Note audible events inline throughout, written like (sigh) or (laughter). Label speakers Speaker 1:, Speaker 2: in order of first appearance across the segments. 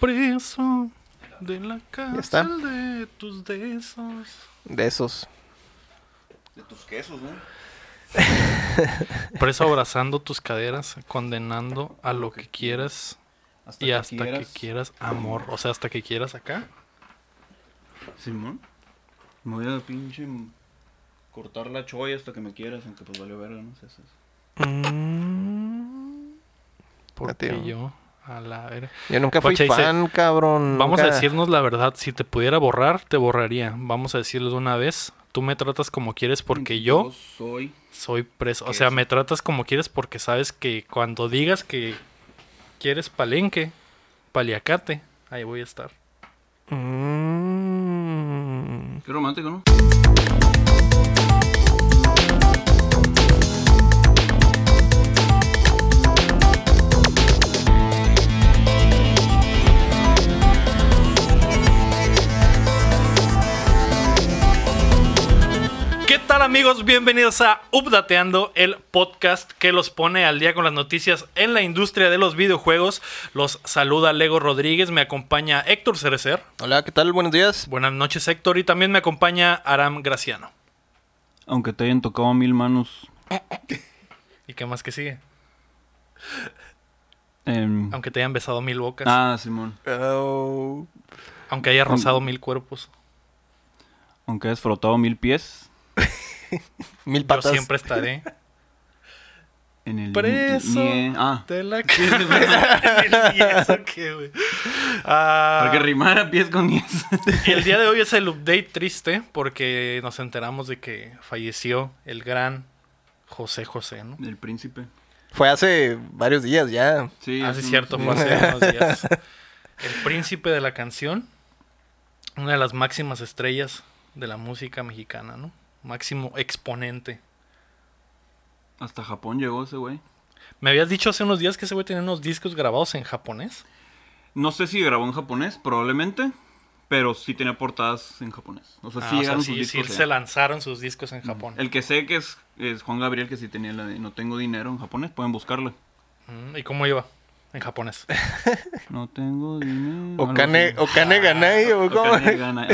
Speaker 1: Preso de la cárcel
Speaker 2: está.
Speaker 1: de tus besos.
Speaker 2: De esos.
Speaker 3: De tus quesos, ¿no?
Speaker 1: Preso abrazando tus caderas, condenando a lo que quieras
Speaker 3: Hasta
Speaker 1: y hasta que quieras amor. O sea, hasta que quieras acá.
Speaker 3: Simón. Me voy a pinche m- cortar la choya hasta que me quieras, aunque pues valió verga, no sé.
Speaker 1: Porque
Speaker 2: tío.
Speaker 1: yo, a la verga.
Speaker 2: Yo nunca fui
Speaker 1: Pocha dice,
Speaker 2: fan, cabrón.
Speaker 1: Vamos a
Speaker 2: nunca-
Speaker 1: decirnos la verdad. Si te pudiera borrar, te borraría. Vamos a decirlo de una vez. Tú me tratas como quieres porque yo
Speaker 3: soy.
Speaker 1: soy preso. O
Speaker 3: ¿Qué
Speaker 1: sea,
Speaker 3: es?
Speaker 1: me tratas como quieres porque sabes que cuando digas que quieres palenque, paliacate, ahí voy a estar.
Speaker 2: Mm.
Speaker 3: Qué romántico, ¿no?
Speaker 1: ¿Qué tal amigos? Bienvenidos a Updateando, el podcast que los pone al día con las noticias en la industria de los videojuegos. Los saluda Lego Rodríguez, me acompaña Héctor Cerecer.
Speaker 2: Hola, ¿qué tal? Buenos días.
Speaker 1: Buenas noches Héctor y también me acompaña Aram Graciano.
Speaker 3: Aunque te hayan tocado mil manos.
Speaker 1: ¿Y qué más que sigue?
Speaker 3: em,
Speaker 1: Aunque te hayan besado mil bocas,
Speaker 3: ah, Simón.
Speaker 2: Oh.
Speaker 1: aunque haya rozado mil cuerpos,
Speaker 3: Aunque hayas frotado mil pies.
Speaker 2: Mil patas.
Speaker 1: yo siempre (laughs) estaré.
Speaker 3: En el.
Speaker 1: Preso.
Speaker 3: nie- Ah.
Speaker 1: Te la (laughs) ¿Y eso qué, güey? Ah,
Speaker 3: Para que rimara pies con pies.
Speaker 1: Y el día de hoy es el update triste porque nos enteramos de que falleció el gran José José, ¿no?
Speaker 3: (laughs) el príncipe.
Speaker 2: Fue hace varios días ya.
Speaker 3: Sí.
Speaker 1: ah,
Speaker 3: hace
Speaker 1: sí,
Speaker 3: unos-
Speaker 1: cierto, fue hace
Speaker 3: (laughs)
Speaker 1: unos días. El príncipe de la canción, una de las máximas estrellas de la música mexicana, ¿no? Máximo exponente.
Speaker 3: Hasta Japón llegó ese güey.
Speaker 1: Me habías dicho hace unos días que ese güey tenía unos discos grabados en japonés.
Speaker 3: No sé si grabó en japonés, probablemente. Pero sí tenía portadas en japonés. O
Speaker 1: Ah, o
Speaker 3: sea, Pues sí
Speaker 1: sea,
Speaker 3: llegaron
Speaker 1: sí-
Speaker 3: sus
Speaker 1: sí
Speaker 3: discos. allá.
Speaker 1: se lanzaron sus discos en Japón.
Speaker 3: El que sé que es, es Juan Gabriel, que si tenía la de No tengo dinero en japonés, pueden buscarla.
Speaker 1: Mm, ¿Y cómo iba? En japonés.
Speaker 3: No tengo dinero.
Speaker 2: Okane, Okane Ganai, ¿eh? o cómo. (laughs)
Speaker 3: Okane Ganai.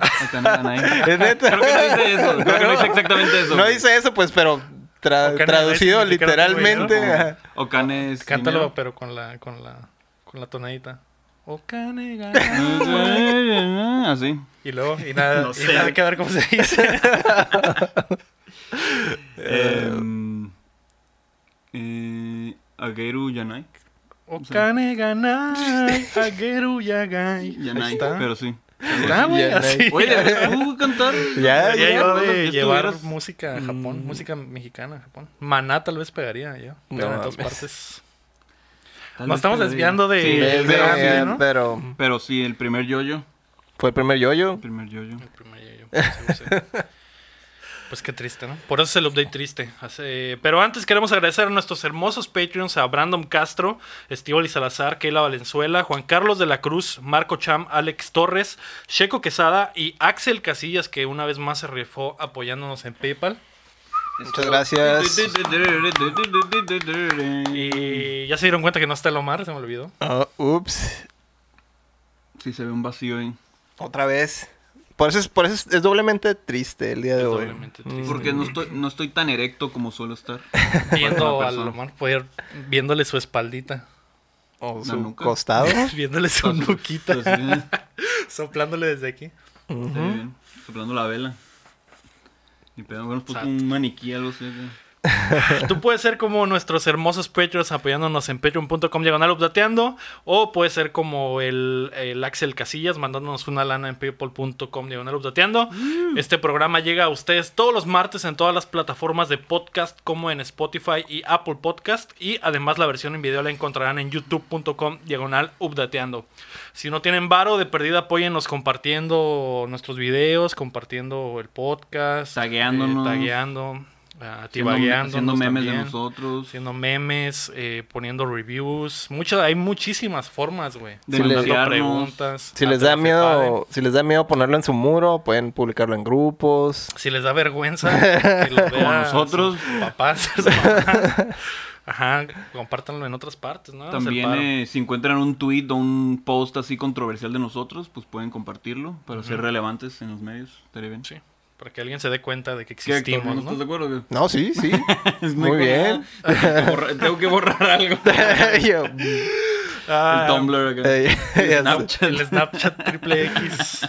Speaker 3: ajá. Okane Ganai.
Speaker 2: Es neta.
Speaker 3: Creo que no dice eso. Creo que no dice exactamente eso.
Speaker 2: No dice eso, pues, pero tra-
Speaker 1: Okane Ganai
Speaker 2: traducido
Speaker 1: significa no tengo
Speaker 2: literalmente.
Speaker 1: dinero.
Speaker 2: ajá.
Speaker 3: Okane es.
Speaker 1: Cántalo,
Speaker 3: dinero.
Speaker 1: pero con la, con la, con la tonadita. Okane ga-
Speaker 3: Así.
Speaker 1: (laughs) y luego, y nada,
Speaker 3: No
Speaker 1: y
Speaker 3: sé.
Speaker 1: nada que ver cómo se
Speaker 3: (laughs)
Speaker 1: dice.
Speaker 3: Em, eh, Ageru Yanai.
Speaker 1: Okane ganai, ageru
Speaker 3: (laughs)
Speaker 1: yagai.
Speaker 3: Yanai,
Speaker 1: Ahí está.
Speaker 3: pero sí.
Speaker 1: Está, Ah, güey,
Speaker 2: Yanai.
Speaker 1: así.
Speaker 3: Oye, deberías tú cantar.
Speaker 2: Ya,
Speaker 1: Ya yo
Speaker 3: Bueno,
Speaker 1: de
Speaker 3: que
Speaker 1: llevar
Speaker 3: estuvieras-
Speaker 1: música a Japón,
Speaker 2: Mm.
Speaker 1: música mexicana a Japón. Maná tal vez pegaría yo, pero
Speaker 2: No
Speaker 1: en todas
Speaker 2: mames.
Speaker 1: partes.
Speaker 3: Tal
Speaker 1: Nos
Speaker 3: vez
Speaker 1: estamos
Speaker 3: te-
Speaker 1: desviando de-
Speaker 3: Sí,
Speaker 1: de-
Speaker 2: Es
Speaker 3: pero-
Speaker 1: grande,
Speaker 2: de-
Speaker 1: ¿no?
Speaker 2: Eh, Pero
Speaker 3: Pero sí, el primer yoyo.
Speaker 2: fue el primer yoyo.
Speaker 3: El primer yoyo.
Speaker 1: El primer yo-yo, pues, sí, sí. Pues qué triste, ¿no? Por eso es el update triste. Hace- Pero antes queremos agradecer a nuestros hermosos Patreons, a Brandon Castro, Estíbal y Salazar, Keila Valenzuela, Juan Carlos de la Cruz, Marco Cham, Alex Torres, Checo Quesada y Axel Casillas, que una vez más se rifó apoyándonos en PayPal.
Speaker 2: Muchas gracias.
Speaker 1: Y ya se dieron cuenta que no está el Omar, se me olvidó.
Speaker 2: Ah, ups.
Speaker 3: Sí, se ve un vacío ahí.
Speaker 2: Otra vez. Por eso, es, por eso es, es doblemente triste el día de
Speaker 1: Es
Speaker 2: hoy.
Speaker 1: doblemente triste.
Speaker 2: Mm.
Speaker 3: Porque no estoy, no estoy tan erecto como suelo estar.
Speaker 1: (laughs) Viendo
Speaker 3: Otra
Speaker 1: al
Speaker 3: persona.
Speaker 1: Omar, poder- viéndole su espaldita,
Speaker 2: O
Speaker 3: La
Speaker 2: su
Speaker 3: nuca. (laughs)
Speaker 2: costado.
Speaker 1: viéndole su nuquita,
Speaker 3: Entonces, eh,
Speaker 1: soplándole desde aquí.
Speaker 2: Ujú.
Speaker 3: estaría bien. Soplando la vela. Y pedo, bueno, pues
Speaker 1: Exacto.
Speaker 3: un maniquí, algo así. ¿no?
Speaker 1: (laughs) Tú puedes ser como nuestros hermosos Patreons apoyándonos en patreon.com diagonal updateando o puedes ser como el, el Axel Casillas mandándonos una lana en paypal.com diagonal updateando. Este programa llega a ustedes todos los martes en todas las plataformas de podcast como en Spotify y Apple Podcast y además la versión en video la encontrarán en youtube.com diagonal updateando. Si no tienen varo, de perdida apóyennos compartiendo nuestros videos, compartiendo el podcast,
Speaker 3: Tagueándonos.
Speaker 1: Eh, tagueando, Atibagueando.
Speaker 3: haciendo memes de nosotros.
Speaker 1: Haciendo memes, eh, poniendo reviews. Muchas, hay muchísimas formas, güey.
Speaker 3: De
Speaker 1: Mandando
Speaker 3: denunciarnos.
Speaker 1: preguntas.
Speaker 2: Si les
Speaker 1: a
Speaker 2: da
Speaker 1: la FEPADE.
Speaker 2: miedo, si les da miedo ponerlo en su muro, pueden publicarlo en grupos.
Speaker 1: Si les da vergüenza. que lo
Speaker 3: Como
Speaker 1: vea
Speaker 3: nosotros.
Speaker 1: sus Papás.
Speaker 3: (laughs)
Speaker 1: sus mamás. Ajá, compártanlo en otras partes, ¿no? Hacer
Speaker 3: También
Speaker 1: paro.
Speaker 3: eh, si encuentran un tweet o un post así controversial de nosotros, pues pueden compartirlo para ser relevantes en los medios. Estaría bien.
Speaker 1: Sí, para que alguien se dé cuenta de que
Speaker 3: ¿Qué, Héctor,
Speaker 1: existimos,
Speaker 3: no estás
Speaker 1: ¿no?
Speaker 3: de (laughs) acuerdo? güey?
Speaker 2: No, sí, (laughs) sí.
Speaker 3: Es
Speaker 2: Muy bien.
Speaker 3: (laughs) colgada. Tengo que borrar- Tengo que borrar (laughs) algo.
Speaker 2: Yo,
Speaker 1: Ah,
Speaker 3: El Tumblr acá.
Speaker 2: eh, ya sé.
Speaker 3: (laughs) Snapchat.
Speaker 1: El Snapchat triple X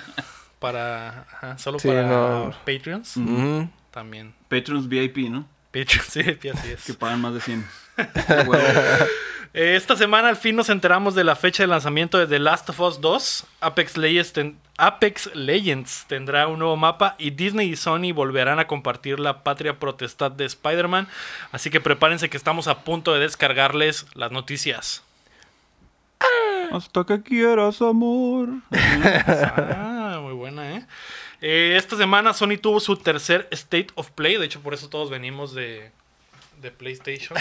Speaker 1: para... ajá, solo
Speaker 2: Sí,
Speaker 1: para
Speaker 2: no. Mm.
Speaker 1: Patreons.
Speaker 2: Ujú.
Speaker 1: También.
Speaker 3: Patrons VIP, ¿no?
Speaker 1: Patreons, (laughs) sí, así es.
Speaker 3: Que pagan más de (laughs) 100. Huevo.
Speaker 1: Eh, Esta semana al fin nos enteramos de la fecha de lanzamiento de The Last of Us 2. Apex Legends, ten- Apex Legends tendrá un nuevo mapa y Disney y Sony volverán a compartir la patria protestad de Spider-Man. Así que prepárense que estamos a punto de descargarles las noticias.
Speaker 3: Hasta que quieras, amor.
Speaker 1: Ah, muy buena, ¿eh? Eh, Esta semana Sony tuvo su tercer State of Play. De hecho, por eso todos venimos de, de PlayStation.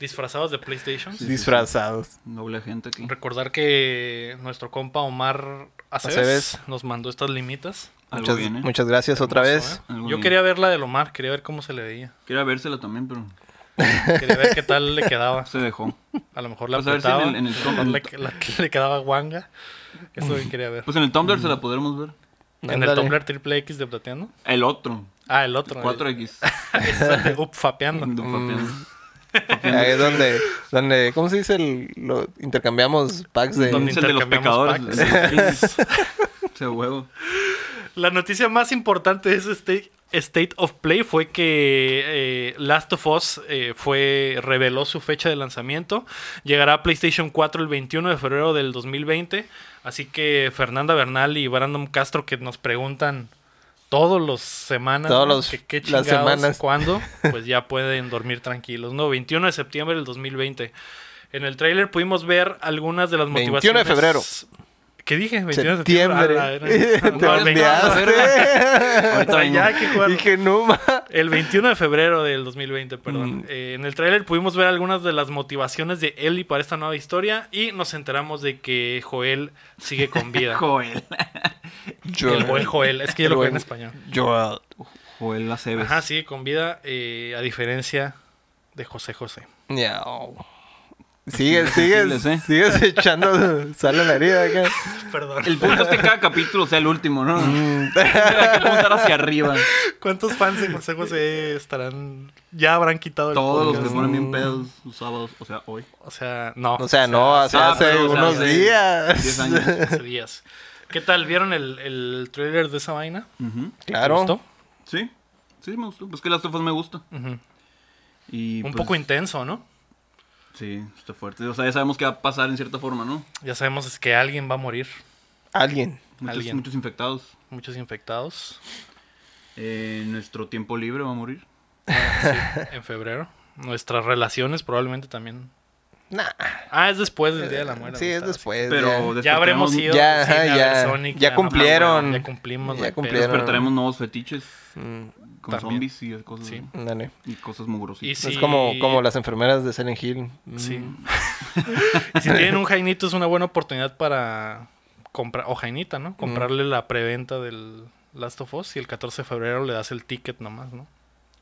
Speaker 1: disfrazados de PlayStation.
Speaker 3: Sí, sí, sí.
Speaker 2: Disfrazados.
Speaker 3: Doble gente aquí.
Speaker 1: Recordar que nuestro compa Omar Aceves,
Speaker 2: Aceves.
Speaker 1: nos mandó estas limitas.
Speaker 3: Algo
Speaker 2: Muchas,
Speaker 3: bien, ¿eh?
Speaker 2: muchas gracias otra
Speaker 1: Hermoso,
Speaker 2: vez.
Speaker 1: ¿eh?
Speaker 3: Algo
Speaker 1: Yo
Speaker 3: bien.
Speaker 1: quería ver la del Omar, quería ver cómo se le veía.
Speaker 3: Quería vérsela también, pero
Speaker 1: Quería ver qué tal le quedaba.
Speaker 3: se dejó.
Speaker 1: A lo mejor la
Speaker 3: Pues a ver si en
Speaker 1: apretaba.
Speaker 3: el- en el
Speaker 1: a lo mejor (laughs)
Speaker 3: com-
Speaker 1: le, la- le quedaba guanga. Eso es lo que quería ver.
Speaker 3: Pues en el Tumblr se la podremos ver.
Speaker 1: en el
Speaker 2: Ándale.
Speaker 1: Tumblr triple X de Plateando.
Speaker 3: El otro.
Speaker 1: Ah, el otro. el- (laughs)
Speaker 3: (laughs) 4X.
Speaker 1: ese es el de Up Fapeando.
Speaker 3: Do papeando.
Speaker 2: Ahí es donde, donde, ¿cómo se dice? El, lo- intercambiamos packs de...
Speaker 1: Donde
Speaker 3: Es el de los
Speaker 1: intercambiamos
Speaker 3: pecadores.
Speaker 1: packs.
Speaker 3: (laughs) Se huevo.
Speaker 1: La noticia más importante de ese State, State of Play fue que eh, Last of Us eh, fue, reveló su fecha de lanzamiento. Llegará a PlayStation 4 el 21 de febrero del 2020. Así que Fernanda Bernal y Brandon Castro que nos preguntan todos los semanas
Speaker 2: Todos
Speaker 1: ¿no?
Speaker 2: los-
Speaker 1: que qué
Speaker 2: las
Speaker 1: chingados,
Speaker 2: semanas. (laughs)
Speaker 1: cuándo, pues ya pueden dormir tranquilos. No, 21 de septiembre del 2020. En el tráiler pudimos ver algunas de las
Speaker 2: 21
Speaker 1: motivaciones.
Speaker 2: de febrero.
Speaker 1: ¿Qué dije? 21 de septiembre.
Speaker 2: septiembre.
Speaker 1: Ah,
Speaker 2: (laughs)
Speaker 1: la verga. No,
Speaker 2: Te
Speaker 1: el 21 de
Speaker 2: (laughs) olvidaste.
Speaker 3: Ahorita vengo.
Speaker 1: Ya, qué cuadro.
Speaker 2: Dije, no, ma.
Speaker 1: El 21 de febrero del 2020, perdón.
Speaker 2: Mm.
Speaker 1: Eh, en el tráiler pudimos ver algunas de las motivaciones de Ellie para esta nueva historia y nos enteramos de que Joel sigue con vida.
Speaker 3: (laughs) Joel.
Speaker 1: el buen Joel, es que yo
Speaker 2: El
Speaker 1: lo veo en
Speaker 2: buen-
Speaker 1: español.
Speaker 2: Joel.
Speaker 3: Joel Aceves.
Speaker 1: Ajá, sigue con vida, eh, a diferencia de José José.
Speaker 2: Miau. Sigues,
Speaker 3: Sensibles,
Speaker 2: sigues,
Speaker 3: ¿eh?
Speaker 2: sigues (laughs) echando sal a la herida acá.
Speaker 1: Perdón.
Speaker 3: El punto es que cada capítulo sea el último, ¿no?
Speaker 2: Mm,
Speaker 3: Hay que apuntar hacia arriba.
Speaker 1: ¿Cuántos fans de José José estarán. ya habrán quitado el
Speaker 3: Todos los que
Speaker 1: podcast?
Speaker 3: se ponen bien pedos los sábados, o sea, hoy.
Speaker 1: O sea, no.
Speaker 2: (laughs) O sea, no, hace,
Speaker 3: ah,
Speaker 2: hace
Speaker 3: pero, o sea,
Speaker 2: unos
Speaker 3: hace
Speaker 2: días.
Speaker 3: 10 años.
Speaker 1: (laughs)
Speaker 2: (laughs)
Speaker 1: hace días. ¿Qué tal? ¿Vieron el, el tráiler de esa vaina?
Speaker 3: Ujú.
Speaker 1: ¿Te
Speaker 2: Claro.
Speaker 1: gustó?
Speaker 3: Sí, sí, me gustó. Pues que las tofas me gusta.
Speaker 1: Ujú.
Speaker 3: Y,
Speaker 1: Un
Speaker 3: pues,
Speaker 1: poco intenso, ¿no?
Speaker 3: Sí, está fuerte. O sea, ya sabemos qué va a pasar en cierta forma, ¿no?
Speaker 1: Ya sabemos es que alguien va a morir.
Speaker 2: Alguien.
Speaker 3: Muchos,
Speaker 1: Alguien.
Speaker 3: muchos infectados.
Speaker 1: Muchos infectados
Speaker 3: Eh, nuestro tiempo libre va a morir.
Speaker 2: Ah.
Speaker 3: (laughs)
Speaker 1: en febrero. Nuestras relaciones probablemente también.
Speaker 2: Nah.
Speaker 1: Ah, es después del Día de la Muerte.
Speaker 2: Sí, es
Speaker 1: está,
Speaker 2: después.
Speaker 3: Pero
Speaker 2: ya.
Speaker 3: despertaremos-
Speaker 1: Ya habremos ido
Speaker 2: Ya,
Speaker 1: al cine a
Speaker 2: ajá,
Speaker 1: ver
Speaker 2: ya. Ya
Speaker 1: no,
Speaker 2: cumplieron.
Speaker 1: mamá, ya cumplimos.
Speaker 2: Ya
Speaker 1: no hay pedo.
Speaker 2: cumplieron.
Speaker 3: Despertaremos nuevos fetiches
Speaker 2: Mm,
Speaker 3: con
Speaker 1: También.
Speaker 3: zombies y cosas,
Speaker 1: Sí.
Speaker 2: dale.
Speaker 3: y cosas mugrositas.
Speaker 1: Y si-
Speaker 2: Es como, como las enfermeras de Silent Hill. Mm.
Speaker 1: Sí. (laughs) Y si tienen un Jainito es una buena oportunidad para comprar, o Jainita, ¿no? Comprarle la preventa del Last of Us y el 14 de febrero le das el ticket nomás, ¿no?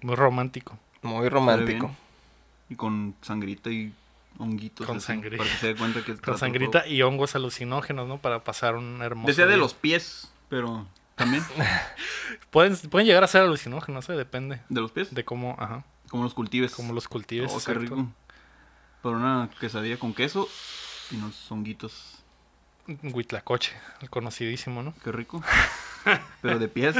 Speaker 1: Muy romántico.
Speaker 2: Muy
Speaker 3: Muy
Speaker 2: romántico.
Speaker 3: bien. Y con sangrita y honguitos.
Speaker 1: Con
Speaker 3: así,
Speaker 1: sangrita.
Speaker 3: Para que se dé cuenta que trata
Speaker 1: (laughs) Con
Speaker 3: el
Speaker 1: sangrita
Speaker 3: juego.
Speaker 1: y hongos alucinógenos, ¿no? Para pasar un hermoso.
Speaker 3: Decía de
Speaker 1: día.
Speaker 3: los pies, pero también.
Speaker 1: Pueden, pueden llegar a ser alucinógenos, ¿eh? depende
Speaker 3: ¿De los pies?
Speaker 1: de cómo, ajá,
Speaker 3: Como los cultives.
Speaker 1: cómo los cultives.
Speaker 3: Oh, qué
Speaker 1: exacto.
Speaker 3: rico. Para una quesadilla con queso y unos honguitos.
Speaker 1: Huitlacoche, el conocidísimo, ¿no?
Speaker 3: Qué
Speaker 1: (laughs)
Speaker 3: rico. Pero de pies.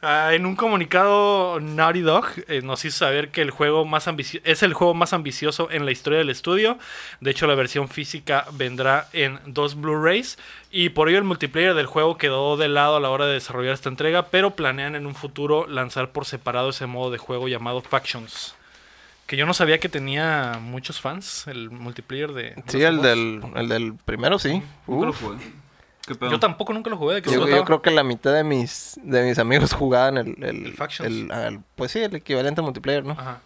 Speaker 1: Ah, en un comunicado, Naughty Dog eh, nos hizo saber que el juego más ambici- es el juego más ambicioso en la historia del estudio. De hecho, la versión física vendrá en dos Blu-rays. Y por ello el multiplayer del juego quedó de lado a la hora de desarrollar esta entrega, pero planean en un futuro lanzar por separado ese modo de juego llamado Factions. Que yo no sabía que tenía muchos fans, el multiplayer de...
Speaker 2: Sí, el del, el del primero, sí.
Speaker 1: Mm,
Speaker 3: Nunca lo
Speaker 2: Uf.
Speaker 3: jugué. ¿Qué pedo?
Speaker 1: Yo tampoco nunca lo jugué. ¿de qué se
Speaker 2: Yo, yo
Speaker 1: trataba?
Speaker 2: creo que la mitad de mis, de mis amigos jugaban el... El,
Speaker 1: El Factions. Ah.
Speaker 2: el- al- pues sí, el equivalente al multiplayer, ¿no?
Speaker 1: Ajá.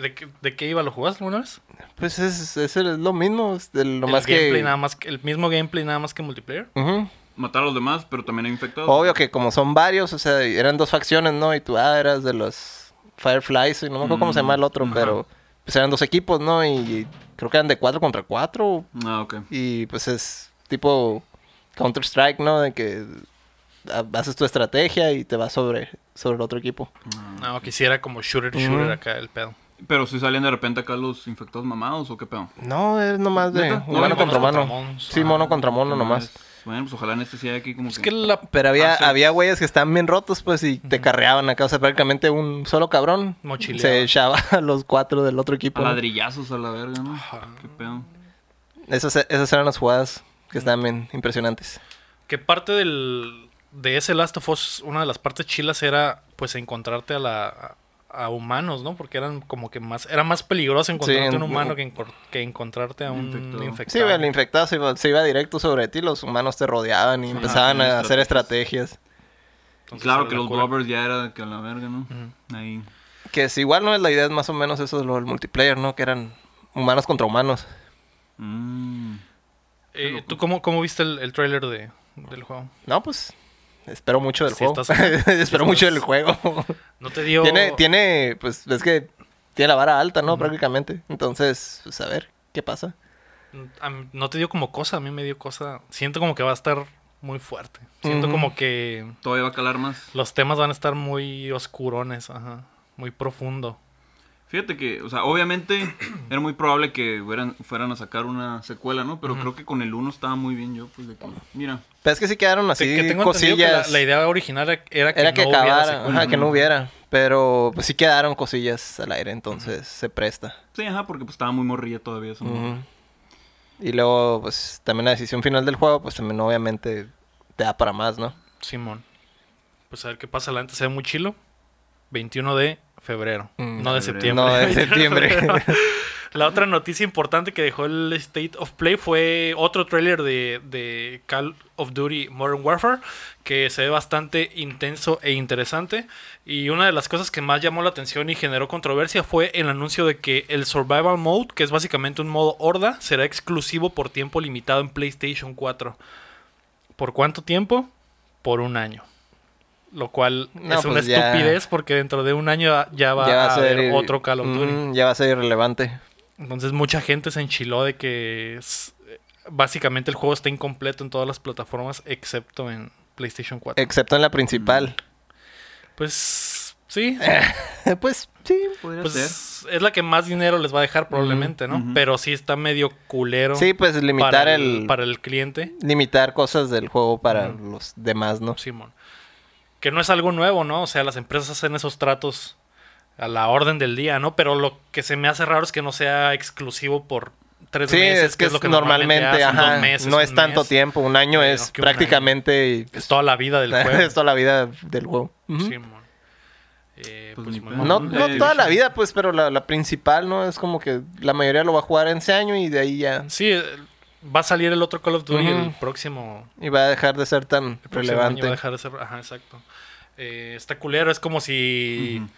Speaker 1: ¿De, qué- de qué iba? ¿Lo jugaste alguna vez?
Speaker 2: Pues es, es el- es lo mismo, es del- lo
Speaker 1: el
Speaker 2: más que...
Speaker 1: gameplay nada más que- El mismo gameplay nada más que multiplayer.
Speaker 2: Ujú.
Speaker 3: Matar a los demás, pero también hay infectados.
Speaker 2: Obvio que como son varios, o sea, eran dos facciones, ¿no? Y tú, ah, eras de los Fireflies, y no me acuerdo cómo se llama el otro,
Speaker 3: Mm, ajá.
Speaker 2: pero pues eran dos equipos, ¿no? Y, y creo que eran de cuatro contra cuatro,
Speaker 3: Ah, ok.
Speaker 2: y pues es tipo Counter-Strike, ¿no? De que ha- haces tu estrategia y te vas sobre, sobre el otro equipo.
Speaker 3: Ah.
Speaker 1: No, quisiera como shooter, shooter
Speaker 2: Ujú.
Speaker 1: acá el pedo.
Speaker 3: Pero si salen de repente acá los infectados mamados o qué pedo.
Speaker 2: No, es nomás de
Speaker 3: ¿Neta? No,
Speaker 2: humano
Speaker 3: monos
Speaker 2: contra
Speaker 1: contra
Speaker 2: humano.
Speaker 1: monos.
Speaker 2: sí, mono contra mono
Speaker 3: Qué
Speaker 2: nomás.
Speaker 3: madres. Bueno, pues ojalá en este sí haya aquí como
Speaker 1: Es
Speaker 3: que...
Speaker 1: que la...
Speaker 2: Pero había,
Speaker 3: Ah, sí.
Speaker 2: había güeyes que estaban bien rotos, pues, y te carreaban acá. O sea, prácticamente un solo cabrón
Speaker 1: Mochileaba.
Speaker 2: se echaba (laughs) a los cuatro del otro equipo.
Speaker 3: A
Speaker 2: ¿no?
Speaker 3: ladrillazos a la verga, ¿no?
Speaker 1: Ajá.
Speaker 3: Qué pedo.
Speaker 2: Esas, esas eran las jugadas que estaban bien impresionantes.
Speaker 1: Que parte del, de ese Last of Us, una de las partes chilas era pues encontrarte a la a humanos, ¿no? Porque eran como que más era más peligroso encontrarte a un
Speaker 2: en-
Speaker 1: humano que, encor- que encontrarte a un infectado.
Speaker 3: Infectado.
Speaker 2: Sí, el infectado se iba, se iba directo sobre ti, los humanos te rodeaban y empezaban
Speaker 3: Ah,
Speaker 2: a hacer estrategias.
Speaker 1: Entonces,
Speaker 3: claro
Speaker 1: era
Speaker 3: que
Speaker 1: la
Speaker 3: los
Speaker 1: cura.
Speaker 3: bobbers ya era de que a la verga, ¿no? Ahí.
Speaker 2: Que es igual no es la idea, es más o menos eso es lo del multiplayer, ¿no? Que eran humanos contra humanos.
Speaker 3: Mm.
Speaker 1: Eh, ¿Tú cómo, cómo viste el, el tráiler de, del juego?
Speaker 2: No, pues espero mucho del
Speaker 1: Sí,
Speaker 2: juego. (laughs)
Speaker 1: estás-
Speaker 2: espero mucho
Speaker 1: estás-
Speaker 2: del juego.
Speaker 1: No te dio
Speaker 2: tiene, tiene, pues es que tiene la vara alta, ¿no? Prácticamente. Entonces, pues a ver qué pasa.
Speaker 1: a mí- no te dio como cosa, a mí me dio cosa. Siento como que va a estar muy fuerte. Siento
Speaker 2: Ujú.
Speaker 1: como que
Speaker 3: Todavía va a calar más.
Speaker 1: los temas van a estar muy oscurones, ajá, muy profundo.
Speaker 3: Fíjate que, o sea, obviamente era muy probable que fueran, fueran a sacar una secuela, ¿no? Pero creo que con el 1 estaba muy bien yo, pues de que, mira,
Speaker 2: Pero es que Ah, sí quedaron así
Speaker 1: que tengo entendido que la-
Speaker 2: cosillas.
Speaker 1: la, idea original era- era que
Speaker 2: Era que
Speaker 1: no hubiera
Speaker 2: acabara,
Speaker 1: secuela.
Speaker 2: ajá, que no hubiera. Pero pues sí quedaron cosillas al aire, entonces se presta.
Speaker 3: sí, ajá, porque pues estaba muy morrilla todavía eso. ¿no?
Speaker 2: Ujú. Y luego, pues también la decisión final del juego, pues también obviamente te da para más, ¿no?
Speaker 1: Simón. Pues a ver qué pasa adelante. Se ve muy chilo. 21 de febrero.
Speaker 2: Mm,
Speaker 1: no de
Speaker 3: febrero.
Speaker 1: septiembre. (laughs)
Speaker 2: No, de
Speaker 1: 21 de
Speaker 2: septiembre.
Speaker 1: febrero. La otra noticia importante que dejó el State of Play fue otro tráiler de, de Call of Duty Modern Warfare que se ve bastante intenso e interesante. Y una de las cosas que más llamó la atención y generó controversia fue el anuncio de que el Survival Mode, que es básicamente un modo horda, será exclusivo por tiempo limitado en PlayStation 4. ¿Por cuánto tiempo? Por un año. Lo cual
Speaker 2: No,
Speaker 1: es una
Speaker 2: pues ya.
Speaker 1: estupidez porque dentro de un año ya- ya va,
Speaker 2: Ya
Speaker 1: a haber
Speaker 2: ir-
Speaker 1: otro Call of Duty.
Speaker 2: Ujú, ya va a ser irrelevante.
Speaker 1: Entonces mucha gente se enchiló de que es- básicamente el juego está incompleto en todas las plataformas excepto en PlayStation 4.
Speaker 2: Excepto en la principal.
Speaker 1: pues sí,
Speaker 2: (laughs) pues sí.
Speaker 3: Podría ser.
Speaker 1: pues es la que más dinero les va a dejar probablemente, ¿no?
Speaker 3: ujú.
Speaker 1: Pero sí está medio culero
Speaker 2: Sí, pues limitar
Speaker 1: para,
Speaker 2: el,
Speaker 1: para el cliente.
Speaker 2: limitar cosas del juego para los demás, ¿no?
Speaker 1: Simón. Que no es algo nuevo, ¿no? O sea, las empresas hacen esos tratos a la orden del día, ¿no? Pero lo que se me hace raro es que no sea exclusivo por tres
Speaker 2: Sí,
Speaker 1: meses,
Speaker 2: es que, es
Speaker 1: lo que
Speaker 2: normalmente,
Speaker 1: hacen,
Speaker 2: ajá,
Speaker 1: dos meses,
Speaker 2: no
Speaker 1: un
Speaker 2: es tanto
Speaker 1: mes.
Speaker 2: tiempo, un año
Speaker 1: Sí,
Speaker 2: es
Speaker 1: no, que un año.
Speaker 2: prácticamente
Speaker 1: Es toda la vida del juego.
Speaker 2: (laughs) es toda la vida del juego. Ujú.
Speaker 1: Simón. Eh,
Speaker 3: Pues
Speaker 1: pues
Speaker 3: ni
Speaker 1: muy
Speaker 3: pedo.
Speaker 2: No,
Speaker 1: mal.
Speaker 2: no
Speaker 3: Eh,
Speaker 2: toda la vida, pues, pero la, la principal, ¿no? Es como que la mayoría lo va a jugar en ese año y de ahí ya.
Speaker 1: Sí, eh, va a salir el otro Call of Duty
Speaker 2: Ujú.
Speaker 1: el próximo
Speaker 2: Y va a dejar de ser tan
Speaker 1: el próximo año va
Speaker 2: relevante.
Speaker 1: a dejar de ser- Ajá, exacto. Eh, está culero, es como si.
Speaker 3: Ujú.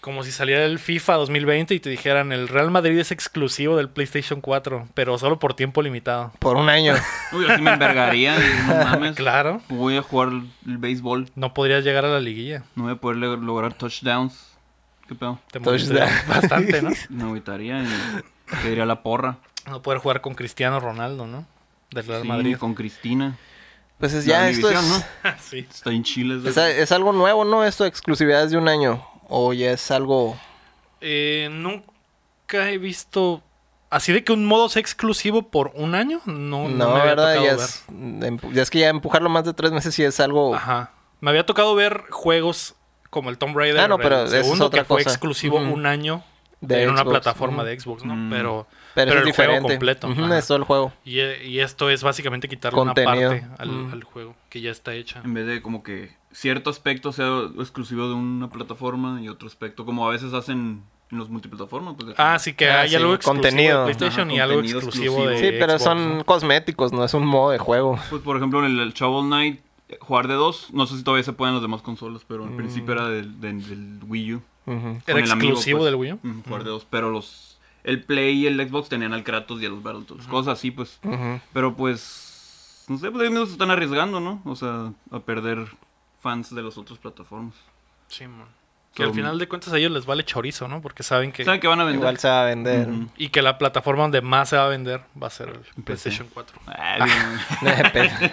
Speaker 1: Como si saliera el FIFA 2020 y te dijeran: el Real Madrid es exclusivo del PlayStation 4, pero solo por tiempo limitado.
Speaker 2: Por
Speaker 1: (laughs)
Speaker 2: un año.
Speaker 3: Uy, así me envergaría, y no mames.
Speaker 1: Claro,
Speaker 3: Voy a jugar el béisbol,
Speaker 1: no podrías llegar a la liguilla.
Speaker 3: no voy a poder log- lograr touchdowns. ¿Qué pedo?
Speaker 1: Te
Speaker 2: Touchdown. (laughs)
Speaker 1: molestaría bastante, ¿no?
Speaker 3: Me agüitaría y te diría la porra.
Speaker 1: No poder jugar con Cristiano Ronaldo, ¿no? Del Real
Speaker 3: Sí,
Speaker 1: Madrid.
Speaker 3: con Cristina.
Speaker 2: Pues es
Speaker 3: La
Speaker 2: ya esto es,
Speaker 3: división,
Speaker 1: (laughs) sí.
Speaker 3: Está en Chile.
Speaker 2: es, es algo nuevo, ¿no? Esto, exclusividades de un año. O ya es algo.
Speaker 1: Eh, nunca he visto. Así de que un modo sea exclusivo por un año, no, no
Speaker 2: No,
Speaker 1: me había
Speaker 2: ¿verdad?
Speaker 1: tocado
Speaker 2: Ya
Speaker 1: ver.
Speaker 2: es, empu- ya es que ya empujarlo más de tres meses y es algo.
Speaker 1: Ajá. Me había tocado ver juegos como el Tomb Raider,
Speaker 2: Ah, no, pero
Speaker 1: el
Speaker 2: eso es
Speaker 1: segundo
Speaker 2: otra
Speaker 1: que fue
Speaker 2: cosa.
Speaker 1: exclusivo
Speaker 2: Ujú.
Speaker 1: un año
Speaker 2: De
Speaker 1: en una
Speaker 2: Xbox,
Speaker 1: plataforma
Speaker 2: ujú.
Speaker 1: de Xbox, ¿no?
Speaker 3: Mm.
Speaker 1: Pero
Speaker 2: Pero,
Speaker 1: pero
Speaker 2: es
Speaker 1: el juego
Speaker 2: diferente.
Speaker 1: completo,
Speaker 2: Ujú,
Speaker 1: ajá.
Speaker 2: es todo el juego.
Speaker 1: y, y esto es básicamente quitarle
Speaker 2: Contenido.
Speaker 1: una parte al,
Speaker 2: Mm.
Speaker 1: al juego que ya está hecha.
Speaker 3: En vez de como que cierto aspecto sea exclusivo de una plataforma y otro aspecto, como a veces hacen en los multiplataformas. Pues, de-
Speaker 1: Ah, sí que
Speaker 2: Ah,
Speaker 1: hay
Speaker 2: sí,
Speaker 1: algo exclusivo
Speaker 2: contenido.
Speaker 1: de PlayStation
Speaker 3: Ajá,
Speaker 1: y algo
Speaker 3: contenido
Speaker 1: exclusivo
Speaker 3: exclusivo.
Speaker 1: de
Speaker 2: Sí, pero
Speaker 1: Xbox,
Speaker 2: son
Speaker 1: ¿no?
Speaker 2: cosméticos, no es un modo de juego.
Speaker 3: Pues por ejemplo en el, el Shovel Knight, eh, jugar de dos, no sé si todavía se pueden las demás consolas, pero al principio era del, del- del Wii U.
Speaker 2: Ujú.
Speaker 1: Era
Speaker 3: el amigo,
Speaker 1: exclusivo
Speaker 3: pues.
Speaker 1: del Wii U.
Speaker 3: Ujú, jugar de dos, pero los el Play y el Xbox tenían al Kratos y a los Battletoads, cosas así pues.
Speaker 2: Ujú.
Speaker 3: Pero pues, no sé, pues ellos mismos se están arriesgando, ¿no? O sea, a perder fans de las otras plataformas.
Speaker 1: Sí, man. Que al
Speaker 3: Son-
Speaker 1: final de cuentas a ellos les vale chorizo, ¿no? Porque saben que...
Speaker 3: ¿Saben que van a vender?
Speaker 2: Igual se va a vender. (laughs)
Speaker 3: Ujú.
Speaker 1: Y que la plataforma donde más se va a vender va a ser el PlayStation 4.
Speaker 3: Ah, bien.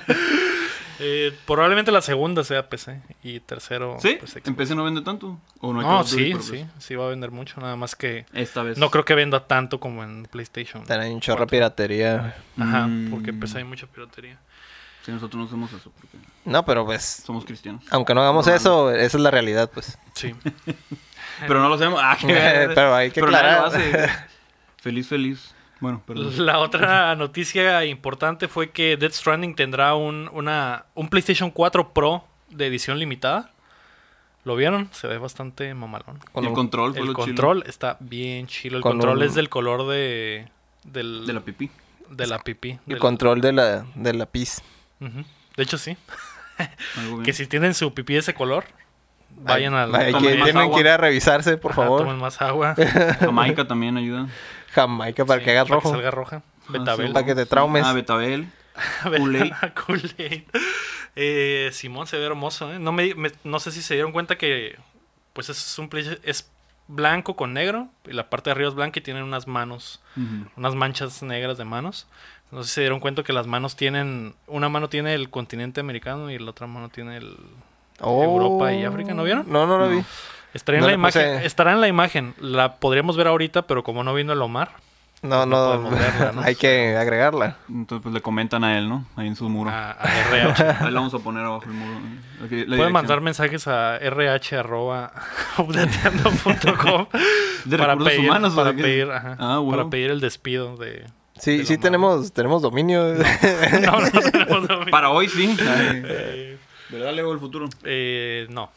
Speaker 1: Eh, probablemente la segunda sea PC y
Speaker 2: Oh,
Speaker 1: tercero...
Speaker 3: ¿Sí?
Speaker 1: pues, Xbox.
Speaker 3: ¿En PC no vende tanto? ¿O no hay Call
Speaker 1: No,
Speaker 3: of Duty
Speaker 1: sí,
Speaker 3: por
Speaker 1: sí,
Speaker 3: PC?
Speaker 1: sí va a vender mucho, nada más que...
Speaker 3: Esta vez.
Speaker 1: No creo que venda tanto como en PlayStation.
Speaker 2: Tienen un chorro de piratería.
Speaker 1: Ajá,
Speaker 3: Mm.
Speaker 1: porque en PC hay mucha piratería.
Speaker 3: Sí, nosotros no hacemos eso porque
Speaker 2: No, pero pues,
Speaker 1: (laughs)
Speaker 3: somos cristianos.
Speaker 2: aunque no hagamos
Speaker 3: No,
Speaker 2: eso, esa es la realidad, pues.
Speaker 3: (laughs)
Speaker 1: Sí. (laughs)
Speaker 3: Pero no lo hacemos. Ah, qué
Speaker 2: (laughs)
Speaker 3: verga.
Speaker 2: Pero hay que
Speaker 3: nadie lo
Speaker 2: aclarar.
Speaker 3: hace. (laughs) Feliz, feliz. Bueno, perdón.
Speaker 1: La otra noticia importante fue que Dead Stranding tendrá un, una, un PlayStation 4 Pro de edición limitada. ¿Lo vieron? Se ve bastante mamalón.
Speaker 2: Con
Speaker 3: el
Speaker 2: un-
Speaker 3: control fue
Speaker 1: El
Speaker 3: lo chido
Speaker 1: control está bien chilo. El
Speaker 2: Con
Speaker 1: control
Speaker 2: un-
Speaker 1: es del color de, del,
Speaker 3: de la pipí.
Speaker 1: de la pipí.
Speaker 2: El
Speaker 1: del-
Speaker 2: control de la, de la PIS.
Speaker 1: Ujú. De hecho, sí.
Speaker 3: Algo bien.
Speaker 1: Que si tienen su pipí de ese color, vayan
Speaker 2: Ay,
Speaker 1: al...
Speaker 2: ay, que
Speaker 3: Tomen más
Speaker 2: tienen
Speaker 3: agua.
Speaker 2: que ir a revisarse, por
Speaker 1: Ajá,
Speaker 2: favor.
Speaker 1: Tomen más
Speaker 2: (laughs)
Speaker 1: agua.
Speaker 3: Jamaica también ayuda.
Speaker 2: Jamaica para
Speaker 1: Sí,
Speaker 2: que haga rojo.
Speaker 1: salga roja.
Speaker 3: Ah, sí.
Speaker 1: (laughs) Betabel.
Speaker 2: Para que te traumes.
Speaker 3: Ah, Betabel. Kool-Aid.
Speaker 1: (laughs) Kool-Aid. Eh, Simón se ve hermoso, ¿eh? No, me, me- no sé si se dieron cuenta que pues es un play- es blanco con negro y la parte de arriba es blanca y tienen unas manos,
Speaker 3: Ujú.
Speaker 1: unas manchas negras de manos. No sé si se dieron cuenta que las manos tienen, una mano tiene el continente americano y la otra mano tiene el...
Speaker 2: Oh.
Speaker 1: Europa y África, ¿no vieron?
Speaker 2: No, no lo vi.
Speaker 1: Estará en,
Speaker 2: No
Speaker 1: la
Speaker 2: le puse-
Speaker 1: imagen, estará en la imagen, la podríamos ver ahorita, pero como no vino el Omar, No
Speaker 2: No, no,
Speaker 1: podemos verla, ¿no?
Speaker 2: (laughs) hay que agregarla.
Speaker 3: Entonces, pues le comentan a él, ¿no? Ahí en su muro.
Speaker 1: a, a RH.
Speaker 3: Ahí le vamos a poner abajo el muro. La que- (laughs) la
Speaker 1: Ah. Pueden
Speaker 3: dirección.
Speaker 1: mandar mensajes a (laughs) rh.updateando.com
Speaker 3: ¿De recursos
Speaker 1: pedir,
Speaker 3: humanos? o
Speaker 1: para
Speaker 3: de qué?
Speaker 1: pedir, ajá,
Speaker 3: Ah, bueno.
Speaker 1: para pedir el despido
Speaker 3: (laughs)
Speaker 1: de...
Speaker 2: Sí,
Speaker 1: Pero
Speaker 2: sí
Speaker 1: no.
Speaker 2: tenemos, tenemos dominio.
Speaker 1: (laughs) No, no tenemos dominio.
Speaker 3: (laughs) Para hoy
Speaker 1: (laughs)
Speaker 3: sí.
Speaker 1: Eh,
Speaker 3: ¿Verdad, Leo, el futuro?
Speaker 1: eh, no.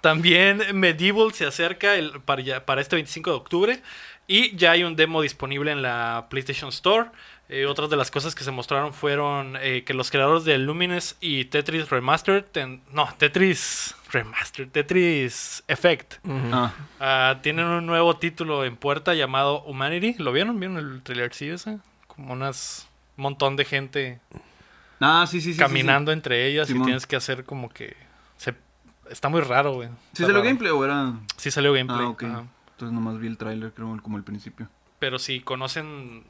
Speaker 1: También Medieval se acerca el- para, ya- para este 25 de octubre y ya hay un demo disponible en la PlayStation Store. Eh, otras de las cosas que se mostraron fueron eh, que los creadores de Lumines y Tetris Remastered, ten- no, Tetris Remastered, Tetris Effect,
Speaker 3: Ah,
Speaker 1: Ah, tienen un nuevo título en puerta llamado Humanity. ¿Lo vieron? ¿Vieron el trailer? Sí, ese. Como unas montón de gente
Speaker 3: ah sí, sí, sí, sí.
Speaker 1: caminando entre ellas y
Speaker 3: Simón.
Speaker 1: tienes que hacer como que se está muy raro, güey.
Speaker 3: ¿Sí,
Speaker 1: Está
Speaker 3: salió
Speaker 1: raro.
Speaker 3: gameplay o era...?
Speaker 1: Sí salió gameplay.
Speaker 3: Ah, ok.
Speaker 1: ajá.
Speaker 3: Entonces nomás vi el tráiler, creo, como el principio.
Speaker 1: Pero si conocen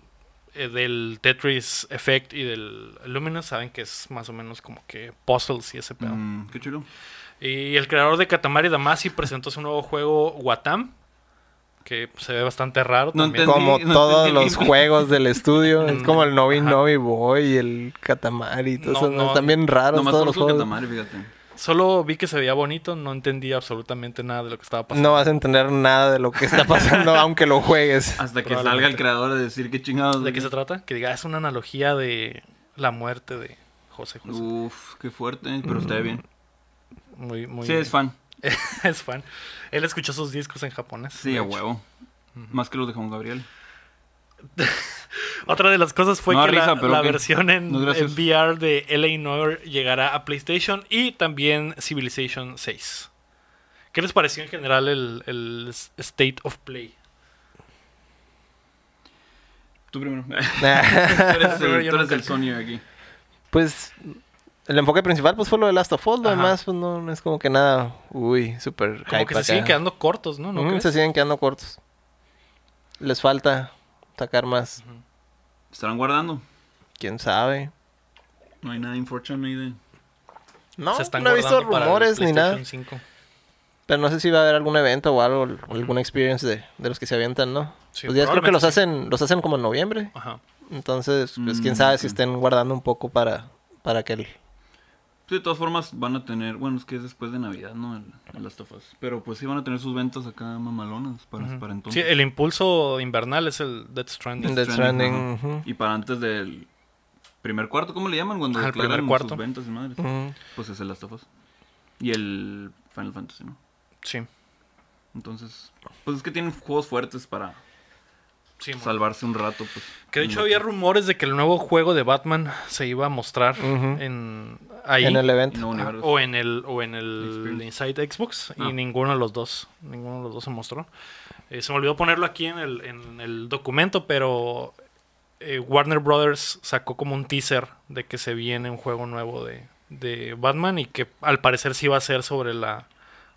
Speaker 1: eh, del Tetris Effect y del Luminous, saben que es más o menos como que puzzles y ese pedo.
Speaker 3: Mm, qué chulo.
Speaker 1: Y el creador de Katamari Damacy presentó su nuevo juego Watam, que se ve bastante raro
Speaker 3: No
Speaker 1: también.
Speaker 3: entendí.
Speaker 2: Como
Speaker 3: no
Speaker 2: todos
Speaker 3: entendí.
Speaker 2: los juegos del estudio. Es como el Novi
Speaker 1: Mm. Ajá.
Speaker 2: Novi Boy y el Katamari. y todo
Speaker 1: No,
Speaker 2: eso,
Speaker 1: no.
Speaker 2: Están bien raros
Speaker 3: Nomás
Speaker 2: todos los
Speaker 3: conozco el
Speaker 2: juegos.
Speaker 3: Katamari, fíjate.
Speaker 1: Solo vi que se veía bonito, no entendí absolutamente nada de lo que estaba pasando.
Speaker 2: No vas a entender nada de lo que está
Speaker 1: (laughs)
Speaker 2: pasando aunque lo juegues.
Speaker 3: Hasta que
Speaker 1: Probablemente.
Speaker 3: salga el creador a decir qué chingados.
Speaker 1: ¿De qué se trata? Que diga, "Ah, es una analogía de la muerte de José José.
Speaker 3: Uh. Uf, qué fuerte, pero está bien.
Speaker 1: Muy, Mm, muy
Speaker 3: sí, es fan.
Speaker 1: (laughs) es fan. Él escuchó sus discos en japonés.
Speaker 3: Sí,
Speaker 1: de
Speaker 3: a
Speaker 1: hecho.
Speaker 3: huevo. Más que los de Juan Gabriel.
Speaker 1: Otra de las cosas fue
Speaker 3: No da
Speaker 1: que la,
Speaker 3: risa, pero
Speaker 1: la
Speaker 3: ok.
Speaker 1: versión en,
Speaker 3: No, gracias.
Speaker 1: en VR de LA Noir llegará a PlayStation y también Civilization 6. ¿Qué les pareció en general el, el State of Play? (laughs)
Speaker 3: Tú primero. tú
Speaker 1: Ah.
Speaker 3: eres
Speaker 1: Primero
Speaker 3: el,
Speaker 1: yo
Speaker 3: tú eres
Speaker 1: nunca.
Speaker 3: el Sony aquí.
Speaker 2: (laughs) pues el enfoque principal pues fue lo de Last of Us. Lo
Speaker 1: Ajá.
Speaker 2: demás pues no, no es como que nada. Uy, súper
Speaker 1: Como
Speaker 2: hype
Speaker 1: que se
Speaker 2: acá.
Speaker 1: siguen quedando cortos, ¿no? ¿No
Speaker 2: Mm,
Speaker 1: crees?
Speaker 2: se siguen quedando cortos. Les falta sacar más.
Speaker 3: Estarán guardando.
Speaker 2: ¿Quién sabe?
Speaker 3: No hay nada infortunate ahí de.
Speaker 2: No,
Speaker 1: Se están
Speaker 2: no he visto
Speaker 1: guardando para el
Speaker 2: rumores ni nada.
Speaker 1: PlayStation 5.
Speaker 2: Pero no sé si va a haber algún evento o algo, o alguna experience de, de los que se avientan, ¿no?
Speaker 1: Sí,
Speaker 2: pues ya creo
Speaker 1: probablemente
Speaker 2: que los hacen, los hacen como en noviembre.
Speaker 1: Ajá.
Speaker 2: Entonces, pues quién
Speaker 3: Mm,
Speaker 2: sabe
Speaker 3: ok.
Speaker 2: si estén guardando un poco para, para aquel.
Speaker 3: Sí, de todas formas van a tener, bueno, es que es después de Navidad, ¿no? El, el Last of Us. Pero pues sí van a tener sus ventas acá mamalonas Pues para,
Speaker 1: Ujú.
Speaker 3: para
Speaker 1: Sí,
Speaker 3: entonces.
Speaker 1: el impulso invernal es el Death Stranding.
Speaker 2: Death Stranding,
Speaker 3: ajá.
Speaker 2: ujú.
Speaker 3: Y para antes del primer cuarto, ¿cómo le llaman? Cuando
Speaker 1: Ajá, el
Speaker 3: declaran
Speaker 1: primer cuarto.
Speaker 3: sus ventas y madres.
Speaker 2: Ujú.
Speaker 3: Pues es el Last of Us. Y el Final Fantasy, ¿no?
Speaker 1: Sí.
Speaker 3: Entonces, pues es que tienen juegos fuertes para
Speaker 1: Sí, mon.
Speaker 3: salvarse un rato, pues.
Speaker 1: Que de hecho había rumores de que el nuevo juego de Batman se iba a mostrar
Speaker 2: Ujú.
Speaker 1: en ahí
Speaker 2: en el evento.
Speaker 3: Y no universo.
Speaker 1: Ah, o en el o en el
Speaker 3: Experience.
Speaker 1: Inside Xbox
Speaker 3: Ah.
Speaker 1: y ninguno de los dos, ninguno de los dos se mostró. Eh, se me olvidó ponerlo aquí en el, en el documento, pero eh, Warner Brothers sacó como un teaser de que se viene un juego nuevo de, de Batman y que al parecer sí va a ser sobre la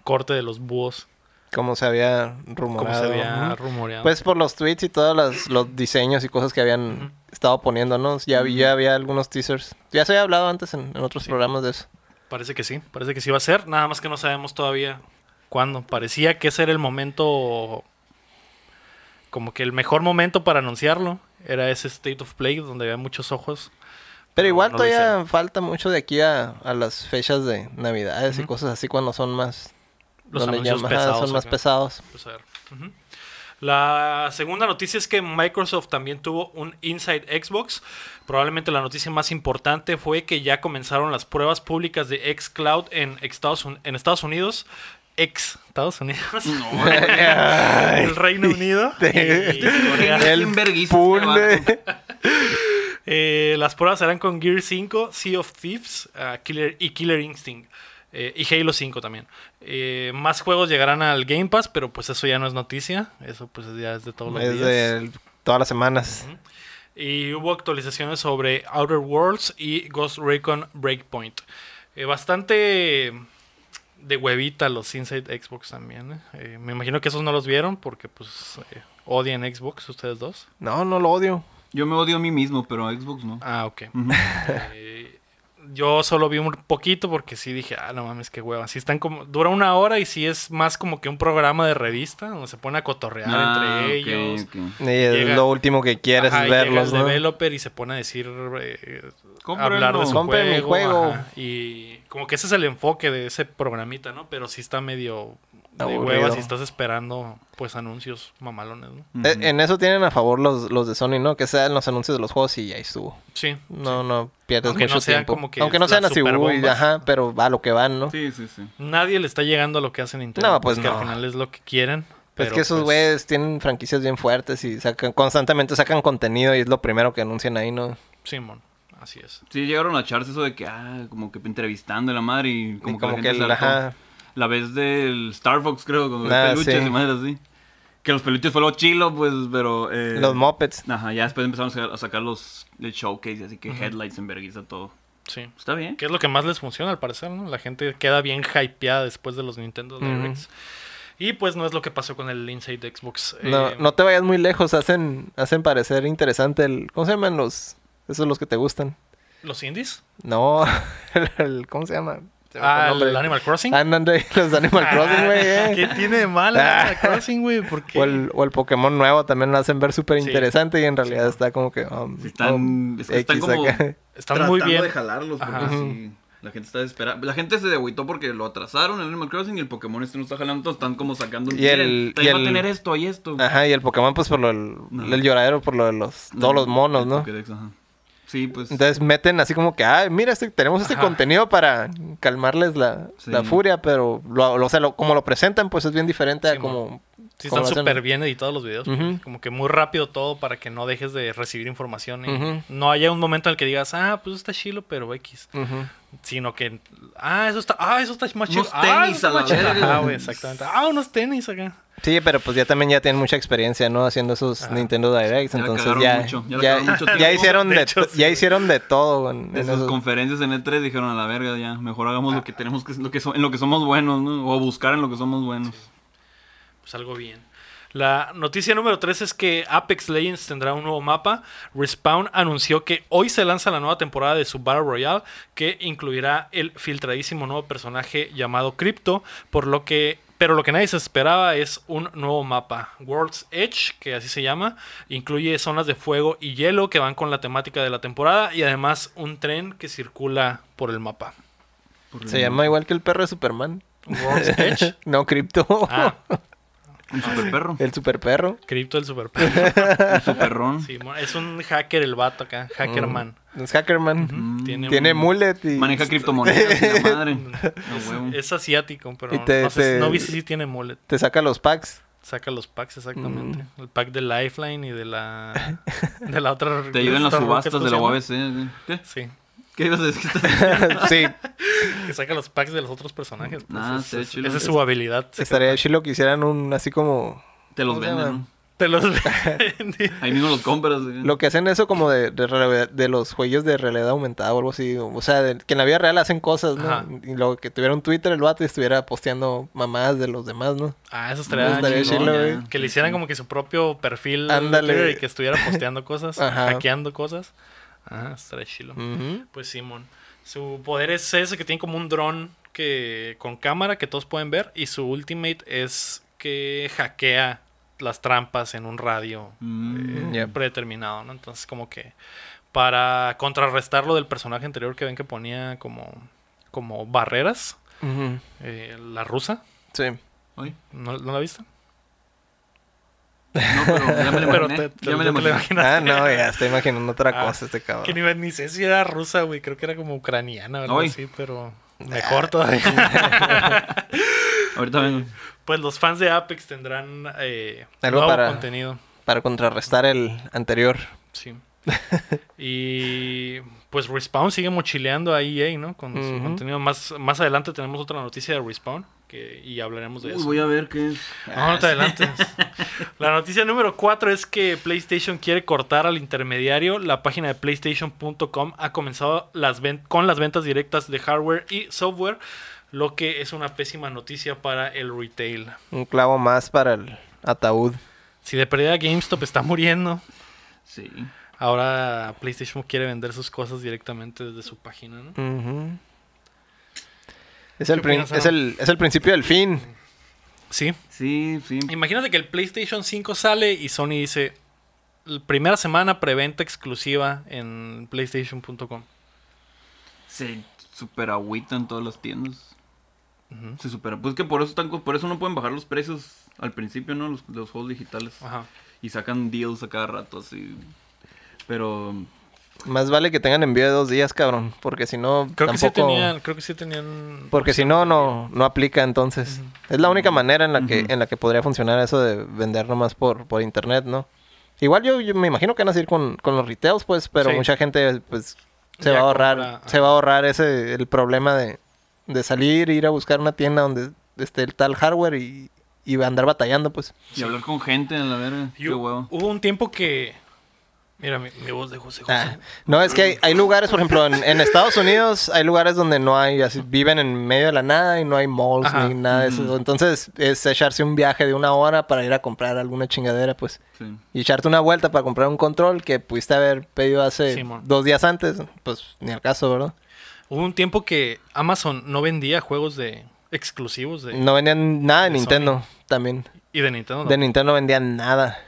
Speaker 1: corte de los búhos,
Speaker 2: Como se había
Speaker 1: como
Speaker 2: rumorado.
Speaker 1: se había
Speaker 2: Ujú.
Speaker 1: rumoreado.
Speaker 2: Pues por los tweets y todos los, los diseños y cosas que habían
Speaker 1: Ujú.
Speaker 2: estado poniendo, ¿no? Ya, vi- ya había algunos teasers. Ya se había hablado antes en, en otros
Speaker 1: Sí.
Speaker 2: programas de eso.
Speaker 1: Parece que sí, parece que sí va a ser. Nada más que no sabemos todavía cuándo. Parecía que ese era el momento, como que el mejor momento para anunciarlo. Era ese State of Play donde había muchos ojos.
Speaker 2: Pero
Speaker 1: No,
Speaker 2: igual
Speaker 1: no lo
Speaker 2: todavía
Speaker 1: hicieron.
Speaker 2: falta mucho de aquí a, a las fechas de navidades y
Speaker 1: Ujú.
Speaker 2: cosas así cuando son más...
Speaker 1: Los
Speaker 2: donde ya
Speaker 1: anuncios
Speaker 2: más-
Speaker 1: pesados.
Speaker 2: son más
Speaker 1: acá.
Speaker 2: pesados.
Speaker 1: Pues, a ver. Ujú. La segunda noticia es que Microsoft también tuvo un Inside Xbox. Probablemente la noticia más importante fue que ya comenzaron las pruebas públicas de xCloud en Estados, Un- en Estados Unidos. Ex Estados Unidos. el Reino Unido.
Speaker 2: (laughs) Te-
Speaker 1: Y-
Speaker 2: El
Speaker 3: Bien verguiza
Speaker 2: pun
Speaker 3: este
Speaker 2: de-
Speaker 1: Eh, las pruebas serán con Gear 5, Sea of Thieves ah, Killer, y Killer Instinct. eh, y Halo 5 también. Eh, más juegos llegarán al Game Pass, pero pues eso ya no es noticia. Eso pues ya es de todos los
Speaker 2: es
Speaker 1: días.
Speaker 2: de el- todas las semanas.
Speaker 1: Y hubo actualizaciones sobre Outer Worlds y Ghost Recon Breakpoint. Eh, bastante de huevita los Inside Xbox también. ¿eh? Eh, me imagino que esos no los vieron porque pues eh, odian Xbox ustedes dos.
Speaker 2: No, no lo odio.
Speaker 3: Yo me odio a mí mismo, pero a Xbox no.
Speaker 1: Ah, ok.
Speaker 3: Ujú.
Speaker 1: Eh, yo solo vi un poquito porque sí dije, ah, no mames, qué hueva. Sí están como, dura una hora y sí es más como que un programa de revista donde se pone a cotorrear
Speaker 3: Ah,
Speaker 1: entre
Speaker 3: ok,
Speaker 1: ellos.
Speaker 3: ok.
Speaker 2: Y es
Speaker 1: Llega-
Speaker 2: lo último que quieres
Speaker 1: Ajá,
Speaker 2: es
Speaker 1: y llega
Speaker 2: verlos,
Speaker 1: el
Speaker 2: ¿no?
Speaker 1: developer y se pone a decir, eh,
Speaker 3: Cómprenlo.
Speaker 1: hablar de su
Speaker 2: Compren mi
Speaker 1: juego.
Speaker 2: juego.
Speaker 1: ajá. Y como que ese es el enfoque de ese programita, ¿no? Pero sí está medio de
Speaker 2: Aburrido.
Speaker 1: hueva si estás esperando, pues, anuncios mamalones, ¿no?
Speaker 3: Ujú.
Speaker 2: Eh, En eso tienen a favor los, los de Sony, ¿no? Que sean los anuncios de los juegos y ahí estuvo.
Speaker 1: Sí.
Speaker 2: No, no pierdes
Speaker 1: Aunque no
Speaker 2: mucho
Speaker 1: sean
Speaker 2: tiempo.
Speaker 1: como que
Speaker 2: Aunque no
Speaker 1: las
Speaker 2: sean así, uy,
Speaker 1: superbombas.
Speaker 2: ajá, pero va lo que van, ¿no?
Speaker 3: Sí, sí, sí.
Speaker 1: Nadie le está llegando a lo que hace Nintendo.
Speaker 2: No, pues
Speaker 1: que
Speaker 2: no.
Speaker 1: al final es lo que quieren.
Speaker 2: Pues
Speaker 1: pero,
Speaker 2: que
Speaker 1: pues,
Speaker 2: esos güeyes tienen franquicias bien fuertes y sacan constantemente sacan contenido y es lo primero que anuncian ahí, ¿no?
Speaker 1: Simón, así es.
Speaker 3: Sí, llegaron a echarse eso de que, ah, como que entrevistando a la madre y como,
Speaker 2: Y como
Speaker 3: que,
Speaker 2: que
Speaker 3: la, gente
Speaker 2: el,
Speaker 3: se hartó.
Speaker 2: ajá,
Speaker 3: La vez del Star Fox, creo, con los
Speaker 2: Ah,
Speaker 3: peluches
Speaker 2: sí.
Speaker 3: y madre así. Que los peluches fue lo chilo, pues, pero... eh,
Speaker 2: los mopeds.
Speaker 3: Ajá, ya después empezaron a sacar, a sacar los el showcase, así que headlights en vergüenza todo.
Speaker 1: Sí.
Speaker 3: Está bien.
Speaker 1: Que es lo que más les funciona al parecer, ¿no? La gente queda bien hypeada después de los Nintendo
Speaker 2: Ujú.
Speaker 1: Directs. Y pues no es lo que pasó con el Inside Xbox.
Speaker 2: No,
Speaker 1: Eh,
Speaker 2: no te vayas muy lejos, hacen hacen parecer interesante el ¿cómo se llaman los esos los que te gustan?
Speaker 1: ¿Los indies?
Speaker 2: No, (laughs) el, el- ¿cómo se llama? Se me fue el
Speaker 1: Ah, el
Speaker 2: nombre.
Speaker 1: Animal Crossing.
Speaker 2: Andan de los de Animal
Speaker 3: (laughs)
Speaker 1: (laughs)
Speaker 2: Crossing, güey. eh.
Speaker 1: ¿Qué tiene de malo
Speaker 2: Ah.
Speaker 1: Animal Crossing, güey? ¿Por qué?
Speaker 2: O el, o el Pokémon nuevo también lo hacen ver súper
Speaker 1: Sí.
Speaker 2: interesante y en realidad
Speaker 1: Sí.
Speaker 2: está como que... um,
Speaker 3: Sí, están-
Speaker 2: um,
Speaker 3: es que están
Speaker 2: X
Speaker 3: como-
Speaker 2: acá.
Speaker 1: Están muy bien.
Speaker 3: de jalarlos, porque
Speaker 1: Ajá.
Speaker 3: sí, la gente está desesperada. La gente se agüitó porque lo atrasaron en Animal Crossing y el Pokémon este no está jalando, entonces están como sacando...
Speaker 2: Y el-
Speaker 3: "Miren,
Speaker 2: y
Speaker 3: Iba
Speaker 2: el-
Speaker 3: a tener esto y esto.
Speaker 2: Ajá, y el Pokémon pues por lo del,
Speaker 3: No.
Speaker 2: el lloradero, por lo de los, todos los monos,
Speaker 3: El
Speaker 2: ¿no?
Speaker 3: Pokédex, ajá. Sí, pues...
Speaker 2: Entonces meten así como que, ay, mira, este- tenemos este
Speaker 1: Ajá.
Speaker 2: contenido para calmarles la,
Speaker 3: Sí.
Speaker 2: la furia, pero lo, lo- o sea, lo- como lo presentan, pues es bien diferente
Speaker 1: Sí,
Speaker 2: a como...
Speaker 1: Sí, están
Speaker 2: como lo hacen.
Speaker 1: súper bien editados los videos.
Speaker 2: Ujú.
Speaker 1: Como que muy rápido todo para que no dejes de recibir información. Y
Speaker 2: Ujú.
Speaker 1: No haya un momento en el que digas, ah, pues está chilo, pero X.
Speaker 2: Ujú.
Speaker 1: Sino que, ah, eso está, ah, eso está más chido.
Speaker 3: Unos
Speaker 1: Ah,
Speaker 3: tenis
Speaker 1: eso está
Speaker 3: a la
Speaker 1: más chido.
Speaker 3: verga.
Speaker 1: Ajá, güey, exactamente. Ah, unos tenis acá.
Speaker 2: Sí, pero pues ya también ya tienen mucha experiencia, ¿no? Haciendo esos
Speaker 1: Ajá.
Speaker 2: Nintendo Directs,
Speaker 3: Ya la
Speaker 2: entonces
Speaker 3: cagaron
Speaker 2: ya...
Speaker 3: mucho, ya la
Speaker 2: ya,
Speaker 3: cagaron mucho
Speaker 2: ya
Speaker 3: tiempo.
Speaker 2: hicieron
Speaker 1: De
Speaker 2: de,
Speaker 1: hecho,
Speaker 2: to-
Speaker 1: sí,
Speaker 2: ya
Speaker 1: güey.
Speaker 2: hicieron de todo en, en
Speaker 3: De sus
Speaker 2: esos-
Speaker 3: conferencias en E3 dijeron a la verga ya, mejor hagamos lo que tenemos que, lo que so- en lo que somos buenos, ¿no? O buscar en lo que somos buenos.
Speaker 1: Pues algo bien. La noticia número 3 es que Apex Legends tendrá un nuevo mapa. Respawn anunció que hoy se lanza la nueva temporada de su Battle Royale, que incluirá el filtradísimo nuevo personaje llamado Crypto, por lo que. Pero lo que nadie se esperaba es un nuevo mapa, World's Edge, que así se llama. Incluye zonas de fuego y hielo que van con la temática de la temporada y además un tren que circula por el mapa.
Speaker 3: Por
Speaker 2: Se (laughs)
Speaker 3: el-
Speaker 2: llama igual que el perro de Superman.
Speaker 1: World's Edge.
Speaker 2: No, Crypto.
Speaker 1: Ah,
Speaker 3: Un super perro.
Speaker 2: (laughs) El super perro.
Speaker 1: Cripto el super perro.
Speaker 2: (laughs)
Speaker 3: Un superrón.
Speaker 1: Sí, mo- es un hacker el vato acá, hackerman.
Speaker 2: Es Hackerman.
Speaker 1: Mm, Tiene,
Speaker 2: Tiene
Speaker 1: un-
Speaker 2: mullet y. pues,
Speaker 3: Maneja criptomonedas y
Speaker 1: (laughs)
Speaker 3: la madre. No, Ah, huevo.
Speaker 1: Es asiático, pero
Speaker 2: Y te-
Speaker 1: no, sé,
Speaker 2: te-
Speaker 1: no vi si tiene mullet.
Speaker 2: Te saca los packs. (laughs)
Speaker 1: Saca los packs exactamente.
Speaker 2: Mm.
Speaker 1: El pack de Lifeline y de
Speaker 2: (laughs)
Speaker 1: la de la otra.
Speaker 3: Te ayudan las
Speaker 1: esta roca,
Speaker 3: subastas
Speaker 1: ¿cómo
Speaker 3: de la
Speaker 1: se llama?
Speaker 3: UABC. ¿sí? eh, ¿Qué?
Speaker 1: Sí.
Speaker 3: ¿Qué ibas
Speaker 2: (laughs)
Speaker 3: a decir? ¿Qué estás-
Speaker 2: sí,
Speaker 1: Que saca los packs de los otros personajes. pues,
Speaker 3: Ah,
Speaker 1: es-
Speaker 3: estaría
Speaker 1: es-
Speaker 3: chido.
Speaker 1: esa es su habilidad.
Speaker 2: (laughs) estaría chido que hicieran un así como.
Speaker 3: Te los
Speaker 2: ¿Cómo se llama?
Speaker 3: venden, ¿no?
Speaker 1: (laughs) Te
Speaker 2: (laughs)
Speaker 1: los vendí.
Speaker 3: Ahí mismo los compras. ¿sí?
Speaker 2: Lo que hacen eso como de, de, realidad- de los juegos de realidad aumentada o algo así. O sea, de- que en la vida real hacen cosas, ¿no?
Speaker 1: Ajá.
Speaker 2: Y luego que tuviera un Twitter el vato y estuviera posteando mamadas de los demás, ¿no?
Speaker 1: Ah, eso
Speaker 3: Ah,
Speaker 1: estaría
Speaker 2: estaría
Speaker 1: chingón.
Speaker 2: chido,
Speaker 3: ya.
Speaker 2: güey.
Speaker 1: Que le hicieran como que su propio perfil de
Speaker 2: Ándale.
Speaker 1: Twitter y que estuviera posteando cosas,
Speaker 2: (laughs) Ajá.
Speaker 1: hackeando cosas. Ah, estaría chilo.
Speaker 2: Ujú.
Speaker 1: Pues Simón. Su poder es ese que tiene como un dron que con cámara que todos pueden ver y su ultimate es que hackea las trampas en un radio
Speaker 3: Mm.
Speaker 1: eh,
Speaker 2: Ya.
Speaker 1: predeterminado, ¿no? Entonces como que para contrarrestar lo del personaje anterior que ven que ponía como como barreras,
Speaker 2: Ujú.
Speaker 1: eh, la rusa, (laughs)
Speaker 2: Sí.
Speaker 3: Oye,
Speaker 1: ¿no, no la viste?
Speaker 3: No, pero ya me lo
Speaker 1: (laughs) Pero
Speaker 3: imaginé.
Speaker 1: te- te-
Speaker 3: ya me lo
Speaker 1: ya te lo
Speaker 3: imaginé.
Speaker 1: imaginaste.
Speaker 2: Ah, no, ya está imaginando otra
Speaker 1: Ah,
Speaker 2: cosa este cabrón.
Speaker 1: Que ni, ni sé si era rusa, güey. Creo que era como ucraniana o algo
Speaker 3: Ay.
Speaker 1: así, pero
Speaker 2: Ah.
Speaker 1: mejor todavía.
Speaker 3: Ahorita vengo.
Speaker 1: pues los fans de Apex tendrán eh,
Speaker 2: Algo
Speaker 1: nuevo
Speaker 2: para-
Speaker 1: contenido.
Speaker 2: (laughs) Para contrarrestar el anterior.
Speaker 1: Sí. (laughs) y pues Respawn sigue mochileando a EA, ¿no? Con su
Speaker 2: Ujú.
Speaker 1: contenido. Más, más adelante tenemos otra noticia de Respawn que, y hablaremos de
Speaker 3: Uy,
Speaker 1: eso.
Speaker 3: voy a Ah, ver qué es.
Speaker 1: No, no te adelantes.
Speaker 3: (laughs)
Speaker 1: La noticia número 4 es que PlayStation quiere cortar al intermediario. La página de PlayStation.com ha comenzado las ven- con las ventas directas de hardware y software, lo que es una pésima noticia para el retail.
Speaker 2: Un clavo más para el ataúd.
Speaker 1: Si de pérdida GameStop está muriendo,
Speaker 3: Sí.
Speaker 1: ahora PlayStation quiere vender sus cosas directamente desde su página, ¿no?
Speaker 2: Ujú. Es, el
Speaker 1: ¿Qué
Speaker 2: prin-
Speaker 1: opinas,
Speaker 2: es,
Speaker 1: Adam?
Speaker 2: el, es el principio del fin.
Speaker 1: Sí.
Speaker 3: Sí, sí.
Speaker 1: Imagínate que el PlayStation 5 sale y Sony dice, "La primera semana preventa exclusiva en PlayStation.com.
Speaker 3: Se super agüitan todas las tiendas.
Speaker 1: Ujú.
Speaker 3: Se supera. Pues que por eso están, co- por eso no pueden bajar los precios al principio, ¿no? Los, los juegos digitales.
Speaker 1: Ajá.
Speaker 3: Y sacan deals a cada rato así. Pero
Speaker 2: Más vale que tengan envío de dos días, cabrón. Porque si no,
Speaker 1: Creo que sí
Speaker 2: tampoco.
Speaker 1: tenían, creo que sí tenían.
Speaker 2: Porque si no, no, no aplica entonces. Es la única manera en la que, en la que podría funcionar eso de vender nomás por, por internet, ¿no? Igual yo, yo me imagino que van a ir con, con los retails, pues, pero
Speaker 1: Sí.
Speaker 2: mucha gente pues se
Speaker 1: Ya
Speaker 2: va a ahorrar,
Speaker 1: compra,
Speaker 2: se va a ahorrar ese, el problema de, de salir, ir a buscar una tienda donde esté el tal hardware y, y andar batallando, pues.
Speaker 3: y hablar con gente en la verga,
Speaker 1: Yo-
Speaker 3: qué huevo.
Speaker 1: Hubo un tiempo que. Mira, mi, mi voz de José José.
Speaker 2: Ah, No, es que hay, hay lugares, por ejemplo, en, en Estados Unidos hay lugares donde no hay, así, viven en medio de la nada y no hay malls
Speaker 1: Ajá. Mm.
Speaker 2: ni nada de eso. Entonces es echarse un viaje de una hora para ir a comprar alguna chingadera, pues.
Speaker 3: Sí.
Speaker 2: Y echarte una vuelta para comprar un control que pudiste haber pedido hace
Speaker 1: Simón.
Speaker 2: dos días antes, pues ni al caso, ¿verdad?
Speaker 1: Hubo un tiempo que Amazon no vendía juegos de exclusivos de,
Speaker 2: No vendían nada de
Speaker 1: De
Speaker 2: Nintendo también.
Speaker 1: y de Nintendo. ¿no?
Speaker 2: Mm. De Nintendo no vendían nada.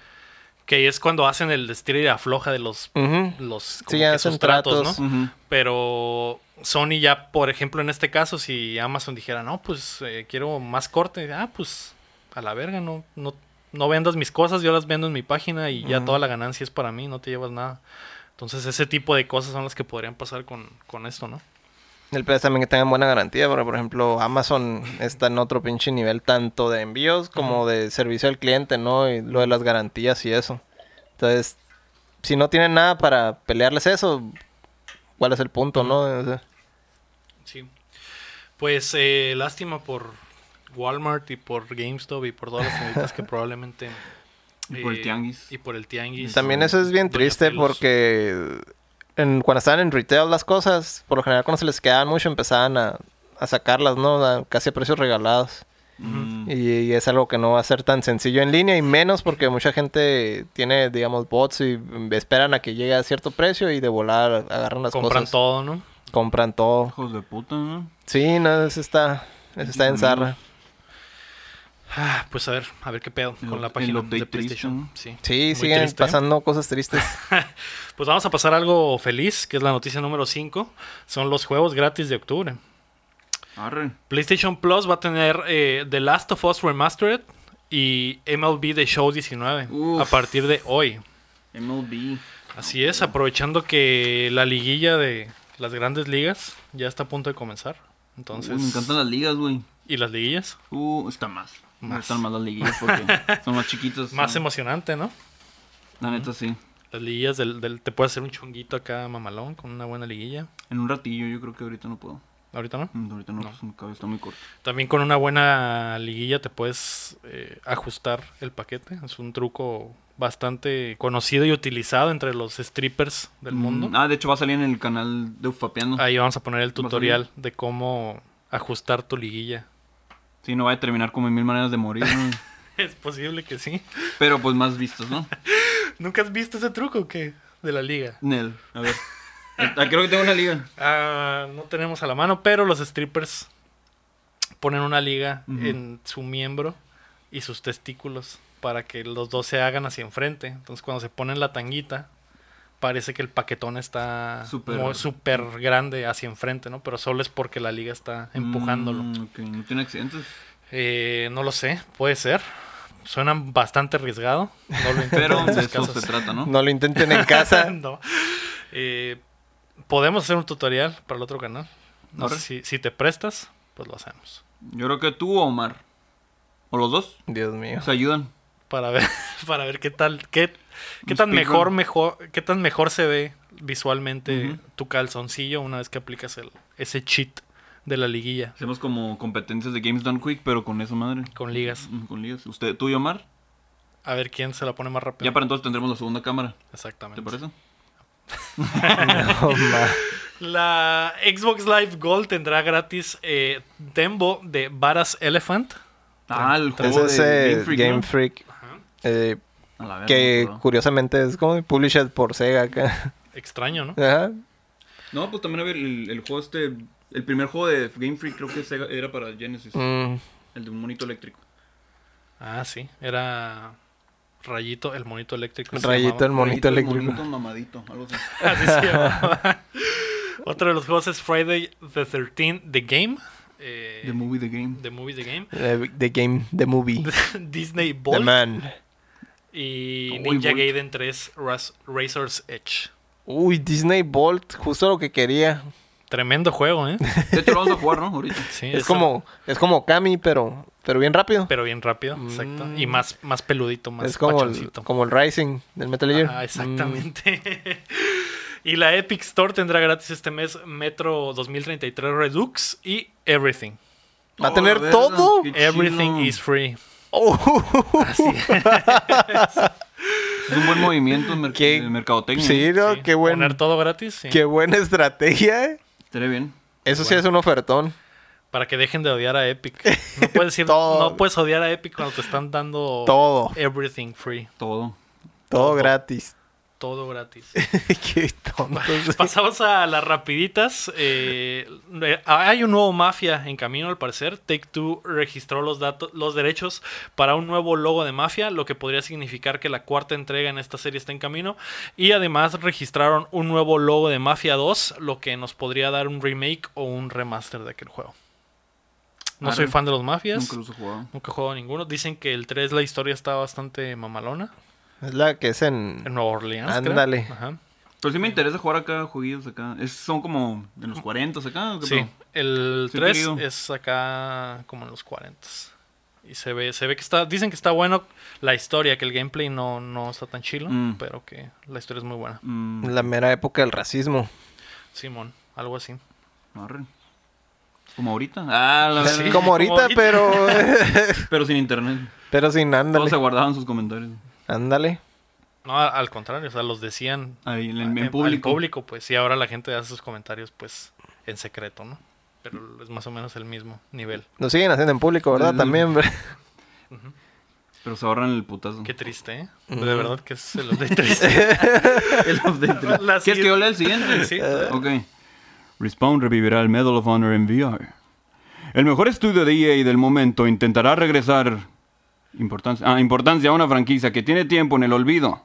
Speaker 1: Que ahí es cuando hacen el estira y afloja de los.
Speaker 2: Ujú.
Speaker 1: los como
Speaker 2: Sí,
Speaker 1: que
Speaker 2: hacen
Speaker 1: sus tratos,
Speaker 2: tratos.
Speaker 1: ¿no?
Speaker 3: Ujú.
Speaker 1: Pero Sony ya, por ejemplo, en este caso, si Amazon dijera, no, pues eh, quiero más corte, ah, pues a la verga, no, no, no vendas mis cosas, yo las vendo en mi página y ya
Speaker 2: Ujú.
Speaker 1: toda la ganancia es para mí, no te llevas nada. Entonces ese tipo de cosas son las que podrían pasar con, con esto, ¿no?
Speaker 2: El pedo es también que tengan buena garantía, porque por ejemplo Amazon está en otro pinche nivel tanto de envíos como de servicio al cliente, ¿no? Y lo de las garantías y eso. Entonces, si no tienen nada para pelearles eso, ¿cuál es el punto, no? O sea,
Speaker 1: Sí. Pues eh, lástima por Walmart y por GameStop y por todas las tienditas que probablemente...
Speaker 3: (laughs)
Speaker 1: eh,
Speaker 3: Y por el tianguis.
Speaker 1: Y por el tianguis.
Speaker 2: también eso es bien
Speaker 1: Doña
Speaker 2: triste
Speaker 1: Pelos.
Speaker 2: porque en- cuando estaban en retail las cosas, por lo general cuando se les quedaban mucho empezaban a, a sacarlas, ¿no? A- casi a precios regalados.
Speaker 3: Mm.
Speaker 2: Y, y es algo que no va a ser tan sencillo en línea y menos porque mucha gente tiene, digamos, bots y mm, esperan a que llegue a cierto precio y de volar agarran las
Speaker 1: Compran
Speaker 2: cosas.
Speaker 1: todo, ¿no?
Speaker 2: Compran todo.
Speaker 3: Hijos de puta, ¿no?
Speaker 2: Sí, no, eso está, eso está en zarra.
Speaker 1: Ah, Pues a ver, a ver qué pedo
Speaker 3: El
Speaker 1: con
Speaker 3: up-
Speaker 1: la
Speaker 3: el
Speaker 1: página
Speaker 3: update
Speaker 1: de PlayStation. Sí,
Speaker 3: triste,
Speaker 2: Sí,
Speaker 1: muy
Speaker 2: siguen
Speaker 1: triste, ¿eh?
Speaker 2: pasando cosas tristes.
Speaker 1: Pues vamos a pasar a algo feliz, que es la noticia número 5. Son los juegos gratis de octubre.
Speaker 3: Arre.
Speaker 1: PlayStation Plus va a tener eh, The Last of Us Remastered, y MLB The Show 19
Speaker 3: Uf.
Speaker 1: a partir de hoy.
Speaker 3: MLB.
Speaker 1: Así es, aprovechando que la liguilla de las grandes ligas ya está a punto de comenzar. Entonces,
Speaker 3: Uy, me encantan las ligas, güey.
Speaker 1: ¿y las liguillas?
Speaker 3: Uh, está más. Me
Speaker 1: Más.
Speaker 3: gustan más las liguillas
Speaker 1: (laughs)
Speaker 3: porque son más chiquitos.
Speaker 1: Más
Speaker 3: ¿no?
Speaker 1: emocionante, ¿no?
Speaker 3: La neta, sí.
Speaker 1: Las liguillas del, del- te puedes hacer un chonguito acá mamalón con una buena liguilla.
Speaker 3: En un ratillo, yo creo que ahorita no puedo.
Speaker 1: Ahorita no.
Speaker 3: Mm, Ahorita no, pues, mi cabeza está muy corta.
Speaker 1: También con una buena liguilla te puedes eh, ajustar el paquete. Es un truco bastante conocido y utilizado entre los strippers del mundo.
Speaker 3: Mm, Ah, de hecho va a salir en el canal de Ufapeando.
Speaker 1: Ahí vamos a poner el
Speaker 3: salir.
Speaker 1: tutorial de cómo ajustar tu liguilla. (laughs)
Speaker 3: Sí, no va a terminar como en mil maneras de morir, (laughs) ¿no?
Speaker 1: Es posible que sí.
Speaker 3: Pero pues más vistos, ¿no?
Speaker 1: ¿Nunca has visto ese truco o qué? De la liga.
Speaker 3: Nel, a (laughs) ver. Ah, Creo que tengo una liga.
Speaker 1: Ah, no tenemos a la mano, pero los strippers ponen una liga
Speaker 3: Ujú.
Speaker 1: en su miembro y sus testículos para que los dos se hagan hacia enfrente. Entonces, cuando se ponen la tanguita, parece que el paquetón está
Speaker 3: Súper-
Speaker 1: mo- súper grande hacia enfrente, ¿no? Pero solo es porque la liga está empujándolo.
Speaker 3: Mm, ok, no tiene accidentes.
Speaker 1: Eh, no lo sé, puede ser. Suena bastante arriesgado. No
Speaker 3: (laughs)
Speaker 1: lo intenten
Speaker 3: Pero
Speaker 1: en
Speaker 3: de
Speaker 1: sus
Speaker 3: eso
Speaker 1: casas.
Speaker 3: se trata, ¿no?
Speaker 2: No lo intenten en
Speaker 1: (laughs)
Speaker 2: casa.
Speaker 1: No. Eh, Podemos hacer un tutorial para el otro canal. No sé
Speaker 3: Arre.
Speaker 1: si, si te prestas, pues lo hacemos.
Speaker 3: Yo creo que tú o Omar. O los dos.
Speaker 2: Dios mío.
Speaker 3: (laughs) Se ayudan.
Speaker 1: Para ver, (laughs) para ver qué tal, qué, qué
Speaker 3: Un
Speaker 1: tan
Speaker 3: speedrun.
Speaker 1: mejor, mejor, qué tan mejor se ve visualmente
Speaker 3: Ujú.
Speaker 1: tu calzoncillo una vez que aplicas el, ese cheat de la liguilla
Speaker 3: Hacemos como competencias de Games Done Quick, pero con eso, madre.
Speaker 1: con ligas.
Speaker 3: Mm, Con ligas. Usted, tú y Omar.
Speaker 1: A ver quién se la pone más rápido.
Speaker 3: Ya para entonces tendremos la segunda cámara. ¿Te
Speaker 1: Exactamente.
Speaker 3: parece?
Speaker 2: No, ma.
Speaker 1: La Xbox Live Gold tendrá gratis eh, Tembo de Varas Elephant.
Speaker 3: Ah, el juego
Speaker 2: Ese es
Speaker 3: de
Speaker 2: eh,
Speaker 3: Game Freak.
Speaker 2: Game
Speaker 3: ¿no?
Speaker 2: Freak. eh,
Speaker 3: A la verga,
Speaker 2: que
Speaker 3: no,
Speaker 2: curiosamente es como published por Sega acá. (laughs)
Speaker 1: Extraño, ¿no?
Speaker 2: Ajá.
Speaker 3: No, pues también había el, el juego este. El primer juego de Game Freak creo que Sega- era para Genesis.
Speaker 2: Mm,
Speaker 3: El de un monito eléctrico.
Speaker 1: Ah, sí. Era Rayito, el monito eléctrico. se
Speaker 2: Rayito el
Speaker 1: llamaba.
Speaker 2: monito
Speaker 3: Monito-
Speaker 2: eléctrico.
Speaker 3: monito mamadito, algo así.
Speaker 1: (laughs) Así se llamaba. Otro de los juegos es Friday the 13th, The Game. eh,
Speaker 3: (laughs) The movie, the game.
Speaker 1: the Movie, The Game. (laughs)
Speaker 2: The, the Eh, game, the movie,
Speaker 1: Disney
Speaker 2: the
Speaker 1: Ball
Speaker 2: man.
Speaker 1: y
Speaker 3: Uy,
Speaker 1: Ninja
Speaker 3: Bolt.
Speaker 1: Gaiden 3 Raz- Razor's Edge.
Speaker 2: Uy, Disney Bolt, justo lo que quería.
Speaker 1: Tremendo juego,
Speaker 2: (laughs)
Speaker 1: ¿eh?
Speaker 3: De hecho, lo vamos a jugar, ¿no? Ahorita.
Speaker 1: Sí,
Speaker 2: Es
Speaker 1: eso-
Speaker 2: como, es como Kami, pero, pero bien rápido.
Speaker 1: Pero bien rápido, exacto. Y
Speaker 2: Mm.
Speaker 1: más, más peludito, más
Speaker 2: es como el,
Speaker 1: pachoncito.
Speaker 2: como el Mm. Rising del Metal Gear.
Speaker 1: Ah, exactamente. (laughs) y la Epic Store tendrá gratis este mes Metro 2033 Redux y Everything.
Speaker 2: Mm. ¿Va a
Speaker 3: Oh,
Speaker 2: tener
Speaker 3: la verga,
Speaker 2: todo?
Speaker 3: qué chido.
Speaker 1: Everything is free.
Speaker 2: Oh,
Speaker 1: Así es. (laughs)
Speaker 3: Es un buen movimiento en merc-
Speaker 2: Qué- (laughs)
Speaker 3: de mercadotecnia.
Speaker 2: sí, ¿no?
Speaker 1: Sí.
Speaker 2: qué, buen,
Speaker 1: Poner todo gratis. sí.
Speaker 2: qué buena estrategia. eh.
Speaker 3: Estaría bien.
Speaker 2: Eso sí es un ofertón.
Speaker 1: Para que dejen de odiar a
Speaker 2: (laughs)
Speaker 1: Epic. No puedes, decir-
Speaker 2: Todo.
Speaker 1: no puedes odiar a Epic cuando te están dando
Speaker 2: Todo,
Speaker 1: everything free.
Speaker 3: Todo.
Speaker 2: todo gratis. (laughs)
Speaker 1: Todo gratis.
Speaker 2: qué
Speaker 1: (laughs)
Speaker 2: tontos.
Speaker 1: Pasamos a las rapiditas. Eh, eh, hay un nuevo Mafia en camino, al parecer. Take Two registró los, datos, los derechos para un nuevo logo de Mafia, lo que podría significar que la cuarta entrega en esta serie está en camino. Y además registraron un nuevo logo de Mafia 2, lo que nos podría dar un remake o un remaster de aquel juego. No
Speaker 3: Arre.
Speaker 1: soy fan de los Mafias.
Speaker 3: Nunca los he jugado.
Speaker 1: Nunca he jugado ninguno. Dicen que el 3 la historia está bastante mamalona.
Speaker 2: Es la que es en...
Speaker 1: En Nueva Orleans. creo.
Speaker 2: Ándale.
Speaker 1: Ajá.
Speaker 3: Pero sí me interesa jugar acá jueguillos acá. Es- son como en los 40 acá. ¿o qué
Speaker 1: Sí,
Speaker 3: pedo?
Speaker 1: el
Speaker 3: Sí,
Speaker 1: 3
Speaker 3: querido.
Speaker 1: es acá como en los 40. Y se ve, se ve que está, dicen que está bueno la historia, que el gameplay no, no está tan chilo,
Speaker 3: Mm.
Speaker 1: pero que la historia es muy buena.
Speaker 3: Mm,
Speaker 2: La mera época del racismo.
Speaker 1: Simón, algo así.
Speaker 3: arre. Como ahorita. Ah, la
Speaker 1: Sí.
Speaker 3: verdad.
Speaker 2: Como
Speaker 1: como
Speaker 2: ahorita,
Speaker 1: ahorita.
Speaker 2: pero...
Speaker 3: Pero sin internet.
Speaker 2: (laughs) pero sin
Speaker 3: Todos se
Speaker 2: ándale.
Speaker 3: guardaban sus comentarios.
Speaker 2: Ándale.
Speaker 1: No, a- al contrario, o sea, los decían
Speaker 3: Ahí en, el- en
Speaker 1: al- al
Speaker 3: público.
Speaker 1: público, pues, y ahora la gente hace sus comentarios, pues, en secreto, ¿no? Pero es más o menos el mismo nivel.
Speaker 2: Lo siguen haciendo en público, ¿verdad?
Speaker 3: Mm.
Speaker 2: También. ¿verdad?
Speaker 3: Pero se ahorran el putazo.
Speaker 1: Qué triste, ¿eh?
Speaker 2: Ujú.
Speaker 1: De verdad que se los de triste.
Speaker 3: (laughs) El update.
Speaker 1: La- la
Speaker 3: ¿Quieres que yo lea el siguiente? Eh,
Speaker 1: Sí.
Speaker 3: Ok. Respawn revivirá el Medal of Honor en VR. El mejor estudio de EA del momento intentará regresar importancia, ah, importancia a una franquicia que tiene tiempo en el olvido.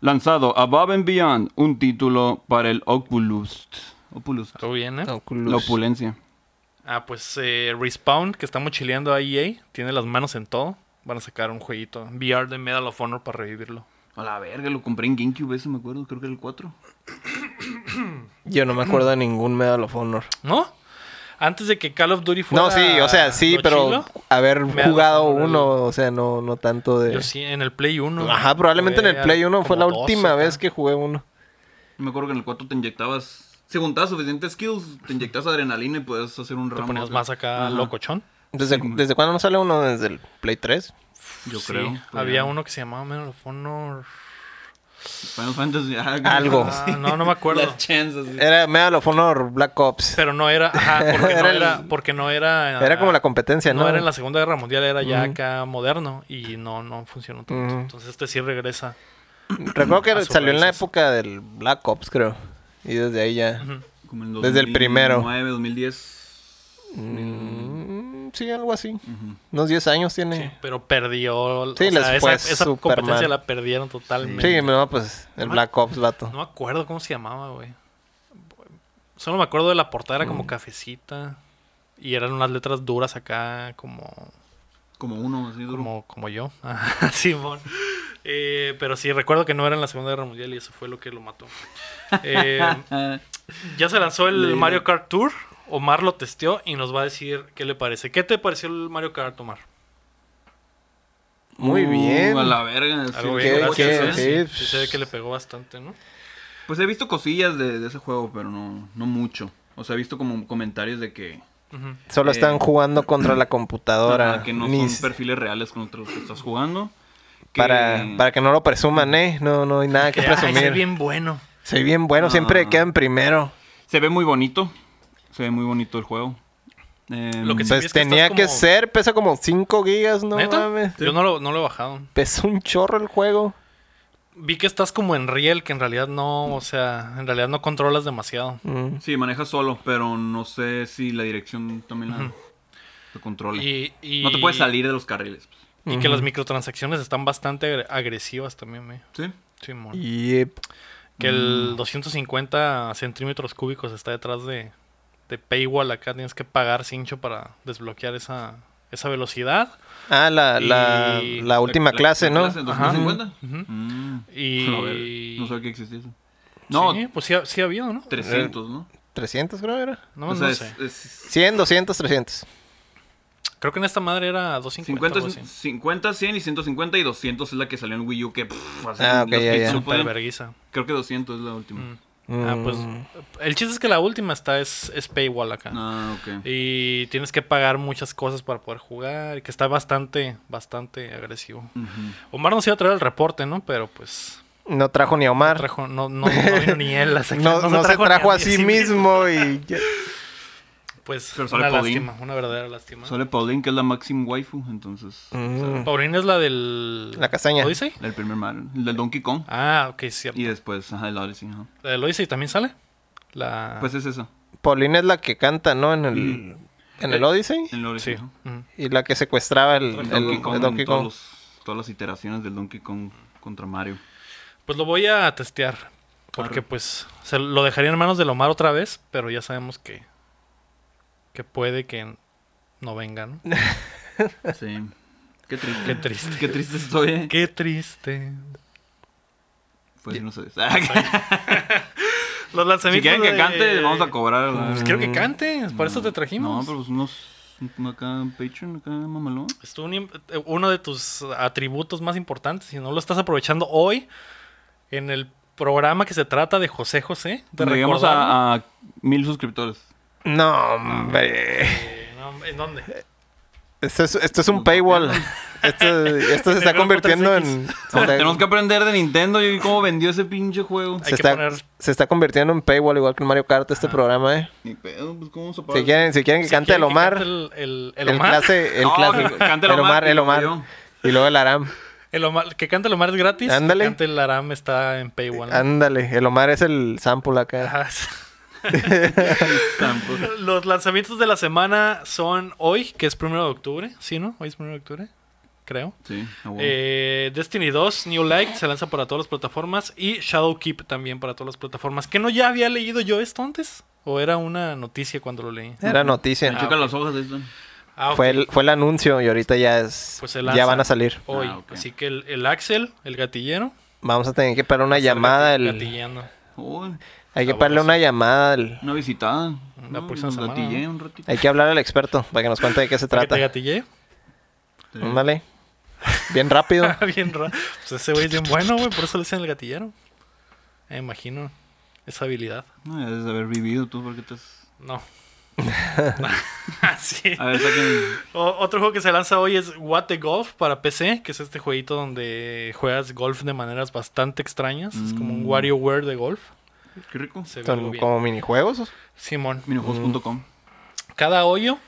Speaker 3: Lanzado Above and Beyond, un título para el Oculus. Oculus.
Speaker 1: Todo bien, ¿eh?
Speaker 2: (laughs)
Speaker 3: La opulencia.
Speaker 1: Ah, pues eh, Respawn, que está mochileando a EA, tiene E las manos en todo. Van a sacar un jueguito VR de Medal of Honor para revivirlo.
Speaker 3: A la verga, lo compré en GameCube, ese me acuerdo, creo que era el 4.
Speaker 2: Yo no me acuerdo
Speaker 1: Mm.
Speaker 2: de ningún Medal of Honor.
Speaker 1: ¿No? Antes de que Call of Duty fuera.
Speaker 2: No, sí, o sea, sí,
Speaker 1: lo
Speaker 2: pero
Speaker 1: chilo,
Speaker 2: haber
Speaker 1: Medal of
Speaker 2: jugado
Speaker 1: Honor,
Speaker 2: uno, o sea, no, no tanto de...
Speaker 1: Yo sí, en el Play 1.
Speaker 2: Ajá, probablemente en
Speaker 1: jugué
Speaker 2: el Play
Speaker 1: al-
Speaker 2: 1 fue la
Speaker 1: como dos
Speaker 2: última
Speaker 1: acá.
Speaker 2: vez que jugué uno.
Speaker 3: Me acuerdo que en el 4 te inyectabas. Si juntabas suficientes skills, te inyectabas adrenalina y podías hacer un
Speaker 1: Te
Speaker 3: ramo.
Speaker 1: ponías
Speaker 3: de-
Speaker 1: más acá
Speaker 3: Ajá,
Speaker 1: locochón.
Speaker 2: ¿Desde, ¿desde cuándo no sale uno? ¿Desde el Play 3?
Speaker 3: Yo
Speaker 1: Sí,
Speaker 3: creo.
Speaker 1: Había uno que se llamaba Medal of
Speaker 2: (laughs)
Speaker 1: Honor.
Speaker 3: Final Fantasy,
Speaker 2: Algo. Eh,
Speaker 3: Sí.
Speaker 1: Ah, no, no me acuerdo.
Speaker 3: Las chances. sí.
Speaker 2: Era Medal of Honor Black Ops.
Speaker 1: Pero no era. Ajá,
Speaker 2: (laughs)
Speaker 1: porque no
Speaker 2: Era el-
Speaker 1: era. Porque no era.
Speaker 2: Era como la competencia, ¿no?
Speaker 1: Ah. No era en la Segunda Guerra Mundial, era ya
Speaker 2: Ujú.
Speaker 1: acá moderno y no, no funcionó tanto.
Speaker 2: Ujú.
Speaker 1: Entonces este sí regresa.
Speaker 2: Recuerdo que
Speaker 1: a sus
Speaker 2: salió en la
Speaker 1: raíces.
Speaker 2: época del Black Ops, creo. Y desde ahí ya...
Speaker 3: Como en
Speaker 2: Desde el primero.
Speaker 3: 2009, 2010.
Speaker 2: Mm, sí, algo así. Unos 10 años tiene.
Speaker 1: Pero perdió.
Speaker 2: Sí, les
Speaker 1: esa,
Speaker 2: fue
Speaker 1: esa
Speaker 2: súper
Speaker 1: competencia
Speaker 2: mal.
Speaker 1: la perdieron totalmente.
Speaker 2: Sí, no, pues el Black Ops, vato.
Speaker 1: Ah. No me acuerdo cómo se llamaba, güey. Solo me acuerdo de la portada, era
Speaker 2: Mm.
Speaker 1: como cafecita. Y eran unas letras duras acá, como
Speaker 3: Como uno, así duro.
Speaker 1: como, como yo. (laughs) Ajá, Simón. Eh, pero sí, recuerdo que no era en la Segunda Guerra Mundial y eso fue lo que lo mató.
Speaker 2: (laughs)
Speaker 1: Eh,
Speaker 3: Ah,
Speaker 1: ya se lanzó el
Speaker 3: Leído.
Speaker 1: Mario Kart Tour. Omar lo testeó y nos va a decir qué le parece. ¿Qué te pareció el Mario Kart, Omar?
Speaker 2: Muy
Speaker 3: Uh,
Speaker 2: bien.
Speaker 3: A la verga. sí.
Speaker 1: Algo
Speaker 2: ¿qué-
Speaker 1: bien, gracias.
Speaker 2: qué-
Speaker 1: ¿eh?
Speaker 2: sí,
Speaker 1: Sí, se ve que le pegó bastante, ¿no?
Speaker 3: Pues he visto cosillas de, de ese juego, pero no, no mucho. O sea, he visto como comentarios de que,
Speaker 1: Ujú.
Speaker 2: Solo
Speaker 3: eh,
Speaker 2: están jugando contra la computadora.
Speaker 3: ajá, que no
Speaker 2: Ni
Speaker 3: son
Speaker 2: s-
Speaker 3: perfiles reales con otros que estás jugando. Que-
Speaker 2: para, para que no lo presuman, ¿eh? No, no hay nada que
Speaker 1: Que, ay, se ve
Speaker 2: presumir.
Speaker 1: bien bueno.
Speaker 2: Soy bien bueno, siempre
Speaker 3: No.
Speaker 2: quedan primero.
Speaker 3: Se ve muy bonito. Se ve muy bonito el juego. Eh,
Speaker 1: Lo que sí-
Speaker 2: Pues
Speaker 1: es que
Speaker 2: tenía
Speaker 1: estás
Speaker 2: que
Speaker 1: como-
Speaker 2: ser, pesa como 5 gigas, no
Speaker 1: ¿Neta?
Speaker 2: mames.
Speaker 1: Yo no lo, no lo he bajado.
Speaker 2: Pesa un chorro el juego.
Speaker 1: Vi que estás como en riel, que en realidad no, o sea, en realidad no controlas demasiado.
Speaker 2: Mm.
Speaker 3: Sí, maneja solo, pero no sé si la dirección también la, la controla.
Speaker 1: Y, y-
Speaker 3: No te puedes salir de los carriles. pues.
Speaker 1: Y que las microtransacciones están bastante agre- agresivas también, güey.
Speaker 3: Sí.
Speaker 1: Sí, mon.
Speaker 2: Yep.
Speaker 1: Que el
Speaker 3: Mm.
Speaker 1: 250 centímetros cúbicos está detrás de, de Paywall. Acá tienes que pagar cincho para desbloquear esa, esa velocidad.
Speaker 2: Ah, la, la,
Speaker 1: Y-
Speaker 2: la última
Speaker 3: La-
Speaker 2: clase,
Speaker 3: la
Speaker 2: ¿no?
Speaker 3: clase,
Speaker 1: Ajá.
Speaker 3: 250.
Speaker 1: Ujú.
Speaker 3: Mm.
Speaker 1: Y.
Speaker 3: (laughs) A ver, no sabía que existía eso. No,
Speaker 1: Sí, pues sí ha, sí ha habido, ¿no?
Speaker 3: 300, ¿no?
Speaker 2: 300 creo era.
Speaker 1: No,
Speaker 3: O sea,
Speaker 1: no
Speaker 3: es-
Speaker 1: sé.
Speaker 3: es
Speaker 2: 100, 200, 300.
Speaker 1: Creo que en esta madre era 250. o
Speaker 3: 50,
Speaker 1: algo así.
Speaker 3: 50, 100 y 150 y 200 es la que salió en Wii U que pff, así,
Speaker 2: Ah, ok,
Speaker 3: los
Speaker 2: ya,
Speaker 3: que
Speaker 2: ya.
Speaker 3: no
Speaker 1: Súper
Speaker 3: pueden-
Speaker 1: verguiza.
Speaker 3: Creo que 200 es la última.
Speaker 1: Mm. Ah, pues.
Speaker 2: Mm.
Speaker 1: El chiste es que la última está es, es Paywall acá.
Speaker 3: Ah, ok.
Speaker 1: Y tienes que pagar muchas cosas para poder jugar. y Que está bastante, bastante agresivo.
Speaker 3: Ujú.
Speaker 1: Omar nos iba a traer el reporte, ¿no? Pero pues.
Speaker 2: No trajo ni a Omar.
Speaker 1: trajo- no, no, no vino ni él.
Speaker 2: (laughs)
Speaker 1: así que
Speaker 2: no, no se trajo,
Speaker 1: ni
Speaker 2: a
Speaker 1: mí,
Speaker 2: sí
Speaker 1: sí
Speaker 2: mismo y...
Speaker 1: (laughs)
Speaker 2: ya-
Speaker 1: Pues
Speaker 3: Pero sale
Speaker 1: una
Speaker 3: Paulín.
Speaker 1: lástima, una verdadera lástima.
Speaker 3: Sale Pauline, que es la Maxim Waifu, entonces.
Speaker 2: Mm.
Speaker 1: Paulín es la del.
Speaker 2: La castaña.
Speaker 1: ¿Odyssey?
Speaker 3: El primer Mario, el del Donkey Kong.
Speaker 1: Ah, ok, cierto.
Speaker 3: Y después, ajá, el Odyssey. ajá.
Speaker 1: ¿La del Odyssey también sale? La.
Speaker 3: Pues es eso.
Speaker 2: Paulina es la que canta, ¿no? En el, en el
Speaker 3: Eh,
Speaker 2: Odyssey.
Speaker 3: El
Speaker 1: sí.
Speaker 3: Odyssey. ajá.
Speaker 1: ujú.
Speaker 2: Y la que secuestraba el,
Speaker 3: El
Speaker 2: el-
Speaker 3: Pues Donkey
Speaker 2: el
Speaker 3: Kong.
Speaker 2: Donkey
Speaker 3: Todos
Speaker 2: Kong.
Speaker 3: los- todas las iteraciones del Donkey Kong contra Mario.
Speaker 1: Pues lo voy a testear. Porque
Speaker 3: Arre.
Speaker 1: pues se lo dejaría en manos del Omar otra vez, pero ya sabemos que que puede que no
Speaker 3: (laughs)
Speaker 1: vengan.
Speaker 3: Sí. Qué triste.
Speaker 1: Qué triste.
Speaker 3: Qué triste estoy. eh.
Speaker 1: Qué triste.
Speaker 3: Pues no sé.
Speaker 1: Los lanzamientos
Speaker 3: (laughs) si quieren que
Speaker 1: de-
Speaker 3: cante, vamos a cobrar. la-
Speaker 1: Pues quiero que cantes, para eso te
Speaker 3: No,
Speaker 1: trajimos.
Speaker 3: pero pues unos. un- Acá en Patreon, acá mamalón.
Speaker 1: Es tu uni- uno de tus atributos más importantes. Si no lo estás aprovechando hoy en el programa que se trata de José José, de
Speaker 3: Cuando lleguemos
Speaker 1: recordar-
Speaker 3: a, a mil suscriptores.
Speaker 2: No, hombre.
Speaker 1: Eh, no, ¿En dónde?
Speaker 2: Esto es, esto es un paywall.
Speaker 1: (laughs)
Speaker 2: Esto, esto se está
Speaker 1: Pero
Speaker 2: convirtiendo
Speaker 1: 3X.
Speaker 2: en... se
Speaker 1: (laughs)
Speaker 2: está-
Speaker 3: Tenemos que aprender de Nintendo y cómo vendió ese pinche juego.
Speaker 1: Ay.
Speaker 2: Se
Speaker 1: Hay que
Speaker 2: está,
Speaker 1: poner-
Speaker 2: se está convirtiendo en paywall igual que el Mario Kart este programa, ¿eh?
Speaker 3: Ni pedo, pues cómo se
Speaker 2: Si quieren, si quieren que
Speaker 1: Si
Speaker 2: cante el
Speaker 1: quieren que
Speaker 2: Omar,
Speaker 1: cante El, el- el
Speaker 2: el,
Speaker 1: Omar.
Speaker 2: clase, el
Speaker 3: No,
Speaker 2: clase,
Speaker 3: (laughs) que cante el
Speaker 2: el Omar,
Speaker 3: Omar y
Speaker 2: el Omar, (laughs)
Speaker 3: luego
Speaker 2: y luego el Aram.
Speaker 1: El Omar- que cante el Omar es gratis.
Speaker 2: Ándale.
Speaker 1: Que cante el Aram está en Paywall.
Speaker 2: Ándale, el Omar es el sample acá.
Speaker 1: Ajá. (laughs) Los lanzamientos de la semana son hoy, que es primero de octubre. ¿Sí, no? Hoy es primero de octubre, creo.
Speaker 3: Sí, a huevo.
Speaker 1: Eh, Destiny 2, New Light, se lanza para todas las plataformas. Y Shadowkeep también para todas las plataformas. ¿Que no ya había leído yo esto antes? ¿O era una noticia cuando lo leí?
Speaker 2: Era
Speaker 3: Me
Speaker 2: noticia.
Speaker 3: chocan las hojas, ahí están.
Speaker 1: Ah, ok.
Speaker 2: Eh, Fue, el, fue el anuncio y ahorita ya es.
Speaker 1: Pues se lanza.
Speaker 2: ya van a salir.
Speaker 1: Hoy.
Speaker 3: Ah, ok.
Speaker 1: Así que el, el Axel, el gatillero.
Speaker 2: Vamos a tener que parar una llamada.
Speaker 1: El
Speaker 2: al-
Speaker 1: gatillando.
Speaker 3: Uy,
Speaker 2: hay que pararle una llamada. al-
Speaker 3: una visitada.
Speaker 1: La
Speaker 3: No,
Speaker 1: próxima
Speaker 3: nos
Speaker 1: semana,
Speaker 3: gatillé
Speaker 1: ¿no?
Speaker 3: un ratito.
Speaker 2: hay que hablar al experto para que nos cuente de qué se
Speaker 1: ¿Para que
Speaker 2: trata.
Speaker 1: te gatillé?
Speaker 2: Ándale. Bien
Speaker 1: (laughs)
Speaker 2: rápido.
Speaker 1: Ah, bien raro. Pues ese güey es bien bueno, güey. Por eso le dicen el gatillero. Me imagino esa habilidad.
Speaker 3: No, ya debes de haber vivido tú porque estás...
Speaker 1: No. (laughs) Ah, sí.
Speaker 3: A ver, saquen...
Speaker 1: O- otro juego que se lanza hoy es What the Golf para PC, que es este jueguito donde juegas golf de maneras bastante extrañas. Es como un
Speaker 3: Mm.
Speaker 1: WarioWare de golf.
Speaker 3: Qué rico.
Speaker 1: Se ve algo
Speaker 2: Son
Speaker 1: bien.
Speaker 2: como minijuegos.
Speaker 1: Simón,
Speaker 3: Minijuegos.com.
Speaker 1: cada hoyo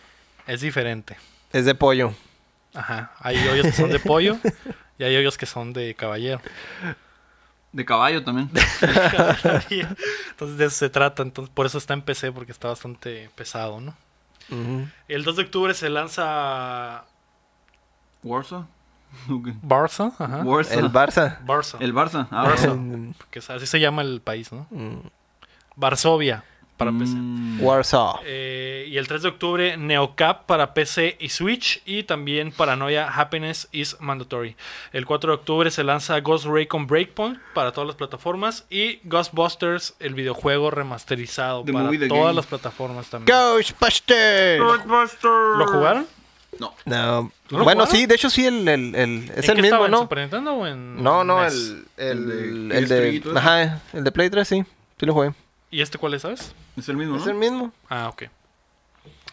Speaker 1: es diferente.
Speaker 2: Es de pollo.
Speaker 1: Ajá. Hay hoyos que son de pollo y hay hoyos que son de caballero.
Speaker 3: De caballo también.
Speaker 1: (laughs) Entonces de eso se trata. Entonces, por eso está en PC, porque está bastante pesado, ¿no?
Speaker 2: Ujú.
Speaker 1: El 2 de octubre se lanza
Speaker 3: Warsaw. (laughs) Ok.
Speaker 1: Barça. Ajá.
Speaker 3: Warsaw.
Speaker 2: El Barça.
Speaker 1: Barça.
Speaker 3: El Barça. Ah,
Speaker 1: ¿Ah? Barça.
Speaker 2: (laughs) Mm,
Speaker 1: Que es- así se llama el país, ¿no?
Speaker 2: mm.
Speaker 1: Varsovia para PC.
Speaker 3: Mm.
Speaker 2: Warsaw.
Speaker 1: Eh, y el 3 de octubre, Neocap para PC y Switch. Y también Paranoia Happiness is Mandatory. El 4 de octubre se lanza Ghost Recon Breakpoint para todas las plataformas. Y Ghostbusters, el videojuego remasterizado
Speaker 3: The
Speaker 1: para
Speaker 3: movie, the
Speaker 1: todas
Speaker 3: game.
Speaker 1: las plataformas también.
Speaker 2: Ghostbusters.
Speaker 1: ¿Lo jugaron?
Speaker 3: No.
Speaker 2: No.
Speaker 1: ¿No lo
Speaker 2: Bueno,
Speaker 1: jugaron?
Speaker 2: sí, de hecho sí, el, el- el- es
Speaker 1: ¿En qué
Speaker 2: el mismo,
Speaker 1: estaba, en
Speaker 2: ¿no?
Speaker 1: Super E Nintendo o en
Speaker 2: No, no,
Speaker 1: NES?
Speaker 2: el, el,
Speaker 3: El
Speaker 2: el,
Speaker 3: de Street y todo
Speaker 2: de...
Speaker 3: eso.
Speaker 2: Ajá, el de Play 3, sí. Sí lo jugué.
Speaker 1: ¿Y este cuál es, sabes?
Speaker 3: Es el
Speaker 1: ¿Mm?
Speaker 3: mismo,
Speaker 2: Es el
Speaker 3: ¿no?
Speaker 2: mismo.
Speaker 1: Ah, ok.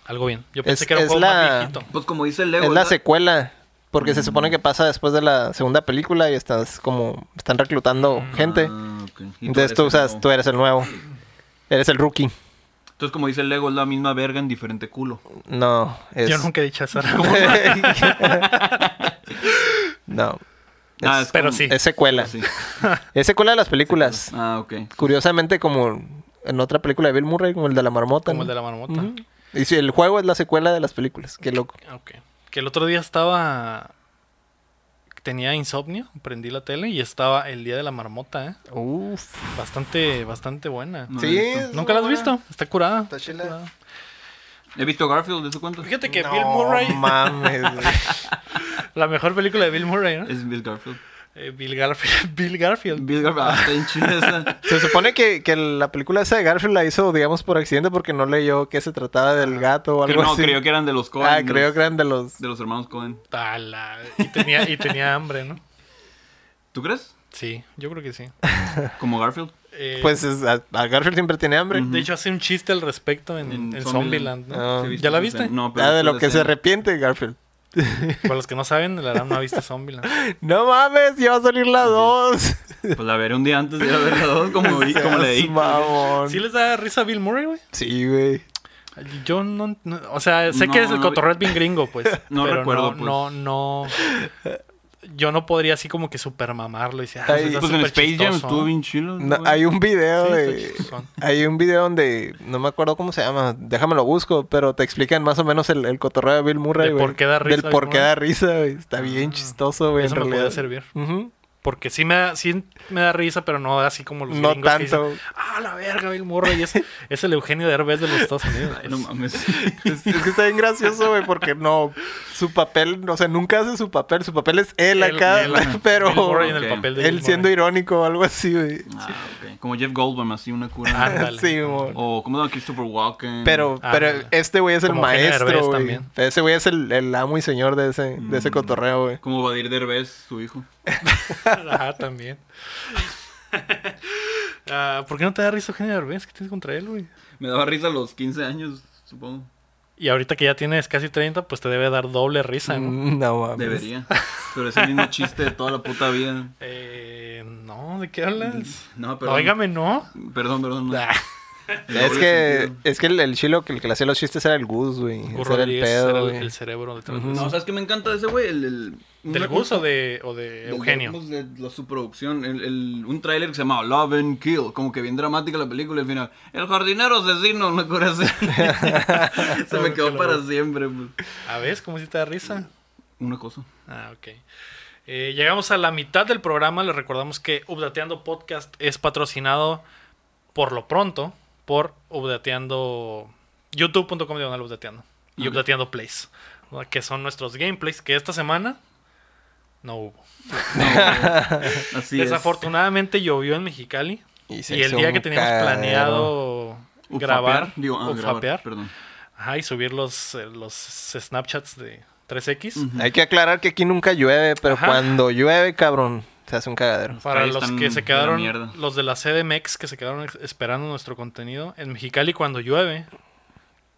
Speaker 1: Algo bien. Yo
Speaker 2: Es-
Speaker 1: pensé que era un
Speaker 2: es
Speaker 1: juego
Speaker 2: la-
Speaker 1: más viejito.
Speaker 3: Pues como dice el Lego.
Speaker 2: Es la
Speaker 3: ¿verdad?
Speaker 2: secuela. Porque
Speaker 3: Mm.
Speaker 2: se supone que pasa después de la segunda película y estás como... Están reclutando gente.
Speaker 3: Ah, ok. Y tú
Speaker 2: Entonces
Speaker 3: eres
Speaker 2: tú
Speaker 3: el
Speaker 2: usas...
Speaker 3: nuevo.
Speaker 2: Tú eres el nuevo. Eres el rookie.
Speaker 3: Entonces, como dice el Lego, es la misma verga en diferente
Speaker 2: (laughs)
Speaker 3: culo.
Speaker 2: No, es...
Speaker 1: Yo nunca he dicho eso.
Speaker 2: (laughs) no. Es,
Speaker 3: Ah, es
Speaker 1: Pero
Speaker 3: como-
Speaker 1: sí.
Speaker 2: es secuela.
Speaker 3: Sí.
Speaker 2: Es secuela de las películas.
Speaker 3: Ah, ok.
Speaker 2: Curiosamente como en otra película de Bill Murray, como el de la marmota.
Speaker 1: Como
Speaker 2: ¿no?
Speaker 1: el de la marmota.
Speaker 2: Ujú. Y si el juego es la secuela de las películas. Qué loco.
Speaker 1: Ok. Que el otro día estaba. Tenía insomnio, prendí la tele y estaba el día de la marmota, ¿eh?
Speaker 2: Uf.
Speaker 1: Bastante, bastante buena.
Speaker 3: No
Speaker 2: sí.
Speaker 3: he visto.
Speaker 2: es
Speaker 1: ¿Nunca la has
Speaker 2: buena.
Speaker 1: visto? Está curada.
Speaker 2: Está chila.
Speaker 1: curada.
Speaker 3: He visto Garfield, ¿de eso cuánto?
Speaker 1: Fíjate que
Speaker 2: No,
Speaker 1: Bill Murray,
Speaker 2: mames. güey.
Speaker 1: (laughs) la mejor película de Bill Murray, ¿no?
Speaker 3: Es Bill Garfield.
Speaker 1: Eh, Bill, Garfield, (laughs) Bill Garfield.
Speaker 3: Bill Garfield. Ah, está en Chile esa.
Speaker 2: Se supone que, que la película esa de Garfield la hizo, digamos, por accidente porque no leyó que se trataba del gato o
Speaker 3: Ah, Que
Speaker 2: algo
Speaker 3: no,
Speaker 2: así.
Speaker 3: creo que eran de los Cohen.
Speaker 2: Ah,
Speaker 3: de
Speaker 2: creo
Speaker 3: los-
Speaker 2: que eran de los...
Speaker 3: De los hermanos Cohen.
Speaker 1: A la- Y tenía, y tenía hambre, ¿no?
Speaker 3: ¿Tú
Speaker 2: (laughs)
Speaker 3: crees?
Speaker 1: Sí, yo creo que sí.
Speaker 3: Como Garfield.
Speaker 1: Eh,
Speaker 2: Pues es- a, a Garfield siempre tiene hambre.
Speaker 1: de hecho, hace un chiste al respecto en,
Speaker 3: En
Speaker 1: en
Speaker 3: Mm, Zombieland.
Speaker 1: Zombieland, ¿no?
Speaker 2: Ah.
Speaker 3: Sí, he visto
Speaker 1: ¿Ya la
Speaker 3: esa
Speaker 1: viste?
Speaker 3: escena. No, pero
Speaker 2: Ah, de
Speaker 3: esa
Speaker 2: lo que se
Speaker 3: escena.
Speaker 2: arrepiente Garfield.
Speaker 1: (laughs) Para los que no saben, la verdad no ha visto
Speaker 3: (laughs)
Speaker 1: Zombieland.
Speaker 2: No mames, ya va a salir la 2.
Speaker 3: Pues la veré un día antes de ir a ver la dos,
Speaker 2: (laughs)
Speaker 3: como, como le di.
Speaker 2: Mamón.
Speaker 1: ¿Sí les da risa a Bill Murray, güey?
Speaker 2: Sí, güey.
Speaker 1: Yo no, no- o sea, sé
Speaker 3: No,
Speaker 1: que es el
Speaker 3: no-
Speaker 1: cotorreo es bien gringo, pues.
Speaker 3: (laughs) No
Speaker 1: pero
Speaker 3: recuerdo,
Speaker 1: no,
Speaker 3: pues.
Speaker 1: no, no. Yo no podría así como que super mamarlo y decir, ah,
Speaker 2: Ay,
Speaker 1: está
Speaker 3: Pues en
Speaker 1: súper
Speaker 3: Space Jam
Speaker 1: chistoso,
Speaker 3: estuvo
Speaker 1: ¿no?
Speaker 3: bien chilo.
Speaker 2: No,
Speaker 3: güey.
Speaker 2: hay un video
Speaker 1: Sí,
Speaker 2: de...
Speaker 1: está chistosón.
Speaker 2: Hay un video donde... No me acuerdo cómo se llama. Déjame lo busco. Pero te explican más o menos el, el cotorreo de Bill Murray,
Speaker 1: Del
Speaker 2: güey.
Speaker 1: por qué da risa
Speaker 2: Del
Speaker 1: Bill
Speaker 2: por qué
Speaker 1: Murray.
Speaker 2: da risa, güey. Está bien
Speaker 1: Ah,
Speaker 2: chistoso, güey.
Speaker 1: Eso
Speaker 2: en
Speaker 1: me
Speaker 2: realidad.
Speaker 1: puede servir.
Speaker 2: Ujú.
Speaker 1: Porque sí me, da, sí me da risa, pero no así como los
Speaker 2: No
Speaker 1: gringos que
Speaker 2: tanto.
Speaker 1: dicen, ah, la verga, Bill Murray. Es, es el Eugenio Derbez de los Estados Unidos.
Speaker 3: Ay, no
Speaker 1: pues.
Speaker 3: mames.
Speaker 2: (laughs) Es, es que está bien gracioso, güey, porque no. Su papel, o sea, nunca hace su papel. Su papel es él
Speaker 1: Él-
Speaker 2: acá,
Speaker 1: él, ajá.
Speaker 2: (laughs) pero.
Speaker 1: Bill Murray en el
Speaker 3: Ok.
Speaker 1: papel de Bill
Speaker 2: Él siendo (laughs)
Speaker 1: Murray.
Speaker 2: irónico o algo así, güey.
Speaker 3: Ah, ok. Como Jeff Goldblum, así una cura.
Speaker 1: Ándale.
Speaker 2: Sí, amor.
Speaker 3: O como no, Christopher Walken.
Speaker 2: Ah, Pero,
Speaker 1: Ah,
Speaker 2: pero
Speaker 1: ándale.
Speaker 2: este güey es el
Speaker 1: Como Eugenio Derbez
Speaker 2: maestro, güey.
Speaker 1: también.
Speaker 2: Ese güey es el, el amo y señor de ese, de ese
Speaker 3: Mm.
Speaker 2: cotorreo, güey.
Speaker 3: Como Badir Derbez, su hijo.
Speaker 1: Ajá,
Speaker 2: (laughs)
Speaker 1: también. Ah, ¿Por qué no te da risa Eugenio Derbez? ¿Qué tienes contra él, güey?
Speaker 3: Me daba risa a los 15 años, supongo.
Speaker 1: Y ahorita que ya tienes casi 30, pues te debe dar doble risa, ¿no?
Speaker 2: Mm, No mames. (laughs)
Speaker 3: Debería. Pero es el mismo chiste de toda la puta vida.
Speaker 1: Eh, no, ¿de qué
Speaker 2: Mm.
Speaker 1: hablas?
Speaker 3: No, perdón.
Speaker 1: Óigame, no.
Speaker 3: Perdón, perdón.
Speaker 2: Ah,
Speaker 3: no. El
Speaker 2: Es
Speaker 3: doble
Speaker 2: que,
Speaker 3: sentido.
Speaker 2: es que el, el chilo que, el que le hacía los chistes era el Gus, güey. Ese
Speaker 1: Curro
Speaker 2: era el
Speaker 1: Rodríguez era
Speaker 2: pedo,
Speaker 1: el,
Speaker 2: güey.
Speaker 1: el cerebro detrás de
Speaker 2: Ujú.
Speaker 1: eso.
Speaker 3: No, ¿sabes qué me encanta de ese güey? El, el,
Speaker 1: ¿Del
Speaker 3: una
Speaker 1: Gus
Speaker 3: cosa-
Speaker 1: o de, o de
Speaker 3: del-
Speaker 1: Eugenio?
Speaker 3: pues, De, la- su producción. El, el- un tráiler que se llamaba Love and Kill. Como que bien dramática la película. Al final, el jardinero asesino, una
Speaker 1: (laughs)
Speaker 3: cosa así. se me quedó para siempre. pues.
Speaker 1: A ver, Ah, ¿cómo si te da risa?
Speaker 3: Una cosa.
Speaker 1: Ah, ok. Eh, llegamos a la mitad del programa. Les recordamos que Updateando Podcast es patrocinado por lo pronto por Updateando. youtube.com diagonal Updateando. y Updateando Plays, ¿no? que son nuestros gameplays que esta semana no hubo.
Speaker 4: Así es.
Speaker 1: Desafortunadamente llovió en Mexicali
Speaker 2: Y
Speaker 1: y,
Speaker 2: se
Speaker 1: el
Speaker 2: hizo
Speaker 1: día
Speaker 2: un
Speaker 1: que teníamos
Speaker 2: cagadero.
Speaker 1: planeado grabar,
Speaker 3: Digo, ah,
Speaker 1: o
Speaker 3: grabar,
Speaker 1: fapear,
Speaker 3: Perdón.
Speaker 1: ajá, y subir los, eh, los Snapchats de 3X.
Speaker 2: Hay que aclarar que aquí nunca llueve, pero
Speaker 1: Ajá.
Speaker 2: cuando llueve, cabrón, se hace un cagadero.
Speaker 1: Para
Speaker 4: calles
Speaker 1: los
Speaker 4: están
Speaker 1: que se
Speaker 4: de la
Speaker 1: quedaron,
Speaker 4: mierda.
Speaker 1: los de la CDMX que se quedaron ex- esperando nuestro contenido, en Mexicali cuando llueve,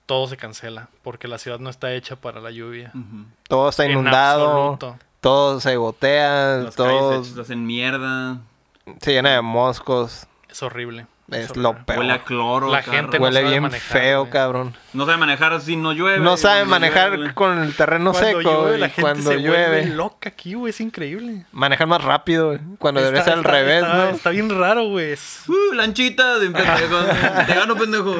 Speaker 1: todo se cancela, porque la ciudad no está hecha para la lluvia.
Speaker 2: Todo está
Speaker 1: En
Speaker 2: inundado,
Speaker 1: absoluto.
Speaker 2: todo se gotea,
Speaker 4: Las
Speaker 2: todo
Speaker 4: calles se hacen mierda.
Speaker 2: se llena de moscos.
Speaker 1: Es horrible.
Speaker 2: Es
Speaker 1: horrible.
Speaker 2: lo peor.
Speaker 4: Huele a cloro.
Speaker 1: La
Speaker 4: carro.
Speaker 1: gente no
Speaker 2: Huele
Speaker 1: sabe
Speaker 2: bien
Speaker 1: manejar,
Speaker 2: feo,
Speaker 1: güey.
Speaker 2: cabrón.
Speaker 4: No sabe manejar si no llueve.
Speaker 2: No sabe
Speaker 4: Cuando llueve.
Speaker 2: manejar con el terreno
Speaker 1: Cuando
Speaker 2: seco.
Speaker 1: llueve, la
Speaker 2: y
Speaker 1: gente
Speaker 2: cuando
Speaker 1: se
Speaker 2: llueve,
Speaker 1: vuelve loca aquí, güey. Es increíble.
Speaker 2: manejar más rápido. güey, Cuando
Speaker 1: Está-
Speaker 2: debería ser al
Speaker 1: está-
Speaker 2: revés,
Speaker 1: está-
Speaker 2: ¿no?
Speaker 1: Está bien raro, güey. Es-
Speaker 4: Uh, lanchita de pendejo. Te gano, pendejo.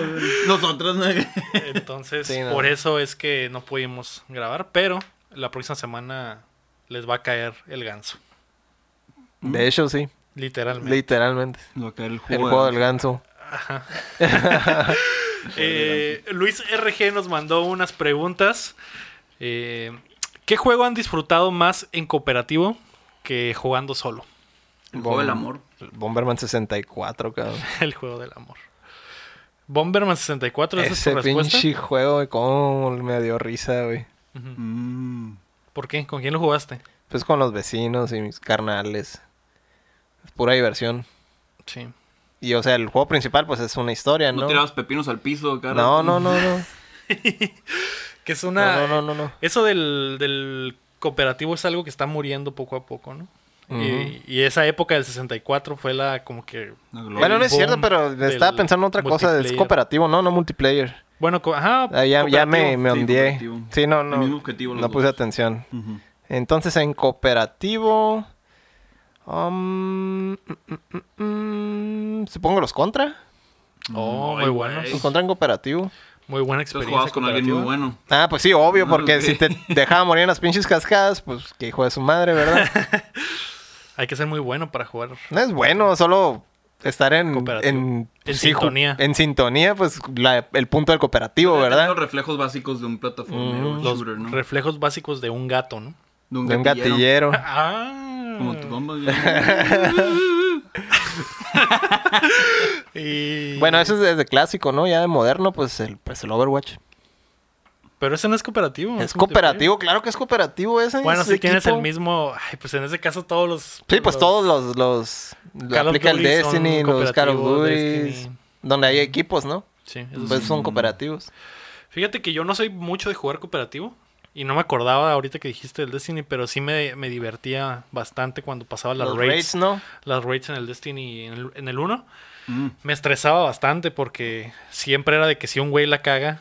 Speaker 4: Nosotros, ¿no?
Speaker 1: (laughs) Entonces,
Speaker 2: Sí, no.
Speaker 1: por eso es que no pudimos grabar, pero la próxima semana les va a caer el ganso.
Speaker 2: De hecho, sí.
Speaker 1: Literalmente.
Speaker 2: Literalmente.
Speaker 3: Lo que era
Speaker 2: El
Speaker 3: el juego.
Speaker 2: juego del ganso.
Speaker 1: Eh, Luis RG nos mandó unas preguntas. Eh, ¿Qué juego han disfrutado más en cooperativo que jugando solo? (laughs)
Speaker 4: El juego del amor.
Speaker 2: Bomberman 64, cabrón.
Speaker 1: El juego del amor. Bomberman 64, esa es tu
Speaker 2: Ese
Speaker 1: respuesta.
Speaker 2: pinche juego, güey, cómo me dio risa, güey.
Speaker 3: Mm.
Speaker 1: ¿Por qué? ¿Con quién lo jugaste?
Speaker 2: Pues con los vecinos y mis carnales. Es pura diversión.
Speaker 1: Sí.
Speaker 2: Y o sea, el juego principal, pues es una historia,
Speaker 4: No,
Speaker 2: ¿no?
Speaker 4: tirabas pepinos al piso, cara.
Speaker 2: No, no, no, no.
Speaker 1: Que es una.
Speaker 2: No, no, no, no, no.
Speaker 1: Eso del, del cooperativo es algo que está muriendo poco a poco, ¿no? Y-
Speaker 2: Ujú.
Speaker 1: y, esa época del 64 fue la como que...
Speaker 3: La gloria.
Speaker 2: Bueno, no es
Speaker 1: boom
Speaker 2: cierto, pero
Speaker 1: del
Speaker 2: estaba pensando en otra cosa. Es
Speaker 1: multiplayer.
Speaker 2: cooperativo, no, no multiplayer.
Speaker 1: Bueno, co- ajá.
Speaker 2: Ah, ya, ya me,
Speaker 1: cooperativo.
Speaker 2: me
Speaker 3: sí,
Speaker 2: ondeé.
Speaker 3: cooperativo.
Speaker 2: Sí, no,
Speaker 3: El
Speaker 2: no.
Speaker 3: mismo objetivo los
Speaker 2: no
Speaker 3: dos.
Speaker 2: puse atención.
Speaker 3: Ujú.
Speaker 2: Entonces, en cooperativo. um, mm, mm, mm, mm, supongo los contra.
Speaker 1: Oh,
Speaker 4: Ay,
Speaker 1: muy bueno.
Speaker 4: güey.
Speaker 2: Los contra en cooperativo.
Speaker 1: Muy buena
Speaker 4: Entonces
Speaker 1: experiencia
Speaker 4: jugabas con alguien muy
Speaker 1: cooperativa.
Speaker 4: bueno.
Speaker 2: Ah, pues sí, obvio,
Speaker 4: Ah,
Speaker 2: porque
Speaker 4: ok.
Speaker 2: si te dejaba morir en las pinches cascadas, pues que hijo de su madre, ¿verdad?
Speaker 1: Hay que ser muy bueno para jugar.
Speaker 2: No es bueno, solo estar en.
Speaker 1: Cooperativo.
Speaker 2: En,
Speaker 1: En
Speaker 2: sí, ju-
Speaker 1: sintonía.
Speaker 2: En sintonía, pues la- el punto del
Speaker 3: Ah,
Speaker 2: cooperativo, ¿verdad?
Speaker 4: Los reflejos básicos de un plataformero
Speaker 2: Mm,
Speaker 1: Los
Speaker 4: shooter, ¿no?
Speaker 1: reflejos básicos de un
Speaker 4: (laughs)
Speaker 1: gato, ¿no?
Speaker 4: De
Speaker 2: De un
Speaker 1: (laughs)
Speaker 2: gatillero.
Speaker 1: Ah.
Speaker 3: Como tu combo.
Speaker 2: (laughs)
Speaker 1: Y-
Speaker 2: Bueno, eso es desde clásico, ¿no? Ya de moderno, pues el, pues el Overwatch.
Speaker 1: Pero ese no es cooperativo.
Speaker 2: Es
Speaker 1: multiplayer.
Speaker 2: cooperativo, claro que es cooperativo ese.
Speaker 1: Bueno,
Speaker 2: ese
Speaker 1: si tienes
Speaker 2: equipo.
Speaker 1: el mismo... Ay, pues en ese caso todos los...
Speaker 2: Sí, pues
Speaker 1: los-
Speaker 2: todos los. los lo
Speaker 1: Call of
Speaker 2: aplica el
Speaker 1: Duty son
Speaker 2: Destiny, los Call of
Speaker 1: cooperativos,
Speaker 2: Duty.
Speaker 1: Destiny.
Speaker 2: Donde hay equipos, ¿no?
Speaker 1: Sí, esos
Speaker 2: Pues son cooperativos.
Speaker 1: Fíjate que yo no soy mucho de jugar cooperativo. Y no me acordaba ahorita que dijiste del Destiny, pero sí me, me divertía bastante cuando pasaba las
Speaker 2: los
Speaker 1: raids.
Speaker 2: raids, ¿no?
Speaker 1: Las raids en el Destiny y en el- en el 1.
Speaker 2: (laughs)
Speaker 3: Mm.
Speaker 1: Me estresaba bastante porque siempre era de que si un güey la caga,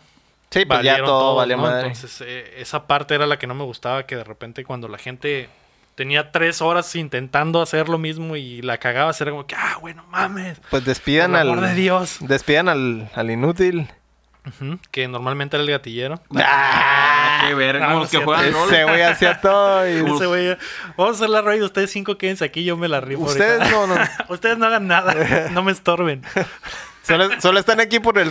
Speaker 2: Sí, pues ya
Speaker 1: valieron
Speaker 2: todo
Speaker 1: todos,
Speaker 2: valió
Speaker 1: ¿no?
Speaker 2: madre.
Speaker 1: Entonces, eh, esa parte era la que no me gustaba, que de repente cuando la gente tenía tres horas intentando hacer lo mismo y la cagaba, era como que, ah, bueno, mames.
Speaker 2: Pues despidan
Speaker 1: Por el
Speaker 2: al.
Speaker 1: amor de Dios.
Speaker 2: Despidan al, al inútil.
Speaker 1: Ujú, Que normalmente era el gatillero.
Speaker 4: Ah, qué verga. como
Speaker 1: No, Ah, no
Speaker 4: los
Speaker 1: es
Speaker 4: que
Speaker 1: cierto.
Speaker 4: juegan LOL.
Speaker 2: Ese
Speaker 1: (laughs)
Speaker 2: güey hacía todo. Y
Speaker 1: Ese güey, eh, Vamos a hacer la raid, ustedes cinco quédense aquí, yo me la rifo. ahorita".
Speaker 2: ustedes no, no.
Speaker 1: (laughs) Ustedes no hagan
Speaker 2: (laughs)
Speaker 1: nada, no me estorben.
Speaker 2: Solo, solo están aquí por el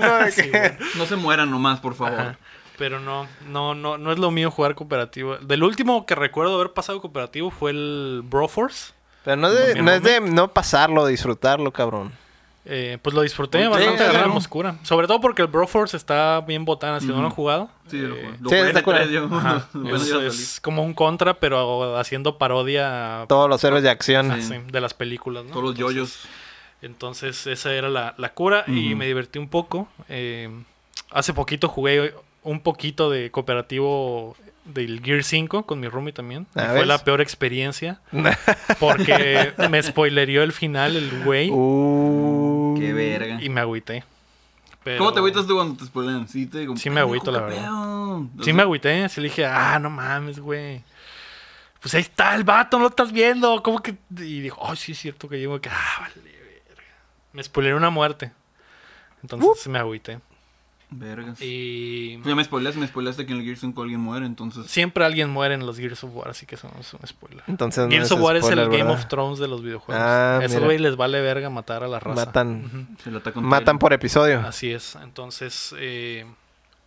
Speaker 1: (laughs)
Speaker 2: ¿no? De
Speaker 1: Sí,
Speaker 2: que-
Speaker 1: güey.
Speaker 4: No se mueran nomás, por favor.
Speaker 1: Pero no, no, no, no es lo mío jugar cooperativo. Del último que recuerdo haber pasado cooperativo fue el Broforce.
Speaker 2: Pero no, es de-
Speaker 1: Mi
Speaker 2: no es de no pasarlo, disfrutarlo, cabrón.
Speaker 1: Eh, pues lo disfruté
Speaker 2: Sí,
Speaker 1: bastante de
Speaker 2: sí,
Speaker 1: la
Speaker 2: ¿no?
Speaker 1: oscura. Sobre todo porque el Broforce está bien botana, si no lo han jugado.
Speaker 4: Sí,
Speaker 1: eh,
Speaker 4: lo, (laughs) lo
Speaker 2: Sí,
Speaker 4: jugué
Speaker 2: está
Speaker 4: de
Speaker 2: cool.
Speaker 4: tres, yo. (laughs)
Speaker 1: ajá.
Speaker 4: Bueno,
Speaker 1: es,
Speaker 4: ya salí.
Speaker 1: es como un contra, pero haciendo parodia
Speaker 2: Todos los héroes de acción.
Speaker 1: sí, de las películas. ¿no?
Speaker 4: Todos los
Speaker 1: Entonces,
Speaker 4: yoyos.
Speaker 1: Entonces esa era la, la cura y me divertí un poco. Eh, hace poquito jugué un poquito de cooperativo del Gear 5 con mi roomie también. Y
Speaker 2: Ah,
Speaker 1: fue
Speaker 2: ¿ves?
Speaker 1: la peor experiencia porque me spoilerió el final el güey
Speaker 2: Uh.
Speaker 4: Qué verga.
Speaker 1: y me agüité. Pero-
Speaker 4: ¿Cómo te agüitas tú cuando te spoilean? Sí, te digo,
Speaker 1: Sí me agüito, la
Speaker 4: "Pendejo, qué
Speaker 1: verdad.
Speaker 4: pedo".
Speaker 1: Sí me agüité, sí le dije, ah, no mames, güey. Pues ahí está el vato, no lo estás viendo. ¿Cómo que...? Y dijo, oh, sí es cierto que llevo que... Ah, vale, verga". Me spoileré una muerte.
Speaker 2: Uh.
Speaker 1: Entonces me agüité.
Speaker 4: Vergas.
Speaker 1: Y
Speaker 4: Ya me spoileaste, me spoileaste que en el Gears 5 alguien muere, entonces.
Speaker 1: siempre alguien muere en los Gears of War, así que eso no es un spoiler.
Speaker 2: Entonces no
Speaker 1: Gears of War es el
Speaker 2: spoiler,
Speaker 1: Game
Speaker 2: ¿verdad?
Speaker 1: of Thrones de los videojuegos.
Speaker 2: Ah,
Speaker 1: a esos
Speaker 2: mira.
Speaker 1: güey les vale verga matar a la raza.
Speaker 2: Matan,
Speaker 4: Se lo atacan.
Speaker 3: Ah.
Speaker 1: Ah,
Speaker 2: matan por episodio.
Speaker 1: Así es. Entonces, eh,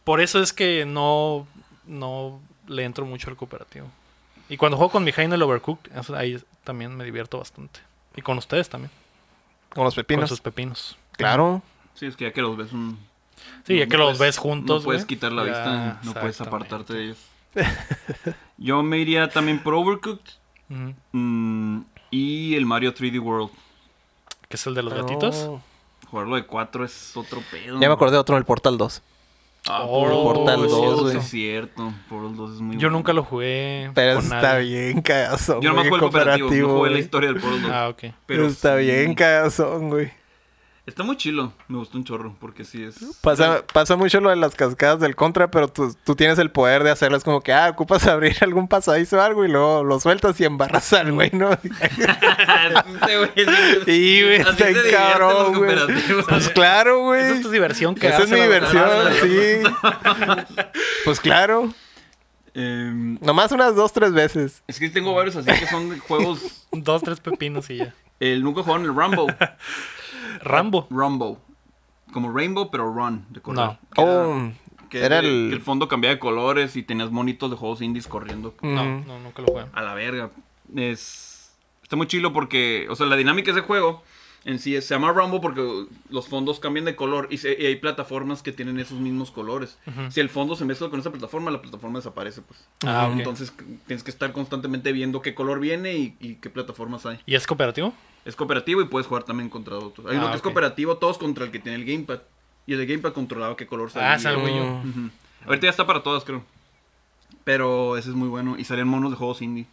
Speaker 1: Por eso es que no, no le entro mucho al cooperativo. Y cuando juego con mi Jaina el Overcooked, eso- ahí también me divierto bastante. Y con ustedes también.
Speaker 2: Con los
Speaker 1: Con
Speaker 2: pepinos.
Speaker 1: sus pepinos.
Speaker 2: Claro.
Speaker 3: Sí, es que ya que los ves un...
Speaker 1: Sí, ya
Speaker 3: no
Speaker 1: que los
Speaker 3: puedes-
Speaker 1: ves juntos.
Speaker 3: No puedes
Speaker 1: güey,
Speaker 3: quitar la
Speaker 1: ya,
Speaker 3: vista, no puedes
Speaker 1: exactamente.
Speaker 3: apartarte
Speaker 1: (laughs)
Speaker 3: de ellos. Yo me iría también por Overcooked
Speaker 1: Ujú.
Speaker 3: mm, y el Mario 3D World.
Speaker 1: Que es el de los gatitos.
Speaker 2: Oh.
Speaker 3: Jugarlo de 4 es otro pedo.
Speaker 2: Ya me acordé de otro en el Portal 2.
Speaker 3: Ah,
Speaker 1: Oh,
Speaker 2: Portal
Speaker 3: Portal
Speaker 2: 2,
Speaker 3: 2,
Speaker 2: güey.
Speaker 3: es cierto. Portal 2 es muy
Speaker 1: Yo
Speaker 3: bueno.
Speaker 1: nunca lo jugué.
Speaker 2: Pero
Speaker 1: con
Speaker 2: está
Speaker 1: nadie.
Speaker 2: bien cagazón.
Speaker 3: Yo nomás
Speaker 2: güey,
Speaker 3: jugué el cooperativo, no jugué la
Speaker 2: güey.
Speaker 3: historia del Portal 2.
Speaker 1: Ah, ok.
Speaker 3: pero
Speaker 2: está
Speaker 3: sí,
Speaker 2: bien cagazón, güey.
Speaker 3: Está muy chilo. Me gustó un chorro porque sí es... (laughs)
Speaker 2: Pasa, pasa mucho lo de las cascadas del contra, pero tú, tú tienes el poder de hacerlas como que, ah, ocupas (laughs) abrir algún pasadizo o algo y luego lo sueltas y embarras al güey,
Speaker 3: (laughs)
Speaker 2: ¿no? (laughs)
Speaker 4: Este güey es-
Speaker 2: Y, güey,
Speaker 4: Así
Speaker 2: está
Speaker 4: se divierten
Speaker 2: cabrón,
Speaker 4: los
Speaker 2: güey.
Speaker 4: cooperativos.
Speaker 1: (laughs)
Speaker 3: ¿eh?
Speaker 2: Pues claro,
Speaker 1: Esa
Speaker 2: güey.
Speaker 1: es tu diversión que
Speaker 2: Esa es
Speaker 1: hace
Speaker 2: mi
Speaker 1: la
Speaker 2: diversión,
Speaker 1: verdad.
Speaker 2: sí. pues claro.
Speaker 3: Eh,
Speaker 2: Nomás unas dos, tres veces.
Speaker 3: es que tengo varios así que son
Speaker 1: (laughs)
Speaker 3: de juegos...
Speaker 1: Dos, tres pepinos y ya.
Speaker 3: El, nunca jugaron el Rumble.
Speaker 1: Rambo.
Speaker 3: Rumble. Como Rainbow, pero Run, de correr.
Speaker 1: No.
Speaker 3: Que era-
Speaker 2: Oh,
Speaker 3: que
Speaker 2: era
Speaker 3: que
Speaker 2: el-
Speaker 3: el fondo cambiaba de colores y tenías monitos de juegos indies corriendo.
Speaker 1: No,
Speaker 2: mm,
Speaker 1: no, nunca lo jugué.
Speaker 3: A la verga. Es... Está muy chilo porque, o sea, la dinámica de ese juego en sí es- se llama Rumble porque los fondos cambian de color y, se- y hay plataformas que tienen esos mismos colores.
Speaker 1: Ujú.
Speaker 3: Si el fondo se mezcla con esa plataforma, la plataforma desaparece, pues.
Speaker 1: Ah, ok.
Speaker 3: Entonces c- tienes que estar constantemente viendo qué color viene y, y qué plataformas hay.
Speaker 1: ¿Y es cooperativo?
Speaker 3: Es cooperativo y puedes jugar también contra otros. Hay uno
Speaker 1: Ah,
Speaker 3: que es
Speaker 1: ok.
Speaker 3: cooperativo, todos contra el que tiene el gamepad. Y el de gamepad controlaba qué color salía.
Speaker 1: Ah, salgo yo.
Speaker 2: Mm.
Speaker 3: Ujú. Ahorita ya está para todas, creo. Pero ese es muy bueno. Y salían monos de juegos indie.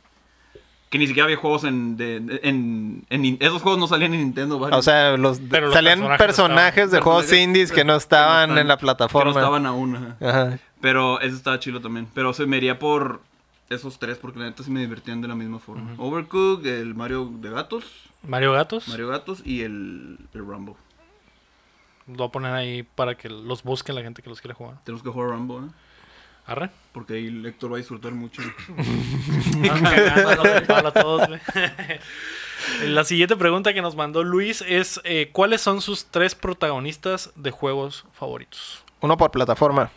Speaker 3: Que ni siquiera había juegos en. de- de- en, en nin- esos juegos no salían en Nintendo, ¿vale?
Speaker 2: O sea, los,
Speaker 1: Pero los
Speaker 2: salían
Speaker 1: personajes
Speaker 2: personajes,
Speaker 1: estaban-
Speaker 2: de juegos
Speaker 3: personajes
Speaker 2: indies
Speaker 3: que
Speaker 2: que
Speaker 3: no
Speaker 2: no estaban
Speaker 3: están-
Speaker 2: en la
Speaker 3: que no
Speaker 2: plataforma.
Speaker 3: estaban aún. ajá.
Speaker 2: Ajá.
Speaker 3: Pero ese estaba chilo también. Pero se me iría por esos tres porque la neta sí me divertían de la misma forma. Overcooked, el Mario de gatos.
Speaker 1: Mario Gatos.
Speaker 3: Mario Gatos y el, el Rumble.
Speaker 1: Lo voy a poner ahí para que los busque la gente que los quiera jugar.
Speaker 3: Tenemos que jugar Rumble, ¿eh?
Speaker 1: (laughs) Arre.
Speaker 3: Porque ahí el Héctor va a disfrutar mucho. (coughs)
Speaker 1: Cagándolos de palo a todos, güey. (laughs) La siguiente pregunta que nos mandó Luis es: eh, ¿Cuáles son sus tres protagonistas de juegos favoritos?
Speaker 2: Uno por plataforma.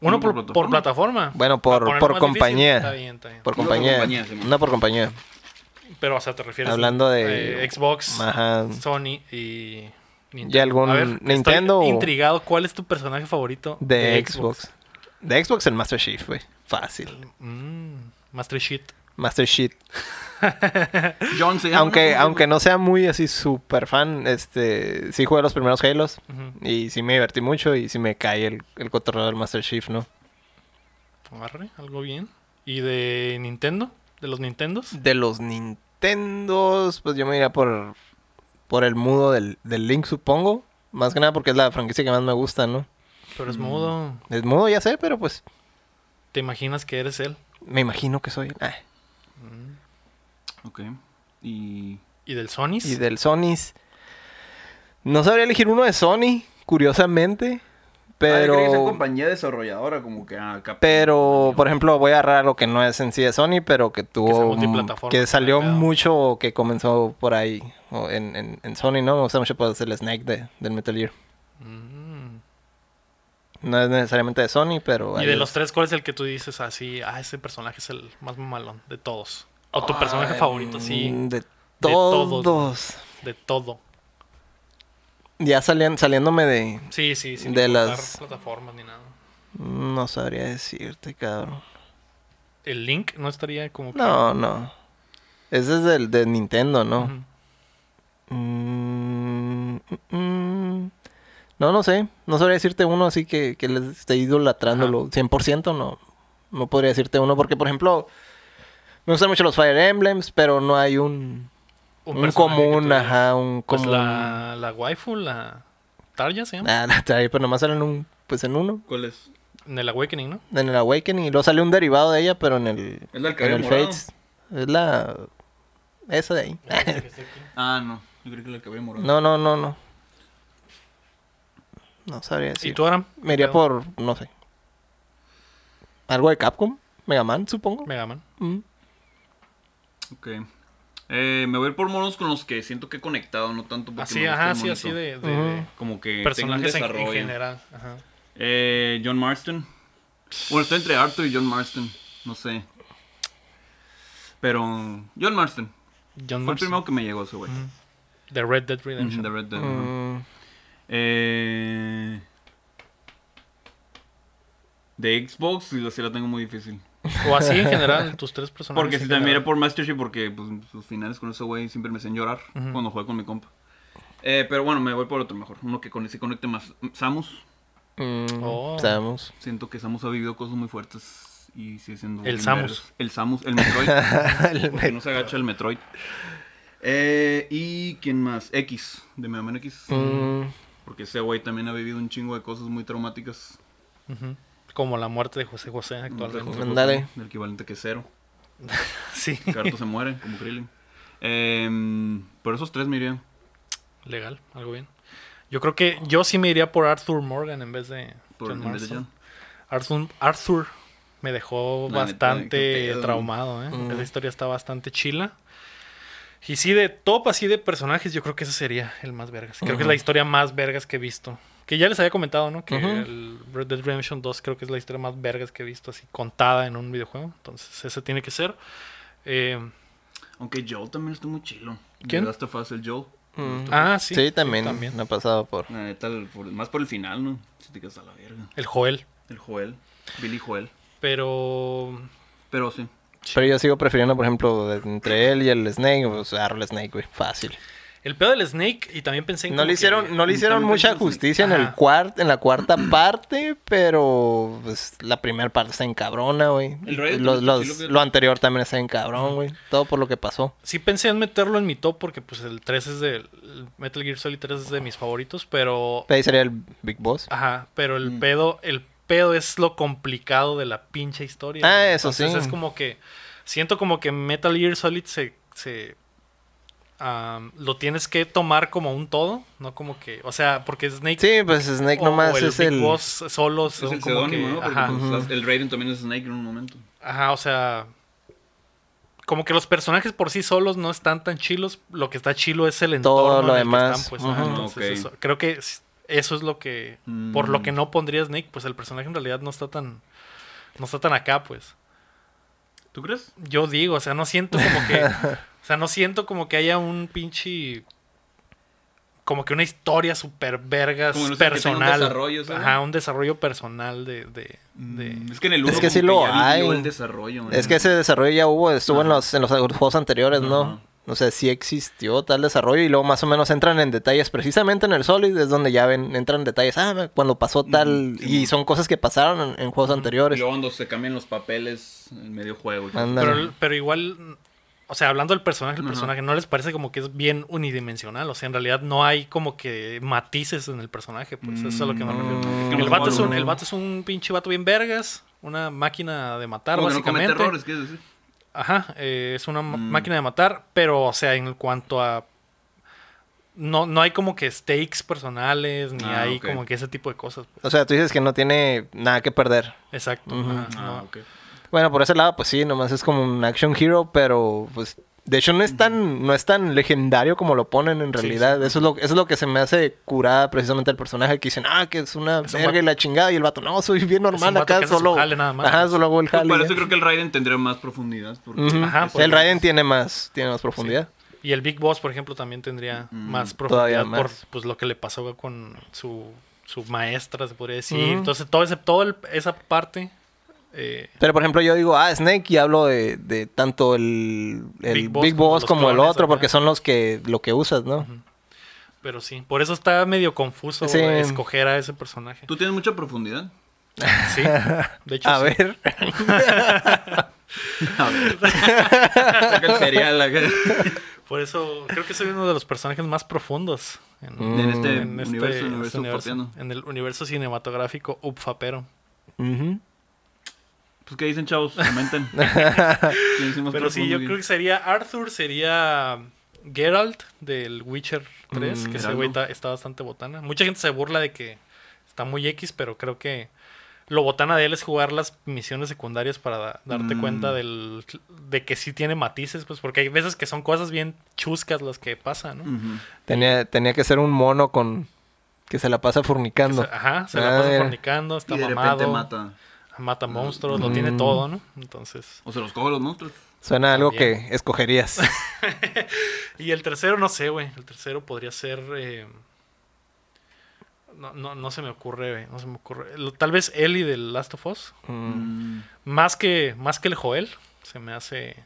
Speaker 1: Uno por, por plataforma.
Speaker 2: Bueno,
Speaker 1: Para
Speaker 2: por,
Speaker 1: ponerlo
Speaker 2: por
Speaker 1: Ah, más
Speaker 2: compañía.
Speaker 1: difícil. Está bien, está bien.
Speaker 2: Por
Speaker 3: Uno por
Speaker 2: compañía.
Speaker 3: compañía, Simón.
Speaker 2: Una por compañía.
Speaker 1: Pero, o sea, te refieres.
Speaker 2: Hablando
Speaker 1: eh,
Speaker 2: de.
Speaker 1: Xbox,
Speaker 2: Ajá.
Speaker 1: Sony y. Nintendo.
Speaker 2: ¿Y algún
Speaker 1: A ver,
Speaker 2: Nintendo o-
Speaker 1: Estoy intrigado. ¿Cuál es tu personaje favorito
Speaker 2: De, Xbox. De Xbox el Master Chief, güey. Fácil.
Speaker 1: Mm, Master Shit.
Speaker 2: Master Chief.
Speaker 3: John se llama.
Speaker 2: Aunque,
Speaker 3: ¿no?
Speaker 2: aunque no sea muy así super fan, este sí jugué los primeros Halos.
Speaker 1: Ujú.
Speaker 2: Y sí me divertí mucho y sí me cae el, el cotorreo del Master Chief, ¿no?
Speaker 1: Arre, algo bien. ¿Y de Nintendo? ¿De los Nintendos?
Speaker 2: De los Nintendos, pues yo me iría por, por el mudo del, del Link, supongo. Más que nada porque es la franquicia que más me gusta, ¿no?
Speaker 1: Pero es
Speaker 2: Mm.
Speaker 1: mudo.
Speaker 2: Es mudo, ya sé, pero pues
Speaker 1: ¿Te imaginas que eres él?
Speaker 2: me imagino que soy. ah.
Speaker 3: Ok. Y.
Speaker 1: ¿Y del Sony?
Speaker 2: Y del Sonys. No sabría elegir uno de Sony, curiosamente. Pero.
Speaker 3: Ah, yo creí que sea compañía desarrolladora, como que. Ah, acá-
Speaker 2: Pero, por ejemplo, voy a agarrar lo que no es en sí de Sony, pero que
Speaker 1: Que sea
Speaker 2: tuvo.
Speaker 1: multiplataforma,
Speaker 2: Que salió
Speaker 1: claro.
Speaker 2: mucho, que comenzó por ahí. o en, en- en Sony, ¿no? Me gusta mucho pues, el Snake de, del Metal Gear.
Speaker 1: Mm.
Speaker 2: No es necesariamente de Sony, pero.
Speaker 1: ¿Y
Speaker 2: ahí
Speaker 1: de
Speaker 2: es.
Speaker 1: los tres, cuál es el que tú dices así? Ah, ese personaje es el más mamalón de todos. O tu
Speaker 2: Ay, mm.
Speaker 1: personaje favorito, sí,
Speaker 2: De
Speaker 1: todos.
Speaker 2: todos.
Speaker 1: de todo.
Speaker 2: Ya salían, saliéndome de.
Speaker 1: Sí, sí, sí.
Speaker 2: De
Speaker 1: importar
Speaker 2: las-
Speaker 1: plataformas ni nada.
Speaker 2: No sabría decirte, cabrón.
Speaker 1: El Link no estaría como. que-
Speaker 2: No, no. Ese es del de Nintendo, ¿no?
Speaker 1: Ujú.
Speaker 2: Mm, mm, mm. No, no sé. No sabría decirte uno así que, que les esté idolatrándolo. 100% no. No podría decirte uno porque, por ejemplo, me gustan mucho los Fire Emblems, pero no hay un, un,
Speaker 1: personaje que tú
Speaker 2: común,
Speaker 1: digas.
Speaker 2: ajá, un
Speaker 1: Pues
Speaker 2: común.
Speaker 1: la, la waifu, la. Tarja se llama.
Speaker 2: Ah, la trae, pero nomás sale en un, pues en uno.
Speaker 3: ¿Cuál es?
Speaker 2: Ah.
Speaker 1: En el Awakening, ¿no?
Speaker 2: En el Awakening. Y luego sale un derivado de ella, pero en el,
Speaker 3: Es la que
Speaker 2: en
Speaker 3: había
Speaker 2: el
Speaker 3: morado.
Speaker 2: Fates. Es la... Esa de ahí.
Speaker 3: Ah, no. Yo creo que la que había morado.
Speaker 2: no, no, no, no. No sabría decir.
Speaker 1: ¿Y tú, Aram?
Speaker 2: Me iría
Speaker 1: Pero-
Speaker 2: por, no sé. Algo de Capcom, Mega Man, supongo.
Speaker 1: Mega Man.
Speaker 2: Mm.
Speaker 3: Ok. Eh, me voy a ir por monos con los que siento que he conectado, no tanto porque.
Speaker 1: Así,
Speaker 3: me gusta
Speaker 1: ajá,
Speaker 3: el
Speaker 1: sí,
Speaker 3: monito.
Speaker 1: así de. de-
Speaker 2: Ujú.
Speaker 1: de
Speaker 3: Como que tengo un
Speaker 1: personajes en- en,
Speaker 3: desarrollo.
Speaker 1: general. Ajá.
Speaker 3: Eh, John Marston. Bueno, estoy entre Arthur y John Marston. No sé. Pero. John Marston.
Speaker 1: John
Speaker 3: Fue el
Speaker 1: Marston.
Speaker 3: primero que me llegó ese güey.
Speaker 1: De Red Dead
Speaker 3: Ujú,
Speaker 1: Redemption.
Speaker 3: de Red Dead, ajá.
Speaker 2: Mm,
Speaker 3: Eh, de Xbox, sí, la- sí la tengo muy difícil.
Speaker 1: O así en general, tus tres personajes.
Speaker 3: Porque
Speaker 1: en
Speaker 3: si también era
Speaker 1: general.
Speaker 3: por Masterchef, porque pues, sus finales con ese güey siempre me hacían llorar
Speaker 1: Ujú.
Speaker 3: cuando jugué con mi compa. Eh, pero bueno, me voy por otro mejor. Uno que con- se conecte más. Samus.
Speaker 2: mm,
Speaker 1: Oh.
Speaker 2: Samus.
Speaker 3: Siento que Samus ha vivido cosas muy fuertes y sigue siendo.
Speaker 1: El
Speaker 3: bien
Speaker 1: Samus.
Speaker 3: vergas. El Samus, el Metroid. porque no se agacha el Metroid. Eh, ¿Y quién más? X, de Mega Man X.
Speaker 2: Mm,
Speaker 3: Porque ese güey también ha vivido un chingo de cosas muy traumáticas.
Speaker 1: Ujú. Como la muerte de José José
Speaker 3: José
Speaker 1: actualmente.
Speaker 3: José,
Speaker 2: Mm, Ándale.
Speaker 3: El equivalente que cero.
Speaker 1: Sí,
Speaker 3: Carto se muere, como Krillin. Em, por esos tres me iría.
Speaker 1: (laughs) legal, algo bien. Yo creo que yo sí me iría por Arthur Morgan en vez de
Speaker 3: Por,
Speaker 1: John
Speaker 3: en vez de
Speaker 1: Marston.
Speaker 3: John.
Speaker 1: Arthur, Arthur me dejó
Speaker 3: La neta, qué
Speaker 1: bastante
Speaker 3: pedo, güey.
Speaker 1: traumado, ¿eh?
Speaker 2: Mm.
Speaker 1: Esa historia está bastante chila. Y sí, de top así de personajes, yo creo que ese sería el más vergas. Creo que es la historia más vergas que he visto. Que ya les había comentado, ¿no? Que
Speaker 2: Ujú.
Speaker 1: el Red Dead Redemption 2 creo que es la historia más vergas que he visto, así contada en un videojuego. Entonces, ese tiene que ser. Eh,
Speaker 3: Aunque Joel también está muy chilo.
Speaker 1: ¿Quién?
Speaker 3: De Last of Us, el Joel.
Speaker 2: mm.
Speaker 1: ah, sí.
Speaker 2: Sí, también,
Speaker 1: también.
Speaker 2: Me ha pasado por.
Speaker 3: La neta, el- por- más por el final, ¿no? Si te quedas a la verga.
Speaker 1: El Joel.
Speaker 3: El Joel. Billy Joel.
Speaker 1: Pero.
Speaker 3: Pero sí.
Speaker 2: Pero yo sigo prefiriendo, por ejemplo, de- entre él y el Snake, pues agarro el Snake, güey, fácil.
Speaker 1: El pedo del Snake, y también pensé en.
Speaker 2: No
Speaker 1: como
Speaker 2: le
Speaker 1: que-
Speaker 2: hicieron, no le hicieron
Speaker 3: también
Speaker 2: mucha
Speaker 3: pensé en
Speaker 2: justicia en el
Speaker 1: Ajá.
Speaker 2: cuart en la cuarta parte, pero pues, la primera parte está en cabrona, güey.
Speaker 3: El Raid
Speaker 2: Los-
Speaker 3: también,
Speaker 2: los-
Speaker 3: sí lo vi.
Speaker 2: lo anterior también está en cabrón, güey. Todo por lo que pasó.
Speaker 1: Sí pensé en meterlo en mi top porque pues el 3 es de el Metal Gear Solid 3 es de mis favoritos, pero
Speaker 2: Ahí sería el Big Boss.
Speaker 1: ajá, pero el
Speaker 2: Mm.
Speaker 1: pedo el pedo es lo complicado de la pinche historia.
Speaker 2: Ah,
Speaker 1: güey.
Speaker 2: eso
Speaker 1: Entonces,
Speaker 2: sí.
Speaker 1: es como que siento como que Metal Gear Solid se se am, lo tienes que tomar como un todo, no como que, o sea, porque Snake
Speaker 2: Sí, pues Snake
Speaker 1: o-
Speaker 2: nomás
Speaker 1: o el
Speaker 2: es
Speaker 1: Big
Speaker 2: el...
Speaker 1: Boss solo
Speaker 3: Es
Speaker 1: son
Speaker 3: el
Speaker 1: como
Speaker 3: seudónimo,
Speaker 1: que,
Speaker 3: ¿no? Porque
Speaker 1: ajá.
Speaker 3: pues, las- el Raiden también es Snake en un momento.
Speaker 1: Ajá, o sea. Como que los personajes por sí solos no están tan chilos. Lo que está chilo es el entorno
Speaker 2: Todo lo
Speaker 1: en el que
Speaker 2: demás.
Speaker 1: están, pues, ajá,
Speaker 2: Ajá.
Speaker 1: entonces,
Speaker 3: Ok.
Speaker 1: eso- creo que es- eso es lo que. Por lo
Speaker 3: Mm.
Speaker 1: que no pondría Snake, pues el personaje en realidad no está tan. No está tan acá, pues.
Speaker 3: ¿Tú crees?
Speaker 1: Yo digo, o sea, no siento como
Speaker 2: (laughs)
Speaker 1: que. o sea, no siento como que haya un pinche. Como que una historia super vergas
Speaker 3: Como no sé, que tenga un
Speaker 1: personal.
Speaker 3: desarrollo, ¿sabes?
Speaker 1: Ajá, un desarrollo personal de. de, de-
Speaker 3: Mm, Es que en el
Speaker 2: Es
Speaker 3: 1
Speaker 2: que sí lo hay.
Speaker 3: el desarrollo.
Speaker 2: Es
Speaker 3: ¿no?
Speaker 2: que ese desarrollo ya hubo, estuvo en los, en los juegos anteriores,
Speaker 3: Ajá.
Speaker 2: ¿no? O sea, sí existió tal desarrollo y luego más o menos entran en detalles. Precisamente en el Solid es donde ya ven, entran en detalles. Ah, cuando pasó tal...
Speaker 3: sí,
Speaker 2: y
Speaker 3: mo.
Speaker 2: son cosas que pasaron en, en juegos
Speaker 3: Y
Speaker 2: anteriores.
Speaker 3: luego cuando se cambian los papeles en medio juego. y todo.
Speaker 2: Ándale.
Speaker 1: Pero, pero igual, o sea, hablando del personaje, el
Speaker 3: Ajá.
Speaker 1: personaje no les parece como que es bien unidimensional. O sea, en realidad no hay como que matices en el personaje, pues eso es a lo que me
Speaker 3: Mm,
Speaker 1: refiero.
Speaker 3: no.
Speaker 1: El vato, es un,
Speaker 3: No.
Speaker 1: el vato es un pinche vato bien vergas, una máquina de matar,
Speaker 3: Como que no comete
Speaker 1: básicamente.
Speaker 3: errores, ¿qué es decir?
Speaker 1: Ajá, eh, es una ma-
Speaker 3: Mm.
Speaker 1: máquina de matar, pero, o sea, en cuanto a. No, no hay como que stakes personales, ni
Speaker 3: Ah,
Speaker 1: hay
Speaker 3: ok.
Speaker 1: como que ese tipo de cosas. pues.
Speaker 2: O sea, tú dices que no tiene nada que perder.
Speaker 1: Exacto.
Speaker 2: Ujú.
Speaker 1: ajá, no.
Speaker 3: Ah, ok.
Speaker 2: Bueno, por ese lado, pues sí, nomás es como un action hero, pero pues de hecho no es tan, no es tan legendario como lo ponen en
Speaker 1: Sí,
Speaker 2: realidad. Eso es lo, eso es lo que se me hace curada precisamente al personaje que dicen, ah, que es una
Speaker 1: Es un
Speaker 2: verga y
Speaker 1: vato-
Speaker 2: la chingada, y el vato, no, soy bien normal
Speaker 1: vato que
Speaker 2: acá,
Speaker 1: hace su
Speaker 2: solo.
Speaker 1: jale nada más.
Speaker 2: Ajá, solo hago el
Speaker 3: Pues
Speaker 2: jale.
Speaker 3: para
Speaker 2: ya".
Speaker 3: eso creo que el Raiden tendría más profundidad. Porque
Speaker 2: ¿eh? Ujú.
Speaker 1: Ajá,
Speaker 2: Sí,
Speaker 1: pues,
Speaker 2: el Raiden tiene más, tiene más profundidad.
Speaker 1: Y el Big Boss, por ejemplo, también tendría más
Speaker 2: todavía
Speaker 1: profundidad
Speaker 2: más.
Speaker 1: por pues, lo que le pasó con su, su maestra, se podría decir.
Speaker 2: Ujú.
Speaker 1: Entonces, todo ese, todo el- esa parte. eh,
Speaker 2: Pero por ejemplo yo digo, ah, Snake y hablo de, de tanto el, el
Speaker 1: Big Boss
Speaker 2: Big Boss,
Speaker 1: como los
Speaker 2: como, el
Speaker 1: clones,
Speaker 2: otro, porque
Speaker 1: ajá.
Speaker 2: son los que, lo que usas, ¿no?
Speaker 1: pero sí, por eso está medio confuso
Speaker 2: Sí.
Speaker 1: escoger a ese personaje.
Speaker 3: Tú tienes mucha
Speaker 2: (laughs)
Speaker 3: profundidad.
Speaker 1: Sí, de hecho.
Speaker 2: A
Speaker 1: sí.
Speaker 2: ver. (laughs)
Speaker 3: A ver. Saca el cereal acá.
Speaker 1: (laughs) Por eso creo que soy uno de los personajes más profundos en,
Speaker 2: Mm.
Speaker 3: En este
Speaker 1: en este-
Speaker 3: universo,
Speaker 1: este
Speaker 3: universo
Speaker 1: universo,
Speaker 3: papiano.
Speaker 1: en el universo cinematográfico Upfapero.
Speaker 2: Ujú.
Speaker 3: Pues, ¿qué dicen, chavos?
Speaker 2: (laughs)
Speaker 3: Comenten. ¿Quién es el más
Speaker 1: Pero sí,
Speaker 3: profundo
Speaker 1: yo
Speaker 3: aquí?
Speaker 1: creo que sería Arthur, sería um, Geralt del Witcher
Speaker 4: Mm,
Speaker 1: 3, que ese
Speaker 3: Geraldo.
Speaker 1: güey está, está bastante botana. Mucha gente se burla de que está muy X, pero creo que lo botana de él es jugar las misiones secundarias para da- darte
Speaker 3: Mm.
Speaker 1: cuenta del, de que sí tiene matices, pues porque hay veces que son cosas bien chuscas las que pasan, ¿no?
Speaker 3: Ujú.
Speaker 2: Tenía, tenía que ser un mono con, Que se la pasa fornicando.
Speaker 1: Ajá, se la
Speaker 2: Ah,
Speaker 1: pasa
Speaker 2: mira.
Speaker 1: fornicando, está
Speaker 4: Y de repente
Speaker 1: mamado.
Speaker 4: mata. Mm.
Speaker 1: Mata monstruos, lo tiene todo, ¿no? Entonces.
Speaker 4: O se los coge los monstruos.
Speaker 2: Suena a algo
Speaker 1: También. (laughs)
Speaker 2: que escogerías.
Speaker 1: Y el tercero, no sé, güey. El tercero podría ser. eh, No, no, no se me ocurre, güey. No se me ocurre. Lo- Tal vez Ellie del Last of Us.
Speaker 2: Mm.
Speaker 1: Más que, más que el Joel, se me hace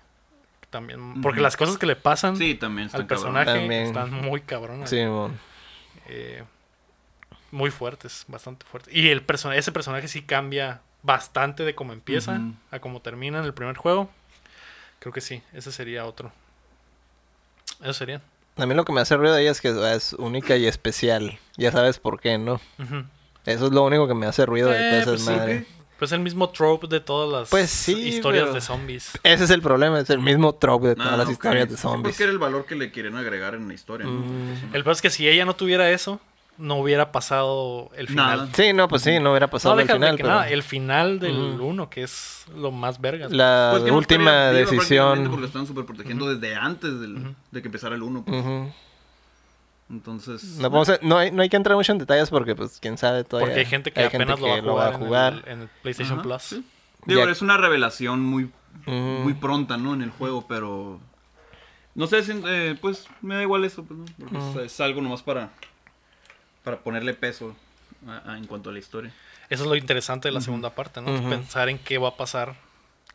Speaker 1: también. Porque las cosas que le pasan
Speaker 4: Sí, también está
Speaker 1: al
Speaker 4: cabrón.
Speaker 1: personaje
Speaker 2: También.
Speaker 1: están muy cabronas.
Speaker 2: Sí, mon.
Speaker 1: eh, muy fuertes, bastante fuertes. Y el persona- ese personaje sí cambia bastante de cómo empieza
Speaker 4: Ujú.
Speaker 1: a cómo termina en el primer juego. Creo que sí, ese sería otro. Eso sería.
Speaker 2: A mí lo que me hace ruido de ella es que es única y especial. Ya sabes por qué, ¿no?
Speaker 1: Ujú.
Speaker 2: Eso es lo único que me hace ruido de
Speaker 1: Eh,
Speaker 2: todas esas
Speaker 1: pues sí,
Speaker 2: madres.
Speaker 1: Pues el mismo trope de todas las
Speaker 2: Pues sí,
Speaker 1: historias
Speaker 2: pero-
Speaker 1: de zombies.
Speaker 2: Ese es el problema, es el mismo trope de
Speaker 1: Ah,
Speaker 4: No,
Speaker 2: todas
Speaker 4: no,
Speaker 2: las
Speaker 4: ok.
Speaker 2: historias de
Speaker 4: Sí, Porque
Speaker 2: zombies. Mm.
Speaker 4: era el valor que le quieren agregar en la historia. ¿no?
Speaker 1: El problema es que si ella no tuviera eso, no hubiera pasado el final.
Speaker 4: Nada.
Speaker 2: Sí, no, pues sí, no hubiera pasado
Speaker 1: No,
Speaker 2: al
Speaker 1: deja de
Speaker 2: final.
Speaker 1: que
Speaker 2: pero
Speaker 1: nada, el final del
Speaker 2: Ujú.
Speaker 1: 1, que es lo más vergas.
Speaker 2: La
Speaker 4: Pues que no
Speaker 2: última
Speaker 4: estaría viva prácticamente
Speaker 2: decisión.
Speaker 4: Porque están súper protegiendo desde antes del- de que empezara el 1.
Speaker 2: Ujú. Mm.
Speaker 4: Entonces.
Speaker 2: no, podemos- no hay, no hay que entrar mucho en detalles porque, pues, quién sabe todavía.
Speaker 1: Porque hay gente que
Speaker 2: gente
Speaker 1: apenas
Speaker 2: que
Speaker 1: lo va a jugar,
Speaker 2: jugar.
Speaker 1: En, el, en el PlayStation
Speaker 4: Ajá,
Speaker 1: Plus.
Speaker 4: sí. Digo,
Speaker 2: Ya-
Speaker 4: es una revelación muy,
Speaker 2: Ujú.
Speaker 4: muy pronta, ¿no? En el juego, pero. No sé, si- eh, pues me da igual eso, pues, ¿no? Porque es- es algo nomás para, para ponerle peso a- a- en cuanto a la historia.
Speaker 1: Eso es lo interesante de la segunda parte, ¿no?
Speaker 2: Ujú.
Speaker 1: Pensar en qué va a pasar.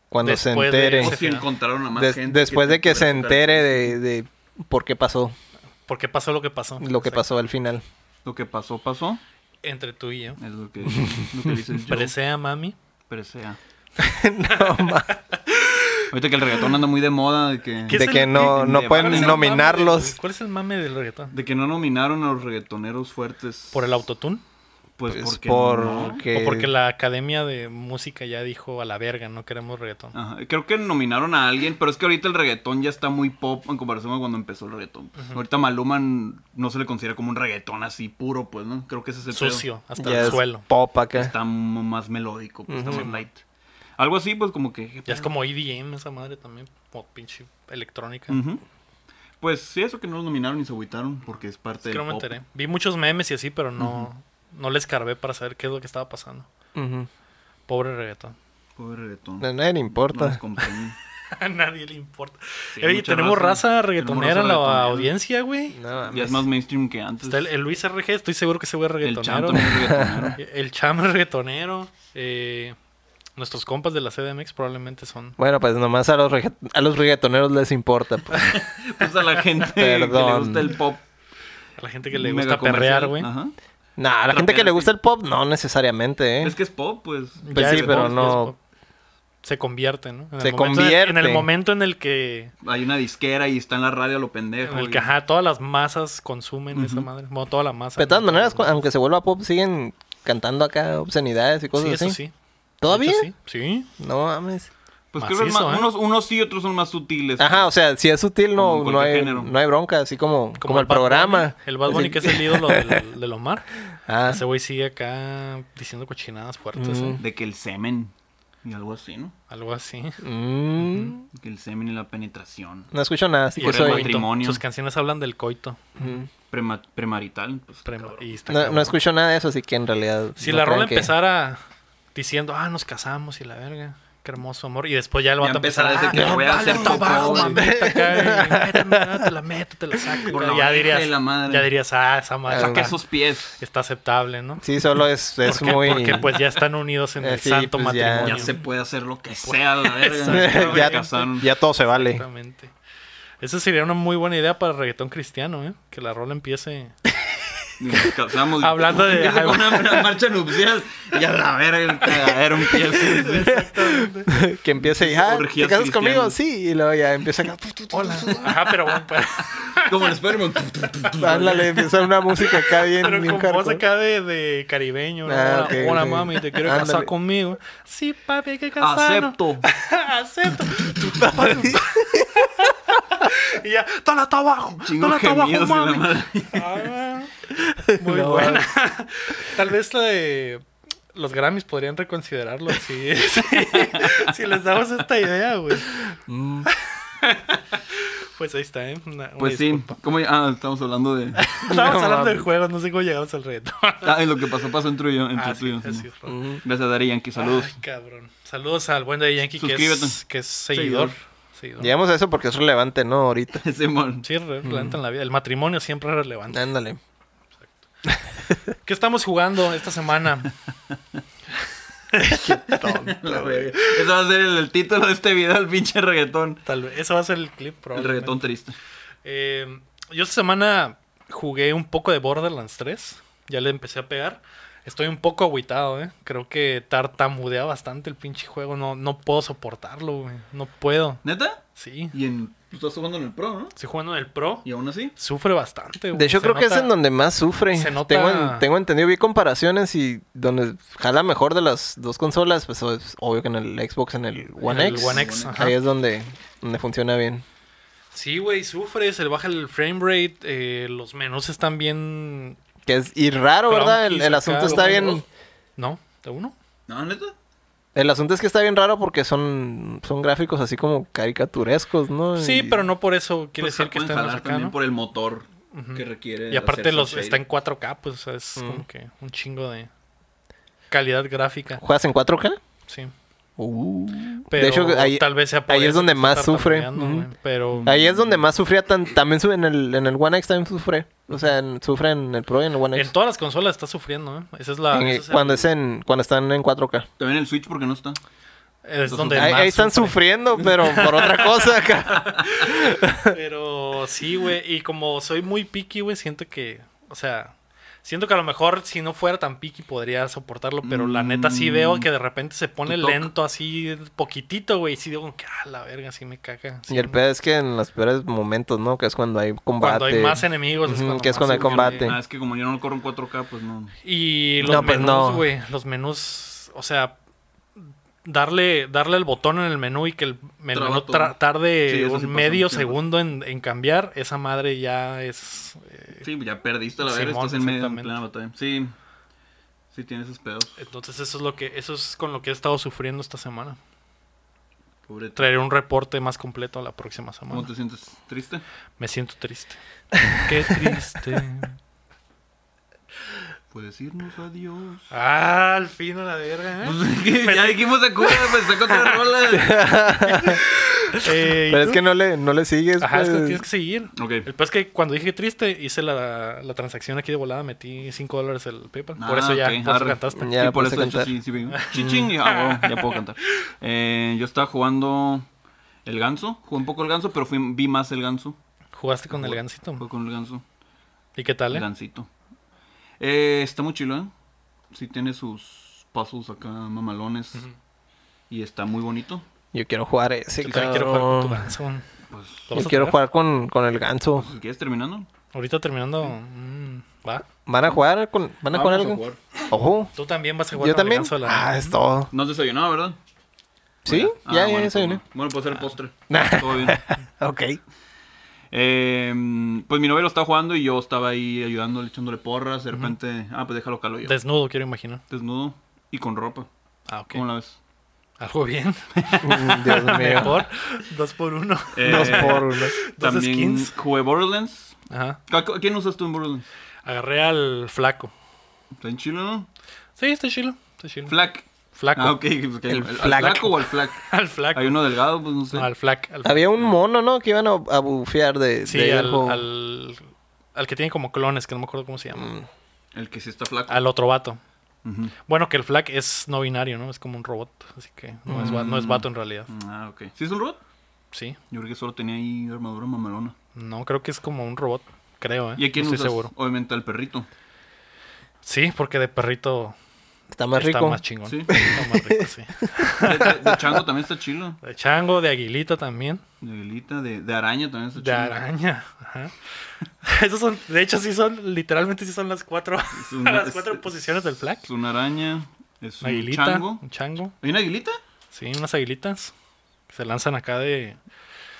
Speaker 2: Cuando se
Speaker 1: después de
Speaker 2: entere.
Speaker 3: (laughs)
Speaker 1: ese
Speaker 4: O si
Speaker 1: final.
Speaker 4: encontraron a más
Speaker 2: Des-
Speaker 4: gente.
Speaker 2: después de que
Speaker 4: tuviera
Speaker 2: se
Speaker 4: esa
Speaker 2: entere
Speaker 4: característica.
Speaker 2: de, de por qué pasó,
Speaker 1: Por qué pasó lo que pasó.
Speaker 2: lo que
Speaker 1: Exacto.
Speaker 2: pasó al final. (laughs)
Speaker 3: Lo que pasó, pasó.
Speaker 1: Entre tú y yo.
Speaker 3: Es lo que, lo que dice el Joe.
Speaker 1: Presea, mami.
Speaker 3: Presea.
Speaker 2: No,
Speaker 1: (laughs)
Speaker 2: ma-
Speaker 3: Ahorita que el reggaetón anda muy de moda, de que,
Speaker 1: ¿Qué
Speaker 2: de
Speaker 1: es
Speaker 2: que
Speaker 1: el-
Speaker 2: no, no
Speaker 3: de-
Speaker 1: ¿Cuál
Speaker 2: pueden
Speaker 1: es el mame
Speaker 2: nominarlos.
Speaker 1: del- ¿Cuál es el mame del reggaetón?
Speaker 3: de que no nominaron a los reggaetoneros fuertes.
Speaker 1: ¿Por el autotune?
Speaker 3: Pues,
Speaker 2: Pues,
Speaker 3: porque no.
Speaker 2: porque.
Speaker 1: ¿O porque la Academia de Música ya dijo a la verga, no queremos reggaetón?
Speaker 3: Ajá, Creo que nominaron a alguien, pero es que ahorita el reggaetón ya está muy pop en comparación con cuando empezó el reggaetón. pues. Ahorita Maluma n- no se le considera como un reggaetón así puro, pues, ¿no? Creo que ese es el pedo.
Speaker 1: Sucio, hasta
Speaker 2: ya
Speaker 1: el
Speaker 2: es
Speaker 1: suelo.
Speaker 2: pop acá.
Speaker 3: Está m- más melódico, pues, está más light. Algo así, pues, como que... ¿qué
Speaker 1: Ya es
Speaker 3: pedo?
Speaker 1: como EDM esa madre también. Como pinche electrónica.
Speaker 3: Ujú. Pues sí, eso que no los nominaron y se agüitaron porque es parte
Speaker 1: Es que
Speaker 3: del
Speaker 1: no me
Speaker 3: pop.
Speaker 1: enteré. Vi muchos memes y así, pero no, no les carvé para saber qué es lo que estaba pasando.
Speaker 2: Ujú.
Speaker 1: Pobre reggaetón.
Speaker 3: Pobre reggaetón.
Speaker 2: A nadie le
Speaker 3: No les
Speaker 2: importa.
Speaker 3: comprendo.
Speaker 1: (laughs) A nadie le importa.
Speaker 3: Sí,
Speaker 1: Oye,
Speaker 3: mucha
Speaker 1: tenemos raza,
Speaker 3: Tenemos
Speaker 1: reggaetonera en la
Speaker 3: reggaetonera.
Speaker 1: audiencia, güey.
Speaker 2: No,
Speaker 3: Ya
Speaker 2: mames.
Speaker 3: es más mainstream que antes.
Speaker 1: Está el, el Luis RG, estoy seguro que ese güey es
Speaker 3: pues, El Chan
Speaker 1: reggaetonero.
Speaker 3: también es reggaetonero.
Speaker 1: (laughs) El Cham es reggaetonero. Eh, nuestros compas de la CDMX probablemente son.
Speaker 2: Bueno, pues nomás a los, regga- a los reggaetoneros les importa.
Speaker 3: (laughs)
Speaker 2: pues.
Speaker 3: Pues a la gente que le
Speaker 2: Perdón.
Speaker 3: gusta el pop.
Speaker 1: A la gente que le
Speaker 3: mega
Speaker 1: gusta perrear,
Speaker 3: comercial.
Speaker 1: güey.
Speaker 3: Ajá.
Speaker 2: Nah, a la gente que le
Speaker 3: Trapear,
Speaker 2: gusta el pop, no necesariamente, ¿eh?
Speaker 3: Es que es pop, pues.
Speaker 2: Pues
Speaker 1: Ya
Speaker 2: sí,
Speaker 1: es
Speaker 2: pero
Speaker 1: pop, ya
Speaker 2: no-
Speaker 1: es pop. Se convierte, ¿no? En el
Speaker 2: Se
Speaker 1: momento en el- En el
Speaker 2: convierte.
Speaker 1: momento en el que.
Speaker 3: Hay una disquera y está en la radio a lo
Speaker 1: En
Speaker 3: pendejo.
Speaker 1: el
Speaker 3: y-
Speaker 1: que, ajá, todas las masas consumen esa madre. Bueno, toda la masa.
Speaker 2: De todas
Speaker 1: ¿no?
Speaker 2: maneras, cu- aunque se vuelva pop, siguen cantando acá obscenidades y cosas
Speaker 1: Sí, eso
Speaker 2: así.
Speaker 1: sí.
Speaker 2: ¿Todavía?
Speaker 1: De hecho, Sí. sí.
Speaker 2: No mames.
Speaker 3: Pues creo que es
Speaker 1: Macizo,
Speaker 3: más-
Speaker 1: ¿eh?
Speaker 3: unos, unos sí, otros son más sutiles.
Speaker 2: Ajá, o sea, si es sutil,
Speaker 3: Como
Speaker 2: no,
Speaker 3: en
Speaker 2: no,
Speaker 3: cualquier
Speaker 2: hay,
Speaker 3: género.
Speaker 2: no hay bronca, así como, como, el
Speaker 1: Bad Bunny.
Speaker 2: programa.
Speaker 1: El Bad Bunny,
Speaker 2: Así-
Speaker 1: que es el ídolo
Speaker 2: (laughs)
Speaker 1: del, del Omar.
Speaker 2: Ah,
Speaker 1: Ese güey sigue acá diciendo cochinadas fuertes.
Speaker 2: Mm.
Speaker 1: ¿eh?
Speaker 3: De que el semen y algo así, ¿no?
Speaker 1: Algo así.
Speaker 2: mm,
Speaker 3: Que el semen y la penetración.
Speaker 2: no escucho nada, así
Speaker 1: Y
Speaker 2: que
Speaker 1: el
Speaker 3: eso
Speaker 2: soy.
Speaker 1: coito.
Speaker 3: matrimonio.
Speaker 1: Sus canciones hablan del coito.
Speaker 2: Mm.
Speaker 3: Prema- premarital. Pues,
Speaker 1: Prema-
Speaker 3: cabrón.
Speaker 1: y está
Speaker 2: No,
Speaker 1: cabrón.
Speaker 2: no escucho nada de eso, así que en realidad.
Speaker 1: Si
Speaker 2: no
Speaker 1: la
Speaker 2: crean
Speaker 1: rola
Speaker 2: que-
Speaker 1: empezara diciendo, ah, nos casamos y la verga, qué hermoso amor. Y después ya el
Speaker 3: Ya
Speaker 1: vato empezara
Speaker 3: empezara
Speaker 1: a "Ah,
Speaker 3: desde que voy a hacer
Speaker 1: hacer
Speaker 3: popó,
Speaker 1: abajo,
Speaker 3: güey".
Speaker 1: mamita, acá, y, "Méteme, ah, te la meto, te la saco.
Speaker 3: Por
Speaker 1: acá".
Speaker 3: la
Speaker 1: ya
Speaker 3: oreja
Speaker 1: dirías,
Speaker 3: de la madre.
Speaker 1: ya dirías, ah, esa madre
Speaker 2: Saca
Speaker 1: está,
Speaker 3: Saca esos pies.
Speaker 1: está aceptable, ¿no?
Speaker 2: Sí, solo es, es
Speaker 1: porque,
Speaker 2: muy.
Speaker 1: porque
Speaker 3: (laughs)
Speaker 1: pues ya están unidos en
Speaker 2: Eh,
Speaker 1: el
Speaker 2: sí,
Speaker 1: santo
Speaker 2: pues, ya-
Speaker 1: matrimonio.
Speaker 3: Ya se puede hacer lo
Speaker 1: Pues,
Speaker 3: que sea, la
Speaker 1: (laughs)
Speaker 3: verga.
Speaker 2: ya,
Speaker 3: Se casaron.
Speaker 2: ya todo se vale.
Speaker 1: Exactamente. Esa sería una muy buena idea para el reggaetón cristiano, ¿eh? Que la rola empiece...
Speaker 3: Y Nos casamos.
Speaker 1: Hablando de-
Speaker 3: Empieza con una, una marcha nupcial. Y a la verga, el cagadero empieza.
Speaker 1: (laughs)
Speaker 2: (laughs) que empiece ya. ¿Te
Speaker 3: Orgías
Speaker 2: casas conmigo?
Speaker 3: cristianas.
Speaker 2: Sí, y luego ya empieza. acá,
Speaker 1: Hola. Ajá, pero bueno, pues,
Speaker 3: Como el Spider-Man.
Speaker 2: Ándale, empieza una música acá bien.
Speaker 1: pero
Speaker 2: bien
Speaker 1: con voz
Speaker 2: hardcore.
Speaker 1: acá de, de caribeño. ¿no?
Speaker 2: Ah,
Speaker 1: hola,
Speaker 2: ok,
Speaker 1: hola,
Speaker 2: ok.
Speaker 1: mami, te quiero
Speaker 2: Ándale.
Speaker 1: casar conmigo. Sí, papi, hay que casarnos.
Speaker 3: Acepto.
Speaker 1: (laughs) Acepto. y ya, ¡Tola está abajo!
Speaker 3: Chingo
Speaker 1: ¡Tola está abajo,
Speaker 3: gemidos de la
Speaker 1: mami!
Speaker 3: madre.
Speaker 1: Ah, muy
Speaker 2: No,
Speaker 1: buena. (laughs) Tal vez la de los Grammys podrían reconsiderarlo (laughs) si, si, si les damos esta idea, güey. (laughs) Pues ahí está, ¿eh? Una- una
Speaker 3: Pues sí,
Speaker 1: disculpa.
Speaker 3: ¿cómo ya- Ah, estamos hablando de...
Speaker 1: Estábamos
Speaker 2: No,
Speaker 1: hablando de
Speaker 2: mames.
Speaker 1: juegos, no sé cómo llegamos al reto.
Speaker 3: Ah, lo que pasó, pasó entre tú y yo. Entre
Speaker 1: Ah,
Speaker 3: tú
Speaker 1: sí,
Speaker 3: y yo,
Speaker 1: así
Speaker 3: sí.
Speaker 1: es.
Speaker 2: Ujú.
Speaker 3: Gracias, Dari Yankee. Saludos.
Speaker 1: Ay, cabrón. Saludos al buen de Yankee que es,
Speaker 3: Suscríbete.
Speaker 1: que es seguidor. Seguidor.
Speaker 2: Llegamos a eso porque es relevante, ¿no? Ahorita.
Speaker 3: (laughs)
Speaker 1: (laughs)
Speaker 3: Simón.
Speaker 1: Sí, es relevante en la vida. El matrimonio siempre es relevante.
Speaker 2: Ándale.
Speaker 1: ¿Qué estamos jugando esta semana?
Speaker 3: (laughs)
Speaker 1: (laughs)
Speaker 3: La verga.
Speaker 4: Ese va a ser el, el título de este video, el pinche reggaetón.
Speaker 1: Tal vez, eso va a ser el clip,
Speaker 3: El
Speaker 1: probablemente.
Speaker 3: reggaetón triste.
Speaker 1: Eh, yo esta semana jugué un poco de Borderlands 3. Ya le empecé a pegar. Estoy un poco agüitado, ¿eh? Creo que tartamudea bastante el pinche juego. No, no puedo soportarlo, güey. No puedo.
Speaker 4: ¿Neta?
Speaker 1: Sí.
Speaker 4: Y en,
Speaker 3: pues,
Speaker 4: tú estás jugando en el Pro, ¿no?
Speaker 1: Estoy jugando en el Pro.
Speaker 4: Y aún así.
Speaker 1: Sufre bastante, güey.
Speaker 2: De hecho,
Speaker 1: Se
Speaker 2: creo que es
Speaker 1: nota-
Speaker 2: en donde más sufre.
Speaker 1: se nota-
Speaker 2: Tengo, en- tengo entendido, vi comparaciones y donde jala mejor de las dos consolas, pues es obvio que en el Xbox, en el One
Speaker 1: el
Speaker 2: X.
Speaker 1: One X, ajá.
Speaker 2: Ahí es donde, donde funciona bien.
Speaker 1: Sí, güey, sufre. Se le baja el frame rate. eh, los menús están bien...
Speaker 2: Que es y raro, ¿verdad? El,
Speaker 1: clunkies
Speaker 2: el
Speaker 1: acá,
Speaker 2: asunto está
Speaker 1: los
Speaker 2: bien.
Speaker 1: menús. ¿No? ¿De uno?
Speaker 4: No, neta.
Speaker 2: El asunto es que está bien raro porque son, son gráficos así como caricaturescos, ¿no?
Speaker 1: Sí,
Speaker 2: Y-
Speaker 1: pero no por eso quiere
Speaker 4: Pues
Speaker 1: decir que
Speaker 4: pueden
Speaker 1: está en
Speaker 4: jalar
Speaker 1: acá,
Speaker 4: también
Speaker 1: ¿no?
Speaker 4: por el motor
Speaker 1: Ujú.
Speaker 4: que requiere.
Speaker 1: Y aparte
Speaker 4: hacer
Speaker 1: los
Speaker 4: cel
Speaker 1: está en
Speaker 4: shading.
Speaker 1: 4K, pues o sea, es
Speaker 2: Mm.
Speaker 1: como que un chingo de calidad gráfica.
Speaker 2: ¿Juegas en 4K?
Speaker 1: Sí.
Speaker 2: Uh.
Speaker 1: Pero
Speaker 2: hecho, ahí-
Speaker 1: tal vez sea por
Speaker 2: ahí es
Speaker 1: eso
Speaker 2: donde
Speaker 1: que se
Speaker 2: más
Speaker 1: está
Speaker 2: sufre.
Speaker 1: tartamudeando,
Speaker 2: Ujú.
Speaker 1: güey, Pero
Speaker 2: Ahí es donde más sufría. tan- también su- en, el, en el One X también sufre. O sea, en- sufre en el Pro y en el One
Speaker 1: en
Speaker 2: X.
Speaker 1: todas las consolas está sufriendo, ¿eh? Esa es la
Speaker 2: En-
Speaker 1: ese es el-
Speaker 2: cuando, es en, cuando están en 4K.
Speaker 3: También el Switch porque no está.
Speaker 1: es donde
Speaker 2: Ahí,
Speaker 1: más
Speaker 2: ahí están
Speaker 1: sufre.
Speaker 2: sufriendo, pero
Speaker 1: (laughs)
Speaker 2: por otra cosa acá.
Speaker 1: Pero sí, güey, y como soy muy picky, güey, siento que, o sea, siento que a lo mejor si no fuera tan picky podría soportarlo, pero la neta sí
Speaker 2: Mm.
Speaker 1: veo que de repente se pone
Speaker 3: Te toca.
Speaker 1: lento así poquitito, güey, y sí digo que ah, la verga, sí me caga. Sí,
Speaker 2: Y el
Speaker 1: no-
Speaker 2: pedo es que en los peores momentos, ¿no? Que es cuando hay combate.
Speaker 1: cuando hay más enemigos,
Speaker 2: Ujú,
Speaker 1: cuando
Speaker 2: que es
Speaker 1: más
Speaker 2: cuando hay
Speaker 1: sufre.
Speaker 2: combate.
Speaker 3: Ah, es que como yo no lo corro en 4K, pues no.
Speaker 1: Y los
Speaker 2: No, pues,
Speaker 1: menús,
Speaker 2: no.
Speaker 1: güey. Los menús. O sea, darle, darle el botón en el menú y que el, el
Speaker 4: Traba
Speaker 1: menú
Speaker 4: todo.
Speaker 1: tra- tarde
Speaker 3: Sí, eso
Speaker 1: un
Speaker 3: sí pasa
Speaker 1: medio
Speaker 3: un tiempo.
Speaker 1: segundo en, en cambiar, esa madre ya es. eh,
Speaker 3: Sí, ya perdiste la verga.
Speaker 1: Simón,
Speaker 3: Estás en medio en
Speaker 1: exactamente.
Speaker 3: plena batalla. Sí. Sí, tiene esos pedos.
Speaker 1: entonces eso es lo que, eso es con lo que he estado sufriendo esta semana.
Speaker 3: Pobre.
Speaker 1: Traeré un reporte más completo la próxima
Speaker 3: ¿Cómo
Speaker 1: semana.
Speaker 3: te sientes? ¿Triste?
Speaker 1: Me siento triste. (laughs) Qué triste.
Speaker 3: Puedes irnos, adiós.
Speaker 1: Ah, al fin a la verga. ¿eh?
Speaker 4: Pues,
Speaker 3: (laughs)
Speaker 4: ya dijimos de Cuba, pues saca otra rola.
Speaker 1: Eh, ¿y
Speaker 2: (laughs) Pero es
Speaker 1: tú?
Speaker 2: que no le, no le sigues.
Speaker 1: Ajá, es que
Speaker 2: pues.
Speaker 1: tienes que seguir.
Speaker 3: Ok.
Speaker 1: El peor es que cuando dije triste, hice la, la transacción aquí de volada, metí 5 dólares el PayPal.
Speaker 3: Ah,
Speaker 1: por eso ya, pues,
Speaker 3: ok,
Speaker 1: por eso
Speaker 3: arre.
Speaker 1: cantaste.
Speaker 2: Ya
Speaker 3: sí, por
Speaker 2: puse
Speaker 3: eso
Speaker 2: a
Speaker 3: de hecho,
Speaker 2: cantar.
Speaker 3: sí, sí, vengo. Chiching,
Speaker 4: (laughs)
Speaker 3: y- ah, bueno, ya puedo cantar. Eh, yo estaba jugando el ganso. Jugué un poco el ganso, pero fui, vi más el ganso.
Speaker 1: Jugaste con el
Speaker 3: Jugué-
Speaker 1: gancito.
Speaker 3: Jugué con el ganso.
Speaker 1: ¿Y qué tal,
Speaker 3: El
Speaker 1: eh?
Speaker 3: gansito. Eh, está muy chido, ¿eh? Sí tiene sus puzzles acá mamalones.
Speaker 1: Ujú.
Speaker 3: Y está muy bonito.
Speaker 2: Yo quiero jugar ese,
Speaker 1: Yo
Speaker 2: cabrón.
Speaker 1: también quiero jugar con tu ganso.
Speaker 3: Pues,
Speaker 1: ¿Lo vas
Speaker 2: Yo
Speaker 1: a
Speaker 2: quiero
Speaker 1: traer?
Speaker 2: jugar con, con el ganso.
Speaker 3: si quieres terminando.
Speaker 1: Ahorita terminando. mm, va.
Speaker 2: ¿Van a jugar con, van a jugar
Speaker 4: Vamos a
Speaker 2: algo?
Speaker 4: jugar.
Speaker 2: Ojo.
Speaker 1: Tú también vas a jugar
Speaker 2: Yo
Speaker 1: con el
Speaker 2: también.
Speaker 1: ganso de la-
Speaker 2: Ah, es todo.
Speaker 3: No has desayunado, ¿verdad?
Speaker 2: ¿Sí?
Speaker 3: Ah,
Speaker 2: ya,
Speaker 3: bueno,
Speaker 2: ya,
Speaker 3: pues,
Speaker 2: ya, ya.
Speaker 3: no. Bueno, puede ser
Speaker 4: Ah.
Speaker 3: el postre.
Speaker 2: (laughs) Nah.
Speaker 3: Todo bien. (laughs)
Speaker 2: Ok.
Speaker 3: Eh, pues mi novia lo estaba jugando y yo estaba ahí ayudándole, echándole porras. De repente, ah, pues déjalo calo yo.
Speaker 1: Desnudo, quiero imaginar.
Speaker 3: Desnudo y con ropa.
Speaker 1: Ah, ok.
Speaker 3: ¿Cómo la ves?
Speaker 1: Algo
Speaker 3: (laughs)
Speaker 1: bien.
Speaker 2: Mm,
Speaker 1: (laughs)
Speaker 2: Dios mío.
Speaker 1: Mejor. (laughs) Dos por pues, uno.
Speaker 3: Eh,
Speaker 2: Dos por uno.
Speaker 1: Dos
Speaker 3: También
Speaker 1: skins.
Speaker 3: jugué Borderlands.
Speaker 1: Ajá.
Speaker 3: ¿A cu- a quién usas tú en Borderlands?
Speaker 1: Agarré al flaco.
Speaker 3: ¿Está en chilo, no?
Speaker 1: Sí, está chilo. Está chilo.
Speaker 3: Flac.
Speaker 1: flaco.
Speaker 3: Ah, ok. pues, que-
Speaker 2: El
Speaker 3: ¿El, al
Speaker 2: flac.
Speaker 3: flaco o el flac?
Speaker 1: (laughs) Al flaco.
Speaker 3: Hay uno delgado, pues no sé.
Speaker 1: No, al flaco. Al
Speaker 2: Había un mono, ¿no? Que iban a, a bufear de,
Speaker 1: Sí,
Speaker 2: de
Speaker 1: al,
Speaker 2: ojo.
Speaker 1: al, al que tiene como clones, que no me acuerdo cómo se llama.
Speaker 3: El que sí está flaco.
Speaker 1: Al otro vato.
Speaker 3: Ujú.
Speaker 1: Bueno, que el Flack es no binario, ¿no? Es como un robot, así que no, es, va- no es vato en realidad.
Speaker 3: Ah, ok. ¿Sí es un robot?
Speaker 1: Sí,
Speaker 3: Yo creo que solo tenía ahí armadura mamalona.
Speaker 1: no, creo que es como un robot, creo, ¿eh?
Speaker 3: ¿Y a quién
Speaker 1: no estoy
Speaker 3: usas?
Speaker 1: seguro.
Speaker 3: Obviamente al perrito.
Speaker 1: Sí, porque de perrito
Speaker 2: Está más
Speaker 1: está
Speaker 2: rico.
Speaker 1: más chingón.
Speaker 3: Sí.
Speaker 1: Está más rico, sí.
Speaker 3: De, de- de chango también está chilo.
Speaker 1: De chango, de aguilita también,
Speaker 3: De aguilita, de, de araña también está
Speaker 1: de
Speaker 3: chilo.
Speaker 1: araña. Ajá. (laughs) Esos son, de hecho, sí son, literalmente sí son las cuatro,
Speaker 3: Es
Speaker 1: (laughs)
Speaker 3: una-
Speaker 1: las
Speaker 3: es-
Speaker 1: cuatro posiciones del Flack.
Speaker 3: Es una araña, es un
Speaker 1: Una aguilita,
Speaker 3: chango.
Speaker 1: un chango,
Speaker 3: ¿Hay una aguilita?
Speaker 1: sí, unas aguilitas que se lanzan acá de,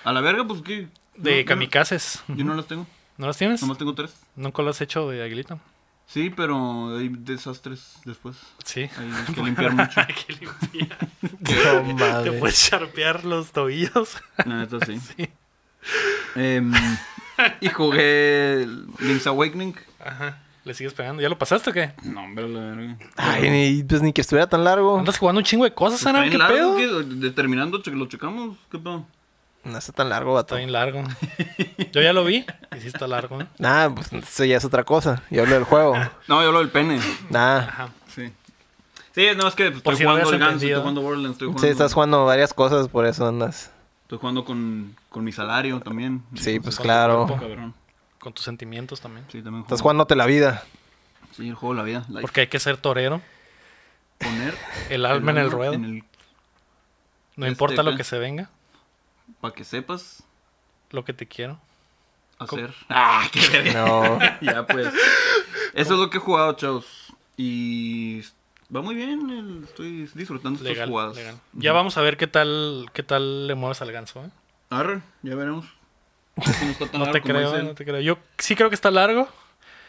Speaker 3: A la verga, pues qué.
Speaker 1: de
Speaker 3: No, yo-
Speaker 1: kamikazes.
Speaker 3: Yo no las tengo.
Speaker 1: ¿No las tienes?
Speaker 3: Nomás tengo tres.
Speaker 1: ¿Nunca lo has hecho de aguilita?
Speaker 3: Sí, pero hay desastres después. (laughs)
Speaker 1: Sí.
Speaker 3: Hay
Speaker 1: (laughs)
Speaker 3: que limpiar mucho.
Speaker 1: Hay que limpiar.
Speaker 2: No
Speaker 1: Te
Speaker 2: mames.
Speaker 1: puedes charpear los tobillos.
Speaker 3: La neta, sí. Em, y jugué Link's Awakening.
Speaker 1: Ajá. ¿Le sigues pegando? ¿Ya lo pasaste o qué?
Speaker 5: No, hombre, la verga.
Speaker 1: Ah,
Speaker 2: Ay, ni, pues ni que estuviera tan largo.
Speaker 1: Andas jugando un chingo de cosas,
Speaker 3: ¿Está
Speaker 1: Ana.
Speaker 3: bien
Speaker 1: ¿Qué
Speaker 3: largo?
Speaker 1: pedo?
Speaker 3: ¿Qué? De- Terminando, che- lo checamos. ¿Qué pedo?
Speaker 2: No está tan largo, vato.
Speaker 1: Está bien
Speaker 3: (laughs)
Speaker 1: largo. Yo ya lo vi. Y sí está largo. ¿eh?
Speaker 2: Nah, pues eso ya es otra cosa. Yo hablo del juego.
Speaker 3: No, yo hablo del pene.
Speaker 2: Nah.
Speaker 1: Ajá.
Speaker 3: Sí. Sí, no, es que pues, estoy
Speaker 1: Por si no
Speaker 3: jugando
Speaker 1: habías
Speaker 3: el Gans, estoy
Speaker 1: entendido.
Speaker 3: jugando Borderlands, estoy jugando.
Speaker 2: Sí, estás jugando varias cosas, por eso andas.
Speaker 3: Estoy jugando con, con mi salario también.
Speaker 2: Sí, pues
Speaker 1: con tu
Speaker 2: claro.
Speaker 1: cuerpo.
Speaker 3: Cabrón.
Speaker 1: Con tus sentimientos también.
Speaker 3: Sí, también
Speaker 2: Estás
Speaker 3: juego.
Speaker 2: jugándote la vida.
Speaker 3: Sí, el juego de la vida. Like,
Speaker 1: Porque hay que ser torero. (laughs)
Speaker 3: poner
Speaker 1: El alma en el ruedo. No
Speaker 3: este,
Speaker 1: importa lo
Speaker 3: ¿qué?
Speaker 1: que se venga.
Speaker 3: Para que sepas
Speaker 1: Lo que te quiero.
Speaker 3: hacer. Ah, qué verga. (laughs)
Speaker 2: No.
Speaker 3: ya pues. Eso es lo que he jugado, chavos. Y va muy bien. el- Estoy disfrutando estas
Speaker 1: Legal.
Speaker 3: jugadas.
Speaker 1: legal. Ya vamos a ver qué tal, qué tal le mueves al ganso. ¿eh?
Speaker 3: Arre,
Speaker 1: (laughs)
Speaker 3: ya veremos. Si no está tan
Speaker 1: No
Speaker 3: largo
Speaker 1: te
Speaker 3: como
Speaker 1: creo,
Speaker 3: dice él,
Speaker 1: no te creo. Yo sí creo que está largo,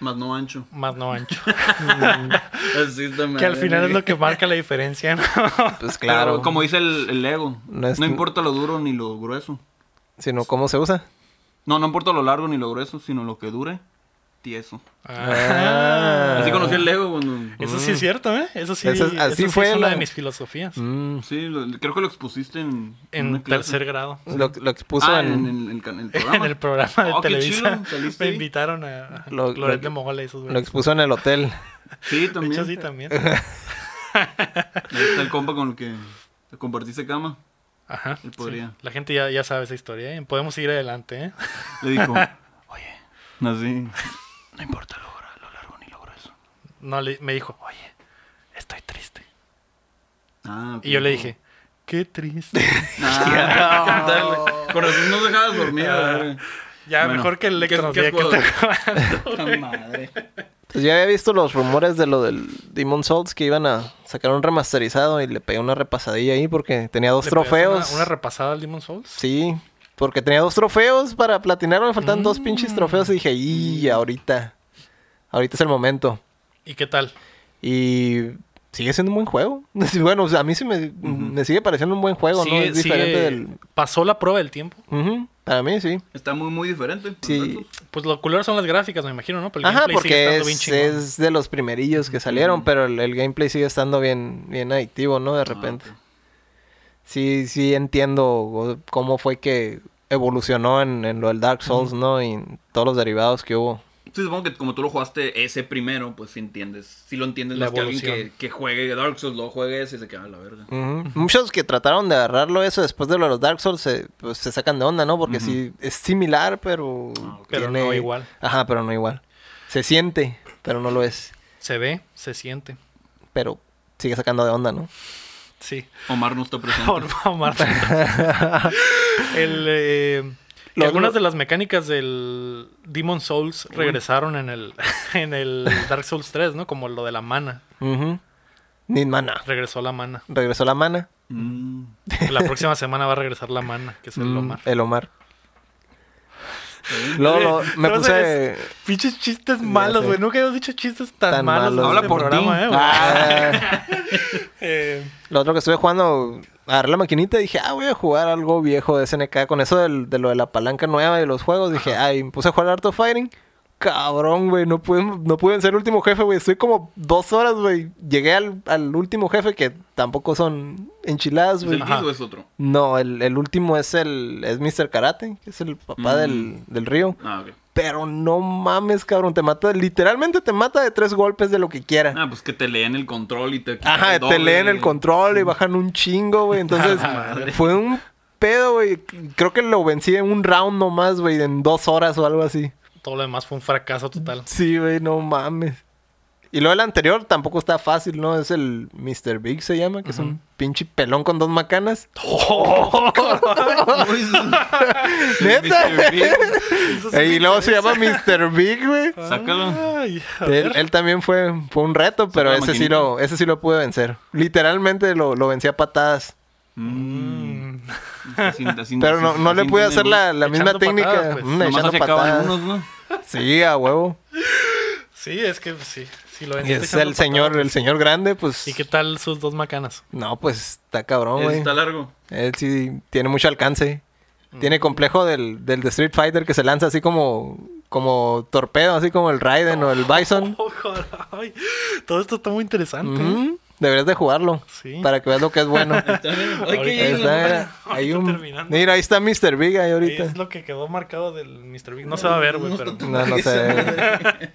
Speaker 3: Más no ancho.
Speaker 1: más no ancho.
Speaker 3: (laughs) Así está
Speaker 1: que al
Speaker 3: madre.
Speaker 1: final es lo que marca la diferencia.
Speaker 3: (laughs)
Speaker 1: ¿no?
Speaker 2: Pues
Speaker 3: Pero,
Speaker 2: claro.
Speaker 3: como dice el, el ego,
Speaker 2: No
Speaker 3: no,
Speaker 2: es-
Speaker 3: importa lo duro ni lo grueso.
Speaker 2: Sino cómo se usa.
Speaker 3: No, no importa lo largo ni lo grueso, sino lo que dure, tieso.
Speaker 1: Ah.
Speaker 3: Así conocí el ego cuando...
Speaker 1: Eso sí es cierto, ¿eh? Eso sí,
Speaker 2: Eso es-
Speaker 1: eso
Speaker 2: así
Speaker 1: sí
Speaker 2: fue
Speaker 1: es una
Speaker 2: la-
Speaker 1: de mis filosofías.
Speaker 2: Mm.
Speaker 3: Sí, lo- creo que lo expusiste en...
Speaker 1: En
Speaker 3: una clase.
Speaker 1: tercer grado.
Speaker 2: Lo, lo expuso
Speaker 3: Ah,
Speaker 2: en,
Speaker 3: en, el- en
Speaker 1: (laughs)
Speaker 3: el (laughs) programa.
Speaker 1: En el programa de
Speaker 3: Oh, qué
Speaker 1: Televisa
Speaker 3: chido, saliste
Speaker 1: me
Speaker 3: ahí.
Speaker 1: invitaron a a
Speaker 2: Lo-
Speaker 1: Loret
Speaker 2: lo-
Speaker 1: de Mogola y esos
Speaker 2: lo
Speaker 1: güeyes.
Speaker 2: expuso en el hotel.
Speaker 3: Sí,
Speaker 1: De
Speaker 3: también.
Speaker 1: hecho, sí, también.
Speaker 2: (laughs)
Speaker 3: Ahí está el compa con el que te compartiste cama.
Speaker 1: Ajá. sí.
Speaker 3: Él podría.
Speaker 1: La gente ya, ya sabe esa historia, ¿eh? Podemos seguir adelante, ¿eh? (laughs)
Speaker 3: Le dijo, oye, no, sí, no importa lo, gra- lo largo ni lo grueso.
Speaker 1: No, le- me dijo, oye, estoy triste.
Speaker 3: Ah,
Speaker 1: Y yo
Speaker 3: ok.
Speaker 1: le dije, qué triste.
Speaker 3: Ah, ¿qué tal, güey? (laughs) Con razón no dejabas dormir.
Speaker 1: Ah.
Speaker 3: la verga.
Speaker 1: (laughs) Ya,
Speaker 3: Bueno,
Speaker 1: mejor que el
Speaker 3: ¿qué-
Speaker 1: Lector nos
Speaker 3: qué
Speaker 1: diga
Speaker 3: has
Speaker 1: que está grabando.
Speaker 3: (laughs) Puta madre.
Speaker 2: Pues ya había visto los rumores de lo del Demon Souls que iban a sacar un remasterizado y le pegué una repasadilla ahí porque tenía dos
Speaker 1: ¿Le
Speaker 2: trofeos.
Speaker 1: pegas Una, una repasada al Demon Souls.
Speaker 2: Sí, porque tenía dos trofeos para platinar, me faltan dos
Speaker 1: Mm.
Speaker 2: pinches trofeos y dije, y ahorita, ahorita es el momento.
Speaker 1: ¿Y qué tal?
Speaker 2: Y sigue siendo un buen juego. (laughs) Sí, Bueno, o sea, a mí sí me, me sigue pareciendo un buen juego, ¿no?
Speaker 1: Sigue-
Speaker 2: Es diferente
Speaker 1: sigue-
Speaker 2: del...
Speaker 1: ¿Pasó la prueba del tiempo?
Speaker 2: Ujú, Para mí sí.
Speaker 3: Está muy, muy diferente.
Speaker 2: Sí.
Speaker 3: Alberto.
Speaker 1: Pues lo culero son las gráficas, me imagino, ¿no? Pero el
Speaker 2: Ajá,
Speaker 1: gameplay sigue
Speaker 2: porque
Speaker 1: estando bien
Speaker 2: es,
Speaker 1: chingón.
Speaker 2: es de los primerillos que salieron, pero el, el gameplay sigue estando bien, bien adictivo, ¿no?
Speaker 1: Ah,
Speaker 2: De repente.
Speaker 3: Ah, ok.
Speaker 2: Sí, sí entiendo o- cómo fue que evolucionó en, en lo del Dark Souls, ¿no? Y en todos los derivados que hubo.
Speaker 3: Sí, supongo que como tú lo jugaste ese primero, pues sí entiendes. Sí lo entiendes
Speaker 1: La
Speaker 3: más que alguien que,
Speaker 1: evolución.
Speaker 3: que juegue Dark Souls, lo juegue ese y se queda a la verga.
Speaker 2: Ujú. Muchos que trataron de agarrarlo eso después de lo de los Dark Souls se, pues, se sacan de onda, ¿no? Porque sí es similar, pero...
Speaker 1: Ah, Pero no igual.
Speaker 2: Ajá, pero no igual. Se siente, pero no lo es.
Speaker 1: Se ve, se siente.
Speaker 2: Pero sigue sacando de onda, ¿no?
Speaker 1: Sí.
Speaker 3: Omar no está presente.
Speaker 1: (laughs) Por mamar. (laughs) El, eh, que
Speaker 2: Lo-
Speaker 1: algunas
Speaker 2: lo-
Speaker 1: de las mecánicas del Demon Souls regresaron en el, (laughs) en el Dark Souls 3, ¿no? Como lo de la mana.
Speaker 2: Ujú. Ni mana.
Speaker 1: Regresó la mana.
Speaker 2: Regresó la mana.
Speaker 3: Mm.
Speaker 1: La (laughs) próxima semana va a regresar la mana, que es el
Speaker 2: Mm,
Speaker 1: Omar.
Speaker 2: El Omar. Luego lo- me puse...
Speaker 1: Entonces, Pinches chistes malos,
Speaker 2: sé.
Speaker 1: güey. Nunca habíamos dicho chistes tan,
Speaker 2: Tan
Speaker 1: malos.
Speaker 2: malos.
Speaker 1: en
Speaker 2: Habla
Speaker 1: este
Speaker 3: por ti.
Speaker 1: programa, eh, güey.
Speaker 2: Ah.
Speaker 1: Eh,
Speaker 2: Lo otro que estuve jugando, agarré la maquinita y dije, ah, voy a jugar algo viejo de SNK. Con eso del- de lo de la palanca nueva y los juegos, dije, ay, me puse a jugar Art of Fighting. Cabrón, güey, no pude, no pude ser el último jefe, güey. Estoy como dos horas, güey. Llegué al, al último jefe, que tampoco son enchiladas,
Speaker 3: ¿Es el
Speaker 2: güey.
Speaker 1: Ajá.
Speaker 3: Kid o es otro?
Speaker 2: No, el, el último es el es Mr. Karate, que es el papá
Speaker 3: Mm.
Speaker 2: del, del río.
Speaker 3: Ah, ok.
Speaker 2: Pero no mames, cabrón, te mata, literalmente te mata de tres golpes de lo que quiera.
Speaker 3: Ah, pues que te leen el control y te. quitan
Speaker 2: Ajá,
Speaker 3: el
Speaker 2: te leen
Speaker 3: doble.
Speaker 2: el control y bajan un
Speaker 1: (laughs)
Speaker 2: chingo, güey. Entonces, fue un pedo, güey. Creo que lo vencí en un round nomás, güey, en dos horas o algo así.
Speaker 1: todo lo demás fue un fracaso (laughs) total.
Speaker 2: Sí, güey, no mames. Y luego el anterior tampoco está fácil, ¿no? Es el Mr. Big, se llama, que es un pinche pelón con dos macanas.
Speaker 1: (laughs) ¡Oh!
Speaker 2: Neta. (laughs)
Speaker 3: Mr. Big,
Speaker 2: y luego se llama Mr. Big, güey.
Speaker 3: Sácalo.
Speaker 2: Ah.
Speaker 1: Ay, (laughs) a
Speaker 2: Él,
Speaker 1: ver.
Speaker 2: él también fue, fue un reto, pero
Speaker 3: la
Speaker 2: ese sí,
Speaker 3: maquinita.
Speaker 2: lo, ese sí lo pude vencer. Literalmente lo, lo vencí a patadas.
Speaker 1: Mm.
Speaker 3: Así- así-
Speaker 2: Pero
Speaker 3: así-
Speaker 2: no, no
Speaker 3: así
Speaker 2: le pude
Speaker 3: entienden,
Speaker 2: hacer la, la misma
Speaker 1: Echando
Speaker 2: técnica.
Speaker 1: patadas, pues.
Speaker 2: Mm,
Speaker 3: ¿no? Nomás
Speaker 2: echando
Speaker 3: se acaban
Speaker 2: patadas.
Speaker 3: algunos, ¿no?
Speaker 2: Sí, a huevo.
Speaker 1: Sí, es que pues, sí, sí lo
Speaker 2: Y
Speaker 1: venciste
Speaker 2: es
Speaker 1: echando
Speaker 2: el señor,
Speaker 1: patadas.
Speaker 2: el señor grande, pues.
Speaker 1: ¿Y qué tal sus dos macanas?
Speaker 2: No, pues está cabrón,
Speaker 3: Ese
Speaker 2: güey.
Speaker 3: está largo.
Speaker 2: Él sí tiene mucho alcance.
Speaker 1: Mm.
Speaker 2: Tiene complejo del, del de Street Fighter que se lanza así como, como torpedo, así como el Raiden o el Bison.
Speaker 1: Oh, caray. Todo esto está muy interesante.
Speaker 2: Ujú. Deberías de jugarlo
Speaker 1: Sí.
Speaker 2: para que veas lo que
Speaker 1: (laughs)
Speaker 2: es bueno.
Speaker 4: Ay,
Speaker 1: Ahorita
Speaker 2: Ahí
Speaker 4: que
Speaker 2: está, mira,
Speaker 1: Ahorita
Speaker 2: hay un-
Speaker 1: terminando.
Speaker 2: mira, ahí está Mr. Big ahí ahorita.
Speaker 1: Es lo que quedó marcado del Mr. Big. No se va a ver, güey,
Speaker 2: (laughs)
Speaker 1: pero.
Speaker 2: No, no sé. es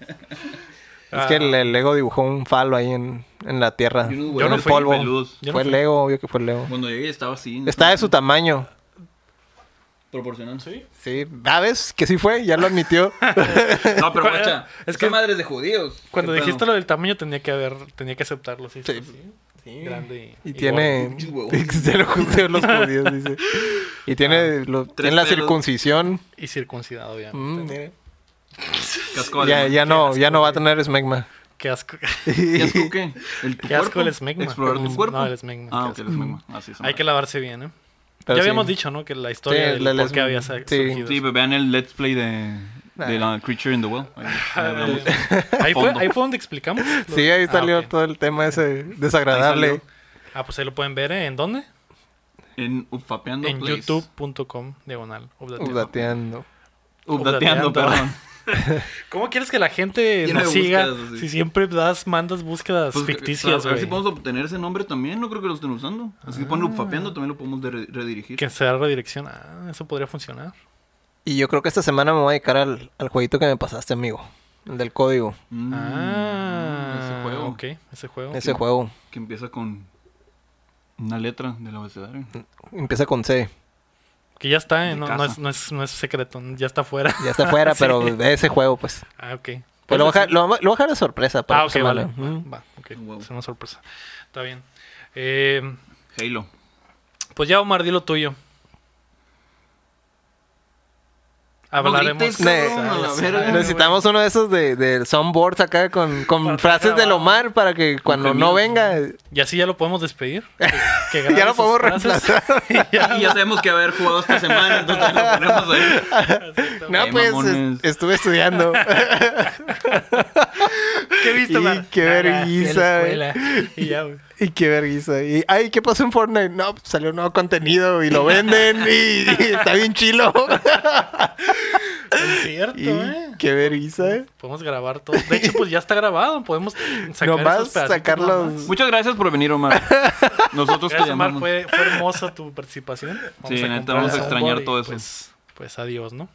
Speaker 1: Ah.
Speaker 2: que el, el Lego dibujó un falo ahí en, en la tierra.
Speaker 4: Y unos
Speaker 2: en
Speaker 4: Yo no
Speaker 2: el
Speaker 1: fui,
Speaker 2: polvo.
Speaker 4: peludos.
Speaker 1: Yo no
Speaker 2: fue el
Speaker 1: fui.
Speaker 2: Lego, obvio que fue el Lego.
Speaker 4: Cuando llegué estaba así.
Speaker 2: Está de su tamaño.
Speaker 4: Proporcional.
Speaker 1: Sí.
Speaker 2: Sí, ¿sabes? Que sí fue, ya lo admitió.
Speaker 4: No,
Speaker 2: (laughs)
Speaker 4: pero
Speaker 1: Cuando-
Speaker 4: guacha.
Speaker 1: es
Speaker 4: Es
Speaker 1: que-
Speaker 4: que madres de judíos.
Speaker 1: Cuando
Speaker 4: ¿Qué pedo?
Speaker 1: dijiste lo del tamaño, tenía que haber, tenía que aceptarlo. Sí.
Speaker 2: Sí.
Speaker 1: (laughs) sí. Grande y,
Speaker 2: Y tiene.
Speaker 4: Pinches huevos.
Speaker 2: (laughs) Se lo juzgué a
Speaker 1: (laughs)
Speaker 2: los judíos, dice. Y tiene, lo-
Speaker 4: Ah, Tres
Speaker 2: tiene la
Speaker 4: pelos.
Speaker 2: circuncisión.
Speaker 1: y circuncidado, obviamente.
Speaker 2: Mm, mira.
Speaker 4: Casco de
Speaker 2: ya,
Speaker 4: alemán.
Speaker 2: ya no, ya no va a tener smegma.
Speaker 1: Qué asco. (laughs)
Speaker 4: ¿Qué asco qué? ¿El tu
Speaker 1: Qué asco
Speaker 4: cuerpo?
Speaker 1: el esmegma.
Speaker 4: ¿Explorar tu
Speaker 1: Mm,
Speaker 4: cuerpo?
Speaker 1: no, el esmegma,
Speaker 4: Ah,
Speaker 1: qué
Speaker 4: ok,
Speaker 1: asco.
Speaker 4: el esmegma. Así es.
Speaker 1: Hay que lavarse bien, ¿eh?
Speaker 2: Pero
Speaker 1: ya
Speaker 2: sí.
Speaker 1: habíamos dicho, ¿no? Que la historia
Speaker 2: Sí,
Speaker 1: del
Speaker 2: la-
Speaker 1: por
Speaker 2: les-
Speaker 1: qué había sa-
Speaker 2: sí.
Speaker 1: surgido.
Speaker 4: Sí, pero vean el let's play de, de la Creature in the Well. Ahí- ahí hablamos.
Speaker 1: (laughs)
Speaker 2: (laughs)
Speaker 1: ahí, fue,
Speaker 4: Fondo.
Speaker 1: ahí fue donde explicamos.
Speaker 2: Ah, Sí, ahí
Speaker 1: Ah,
Speaker 2: salió
Speaker 1: ok.
Speaker 2: todo el tema ese desagradable.
Speaker 4: Ahí
Speaker 1: Ah, pues ahí lo pueden ver, ¿eh? ¿En dónde?
Speaker 4: En Ufapeando
Speaker 1: en
Speaker 4: Plays.
Speaker 1: youtube.com diagonal. Updateando.
Speaker 2: Updateando.
Speaker 4: Updateando,
Speaker 1: Updateando.
Speaker 4: perdón.
Speaker 1: ¿Cómo quieres que la gente
Speaker 4: Lleno
Speaker 1: nos
Speaker 4: de
Speaker 1: siga
Speaker 4: búsquedas, así.
Speaker 1: si siempre das, mandas búsquedas
Speaker 4: Pues,
Speaker 1: ficticias,
Speaker 4: A ver
Speaker 1: güey? Ah.
Speaker 4: si podemos obtener ese nombre también. No creo que lo estén usando. Así que ponle Ufapeando también lo podemos de- redirigir.
Speaker 1: Que sea redirección. Ah, eso podría funcionar.
Speaker 2: Y yo creo que esta semana me voy a dedicar al, al jueguito que me pasaste, amigo. El del código.
Speaker 4: Mm,
Speaker 1: ah,
Speaker 4: ese juego.
Speaker 1: Ok, ese juego.
Speaker 2: Ese juego.
Speaker 4: Que empieza con una letra del abecedario.
Speaker 1: Mm.
Speaker 2: Empieza con C.
Speaker 1: Que ya está, ¿eh?
Speaker 4: De
Speaker 1: no, no
Speaker 4: casa.
Speaker 1: es, no, es, no es secreto, ya está fuera. (laughs)
Speaker 2: Ya está afuera, pero de ese juego, pues.
Speaker 1: Ah, ok.
Speaker 2: Pues lo voy a dejar- lo, voy a- lo voy a dejar de sorpresa. Para
Speaker 1: Ah,
Speaker 2: esta
Speaker 1: ok, vale.
Speaker 2: semana. Ujú.
Speaker 1: Va, ok.
Speaker 4: Wow.
Speaker 1: Es una sorpresa. Está bien. Eh,
Speaker 4: Halo.
Speaker 1: pues ya, Omar, di lo tuyo. Hablaremos.
Speaker 4: grites, cabrón, a la
Speaker 1: Ah, ya
Speaker 4: verga.
Speaker 1: sé.
Speaker 2: Necesitamos uno de esos de, de soundboards acá con, con
Speaker 1: Para
Speaker 2: frases del
Speaker 1: grabar.
Speaker 2: Omar para que cuando
Speaker 4: gemidos.
Speaker 2: no venga
Speaker 1: Y así ya lo podemos despedir.
Speaker 2: (laughs)
Speaker 1: Que grabe
Speaker 2: ya lo
Speaker 1: sus (laughs)
Speaker 2: podemos
Speaker 1: frases.
Speaker 2: reemplazar.
Speaker 4: Y ya sabemos que va a haber jugado esta semana, entonces lo ponemos ahí.
Speaker 2: No,
Speaker 4: Qué
Speaker 2: pues
Speaker 4: mamones.
Speaker 2: es-
Speaker 1: (laughs)
Speaker 2: estuve estudiando.
Speaker 1: ¿Qué viste,
Speaker 2: Y
Speaker 1: man?
Speaker 2: qué
Speaker 1: Nada,
Speaker 2: vergüenza,
Speaker 1: fui a la
Speaker 2: güey.
Speaker 1: escuela. Y ya, güey.
Speaker 2: y qué vergüenza. Y, ay, ¿qué pasó en Fortnite? No, pues, salió un nuevo contenido y lo venden y, y está bien chilo.
Speaker 1: Es cierto,
Speaker 2: y
Speaker 1: ¿eh?
Speaker 2: qué vergüenza.
Speaker 1: Podemos grabar todo. De hecho, pues ya está grabado. Podemos sacar
Speaker 2: Nomás
Speaker 1: esos pedacitos
Speaker 2: sacar
Speaker 1: nada
Speaker 2: los-
Speaker 1: más.
Speaker 4: Muchas gracias por venir,
Speaker 2: (laughs)
Speaker 4: Omar. Nosotros te
Speaker 1: Gracias, Omar.
Speaker 4: llamamos.
Speaker 1: Fue, fue hermosa tu participación.
Speaker 4: Sí, neta,
Speaker 1: comprar
Speaker 4: vamos a
Speaker 1: el
Speaker 4: extrañar
Speaker 1: soundboard y,
Speaker 4: todo eso.
Speaker 1: Pues, pues adiós, ¿no?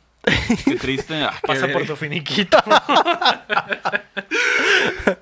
Speaker 4: Qué triste. Ah, qué
Speaker 1: Pasa por
Speaker 4: verga.
Speaker 1: tu finiquito. (laughs)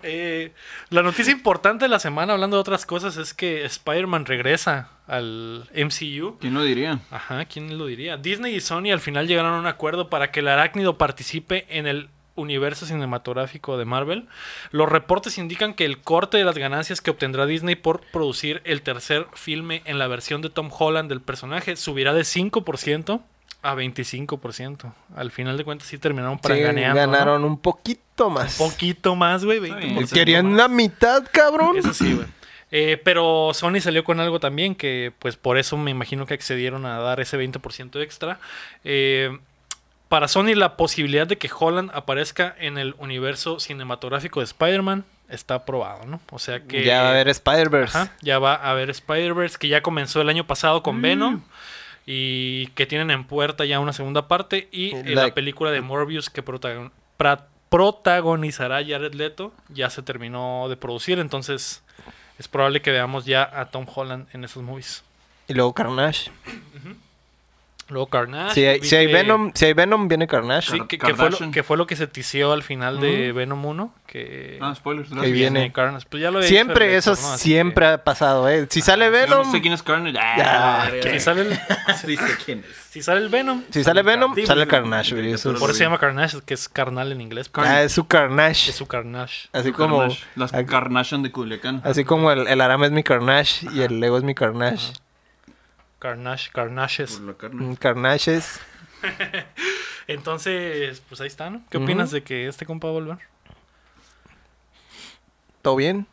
Speaker 1: Eh, la noticia importante de la semana, hablando de otras cosas, es que Spider-Man regresa al MCU.
Speaker 4: ¿Quién lo diría?
Speaker 1: Ajá, ¿quién lo diría? Disney y Sony al final llegaron a un acuerdo para que el arácnido participe en el universo cinematográfico de Marvel. Los reportes indican que el corte de las ganancias que obtendrá Disney por producir el tercer filme en la versión de Tom Holland del personaje subirá de 5% a 25%. Al final de cuentas sí terminaron
Speaker 2: Sí,
Speaker 1: pranganeando. ¿no?
Speaker 2: ganaron un poquito más.
Speaker 1: Poquito más, güey.
Speaker 4: Está
Speaker 1: 20%.
Speaker 4: bien.
Speaker 2: Pues Querían la mitad, cabrón.
Speaker 1: Eso sí, güey. Eh, pero Sony salió con algo también que, pues, por eso me imagino que accedieron a dar ese 20% extra. Eh, para Sony, la posibilidad de que Holland aparezca en el universo cinematográfico de Spider-Man está aprobado, ¿no? O sea que.
Speaker 2: Ya va a haber Spider-Verse.
Speaker 1: Ajá, ya va a haber Spider-Verse, que ya comenzó el año pasado
Speaker 2: Mm.
Speaker 1: con Venom. Y que tienen en puerta ya una segunda parte. Y eh, la
Speaker 2: Like-
Speaker 1: película de Morbius que protagon- pra- protagonizará Jared Leto ya se terminó de producir. Entonces es probable que veamos ya a Tom Holland en esos movies.
Speaker 2: Y luego Carnage.
Speaker 1: Luego Carnage.
Speaker 2: Si hay, si hay
Speaker 1: viste-
Speaker 2: Venom, si hay Venom, viene Carnage.
Speaker 1: Sí,
Speaker 4: Kar-
Speaker 1: que, que fue lo,
Speaker 4: Kardashian.
Speaker 1: que fue lo que se tició al final de Venom 1. Que
Speaker 4: Ah, spoilers.
Speaker 2: Mm. Ahí
Speaker 4: Gracias.
Speaker 2: viene.
Speaker 1: Carnage. Pues ya lo había
Speaker 2: Siempre,
Speaker 1: dicho
Speaker 2: eso
Speaker 1: el Héctor, ¿no? Así Ah,
Speaker 2: siempre ha pasado, ¿eh? Si sale
Speaker 4: Yo
Speaker 2: Venom,
Speaker 4: no sé quién es Carnage.
Speaker 2: Ya,
Speaker 4: Ah,
Speaker 1: que- Si sale el,
Speaker 4: Dice quién es.
Speaker 1: si sale el Venom,
Speaker 2: si sale Venom,
Speaker 4: Sí,
Speaker 2: sale
Speaker 4: pues,
Speaker 2: Carnage.
Speaker 4: sí,
Speaker 2: güey, eso
Speaker 4: sí,
Speaker 2: es-
Speaker 1: Por eso se llama Carnage, que es carnal en inglés. pues.
Speaker 2: Ah, es su Carnage.
Speaker 1: Es su Carnage.
Speaker 2: Así como,
Speaker 4: Carnage. Las
Speaker 2: a-
Speaker 4: Carnation de Culiacán.
Speaker 2: así como el, el Aram es mi Carnage y el Lego es mi Carnage.
Speaker 1: Carnage, Carnages.
Speaker 4: Por la carne.
Speaker 2: Mm, Carnage es...
Speaker 1: Entonces, pues ahí está, ¿no? ¿Qué
Speaker 2: Ujú.
Speaker 1: opinas de que este compa va a volver?
Speaker 2: ¿Todo bien?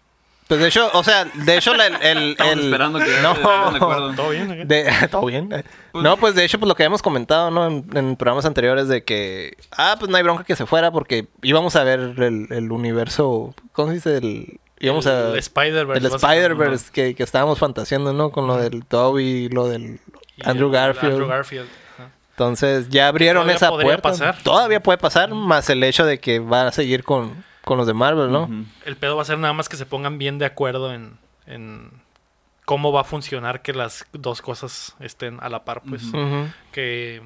Speaker 2: Pues de hecho, o sea, de hecho la- el...
Speaker 4: (laughs)
Speaker 2: el,
Speaker 4: Estamos
Speaker 2: el-
Speaker 4: esperando que
Speaker 2: No.
Speaker 4: se pongan de acuerdo.
Speaker 1: ¿Todo bien? acá?
Speaker 2: de- (laughs) ¿Todo bien? No, pues de hecho, pues lo que habíamos comentado, ¿no? En, en programas anteriores de que... Ah, pues no hay bronca que se fuera porque íbamos a ver el, el universo... ¿Cómo se dice? El, íbamos a...
Speaker 1: El Spider-Verse.
Speaker 2: El Spider-Verse que, que estábamos fantaseando, ¿no? Con lo del Toby, lo del
Speaker 1: Y el
Speaker 2: Andrew Garfield.
Speaker 1: Andrew Garfield. ajá.
Speaker 2: Entonces ya abrieron
Speaker 1: Todavía
Speaker 2: esa
Speaker 1: podría
Speaker 2: puerta.
Speaker 1: pasar.
Speaker 2: Todavía puede pasar, más el hecho de que va a seguir con, con los de Marvel, ¿no?
Speaker 3: Ujú.
Speaker 1: El pedo va a ser nada más que se pongan bien de acuerdo en, en cómo va a funcionar que las dos cosas estén a la par, pues.
Speaker 2: Ujú.
Speaker 1: Que.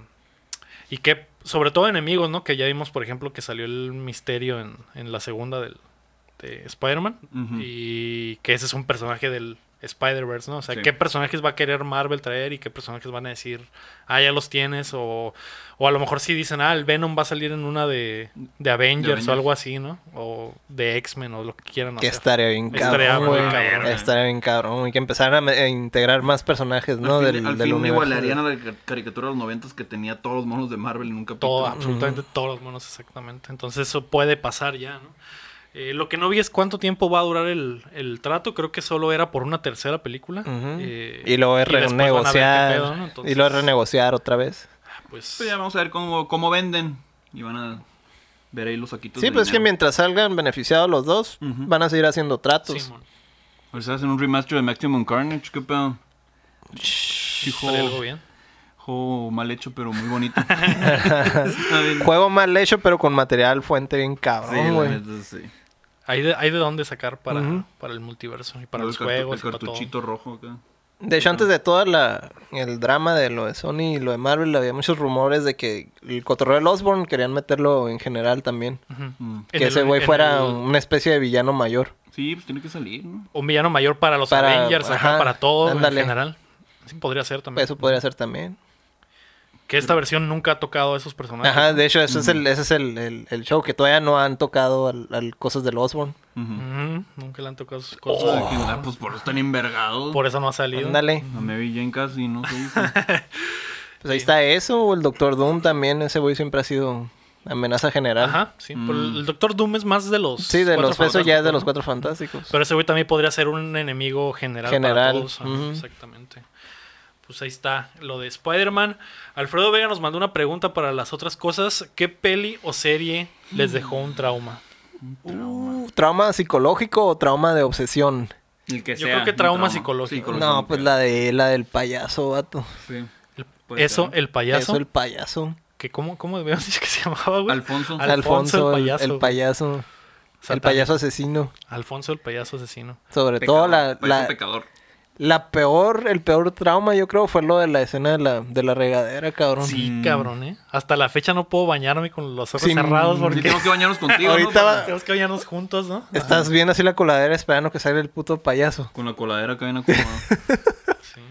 Speaker 1: Y que, sobre todo enemigos, ¿no? Que ya vimos, por ejemplo, que salió el misterio en, en la segunda del, de Spider-Man.
Speaker 3: Ujú.
Speaker 1: Y que ese es un personaje del Spider-Verse, ¿no? O sea,
Speaker 3: Sí.
Speaker 1: ¿qué personajes va a querer Marvel traer y qué personajes van a decir, ah, ya los tienes? O, o a lo mejor sí dicen, ah, el Venom va a salir en una de, de Avengers
Speaker 4: Avengers.
Speaker 1: o algo así, ¿no? O de X-Men o lo que quieran
Speaker 2: Que
Speaker 1: hacer.
Speaker 2: estaría bien
Speaker 1: Estaría
Speaker 2: cabrón,
Speaker 1: muy
Speaker 2: güey.
Speaker 1: cabrón,
Speaker 4: eh.
Speaker 2: Estaría bien cabrón. Y que empezaran a, me- a integrar más personajes, ¿no?
Speaker 4: al fin,
Speaker 2: del
Speaker 4: al
Speaker 2: del
Speaker 4: fin
Speaker 2: universo.
Speaker 4: igualarían a la ca- caricatura de los noventas que tenía todos los monos de Marvel en un capítulo.
Speaker 1: Todo, absolutamente todos los monos, exactamente. Entonces eso puede pasar ya, ¿no? Eh, lo que no vi es cuánto tiempo va a durar el, el trato. Creo que solo era por una tercera película.
Speaker 2: Ujú.
Speaker 1: Eh,
Speaker 2: y luego es
Speaker 1: después van a ver qué
Speaker 2: renegociar.
Speaker 1: pedo, ¿no?
Speaker 2: Y luego es
Speaker 1: Entonces,
Speaker 2: renegociar otra vez.
Speaker 1: pues,
Speaker 4: Pues ya vamos a ver cómo, cómo venden. Y van a ver ahí los saquitos.
Speaker 2: Sí,
Speaker 4: de
Speaker 2: pues es que
Speaker 4: dinero.
Speaker 2: mientras salgan beneficiados los dos,
Speaker 4: Ujú.
Speaker 2: van a seguir haciendo tratos.
Speaker 1: Simón.
Speaker 3: O sea, hacen un remaster de Maximum Carnage, qué pedo. Hijo,
Speaker 1: Estaría algo bien.
Speaker 3: hijo mal hecho, pero muy
Speaker 1: (laughs)
Speaker 3: bonito.
Speaker 4: Está bien.
Speaker 2: Juego mal hecho, pero con material fuente bien
Speaker 4: Sí,
Speaker 2: cabrón,
Speaker 4: la
Speaker 2: güey.
Speaker 4: neta, sí.
Speaker 1: Hay de, hay de dónde sacar para,
Speaker 2: Ujú.
Speaker 1: para el multiverso y para
Speaker 4: El
Speaker 1: los
Speaker 4: cartu-
Speaker 1: juegos.
Speaker 4: El
Speaker 1: y para todo.
Speaker 4: cartuchito rojo acá.
Speaker 2: De hecho, antes de todo la, el drama de lo de Sony y lo de Marvel, había muchos rumores de que el cotorreo del Osborn querían meterlo en general también.
Speaker 1: Ujú.
Speaker 4: Mm.
Speaker 1: En
Speaker 2: que
Speaker 1: el-
Speaker 2: ese güey
Speaker 1: en
Speaker 2: fuera
Speaker 1: el-
Speaker 2: una especie de villano mayor.
Speaker 4: Sí, pues tiene que salir, ¿no?
Speaker 1: un villano mayor para los
Speaker 2: Para-
Speaker 1: Avengers, acá,
Speaker 2: ajá,
Speaker 1: para todos
Speaker 2: ándale. Pues,
Speaker 1: en general. Sí, podría ser también.
Speaker 2: Eso podría ser también.
Speaker 1: que esta versión nunca ha tocado a esos personajes.
Speaker 2: Ajá, de hecho, eso es
Speaker 1: Mm.
Speaker 2: el, ese es el, el- el show que todavía no han tocado al, al cosas del Osborn.
Speaker 4: Ujú.
Speaker 1: Ujú, Nunca le han tocado sus
Speaker 4: O
Speaker 2: Oh,
Speaker 4: sea,
Speaker 1: cosas.
Speaker 4: que, ah, pues por eso están envergados.
Speaker 1: Oh. Por eso no ha salido.
Speaker 2: Ándale.
Speaker 3: A Mary Jane casi, no sé.
Speaker 1: (laughs)
Speaker 2: Pues ahí está eso, o el Doctor Doom también, ese güey siempre ha sido amenaza general.
Speaker 1: Ajá, sí. por el el Doctor Doom es más de los.
Speaker 2: Mm. Sí, de
Speaker 1: cuatro
Speaker 2: los pesos ya es de
Speaker 1: fantásticos,
Speaker 2: los
Speaker 1: ¿no?
Speaker 2: cuatro fantásticos.
Speaker 1: Pero ese güey también podría ser un enemigo general, para
Speaker 2: General,
Speaker 1: todos. ajá,
Speaker 2: ujú.
Speaker 1: Exactamente. Pues ahí está lo de Spider-Man. Alfredo Vega nos mandó una pregunta para las otras cosas. ¿Qué peli o serie les dejó un trauma?
Speaker 2: Uh, ¿Trauma psicológico o trauma de obsesión?
Speaker 4: El que
Speaker 1: Yo creo que
Speaker 4: un
Speaker 1: trauma psicológico.
Speaker 2: No, pues la de la del payaso, vato.
Speaker 4: Sí.
Speaker 1: El-
Speaker 2: Pues
Speaker 4: Puede
Speaker 1: eso,
Speaker 4: ser.
Speaker 1: el payaso.
Speaker 2: Eso, el payaso.
Speaker 1: que ¿Cómo, cómo (laughs) habíamos dicho que se llamaba, güey?
Speaker 4: Alfonso.
Speaker 1: Al- Alfonso,
Speaker 2: Alfonso,
Speaker 1: el
Speaker 2: el
Speaker 1: payaso,
Speaker 2: el
Speaker 1: güey.
Speaker 2: payaso. El
Speaker 1: Satánico.
Speaker 2: payaso asesino.
Speaker 1: Alfonso el payaso asesino.
Speaker 2: Sobre
Speaker 4: Pecador.
Speaker 2: todo la,
Speaker 4: Payaso
Speaker 2: la,
Speaker 4: pecador.
Speaker 2: la peor, el peor trauma, yo creo, fue lo de la escena de la, de la regadera, cabrón.
Speaker 1: Sí, cabrón, ¿eh? Hasta la fecha no puedo bañarme con los ojos
Speaker 2: Sí,
Speaker 1: cerrados
Speaker 2: mm,
Speaker 4: Sí,
Speaker 1: porque
Speaker 4: tengo que bañarnos contigo.
Speaker 2: Ahorita
Speaker 4: ¿no?
Speaker 2: va-
Speaker 4: Para-
Speaker 1: tenemos que bañarnos juntos, ¿no?
Speaker 2: Estás viendo así la coladera esperando que salga el puto payaso.
Speaker 4: Con la coladera acá bien
Speaker 2: (laughs)
Speaker 4: acomodada.
Speaker 1: Sí.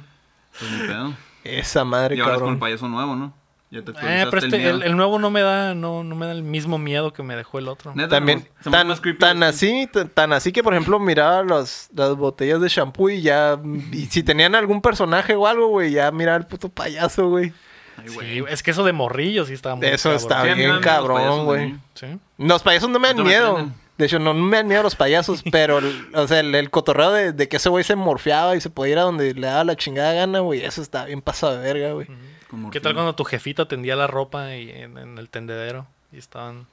Speaker 4: Pues ni pedo.
Speaker 2: Esa madre,
Speaker 4: Y ahora es con el
Speaker 2: cabrón.
Speaker 4: payaso nuevo, ¿no? Ya te
Speaker 1: Eh,
Speaker 4: actualizaste
Speaker 1: pero
Speaker 4: el
Speaker 1: este,
Speaker 4: miedo.
Speaker 1: el, el nuevo no me da, no, no me da el mismo miedo que me dejó el otro.
Speaker 4: Neta, se
Speaker 2: También,
Speaker 4: me- se me hace
Speaker 2: tan,
Speaker 4: más creepy
Speaker 2: tan
Speaker 4: este.
Speaker 2: así, t- tan así que, por ejemplo, miraba las, las botellas de shampoo y ya... Y si tenían algún personaje o algo, güey, ya miraba el puto payaso, güey.
Speaker 4: Ay, güey.
Speaker 1: Sí, es que eso de morrillo sí estaba muy
Speaker 2: Eso
Speaker 1: cabrón.
Speaker 2: está
Speaker 4: Sí, a mí me dan miedo
Speaker 2: Ah, bien
Speaker 4: los
Speaker 2: cabrón,
Speaker 4: payasos
Speaker 2: güey.
Speaker 4: también.
Speaker 1: Sí.
Speaker 2: Los payasos no me dan
Speaker 4: No me
Speaker 2: miedo.
Speaker 4: prenden.
Speaker 2: De hecho, no, no me dan miedo los payasos, pero, el- o sea, el, el cotorreo de, de que ese güey se morfeaba y se podía ir a donde le daba la chingada gana, güey, eso está bien pasado de verga, güey.
Speaker 4: Con
Speaker 1: ¿Qué tal
Speaker 4: morfina.
Speaker 1: cuando tu jefita tendía la ropa y, en, en el tendedero y estaban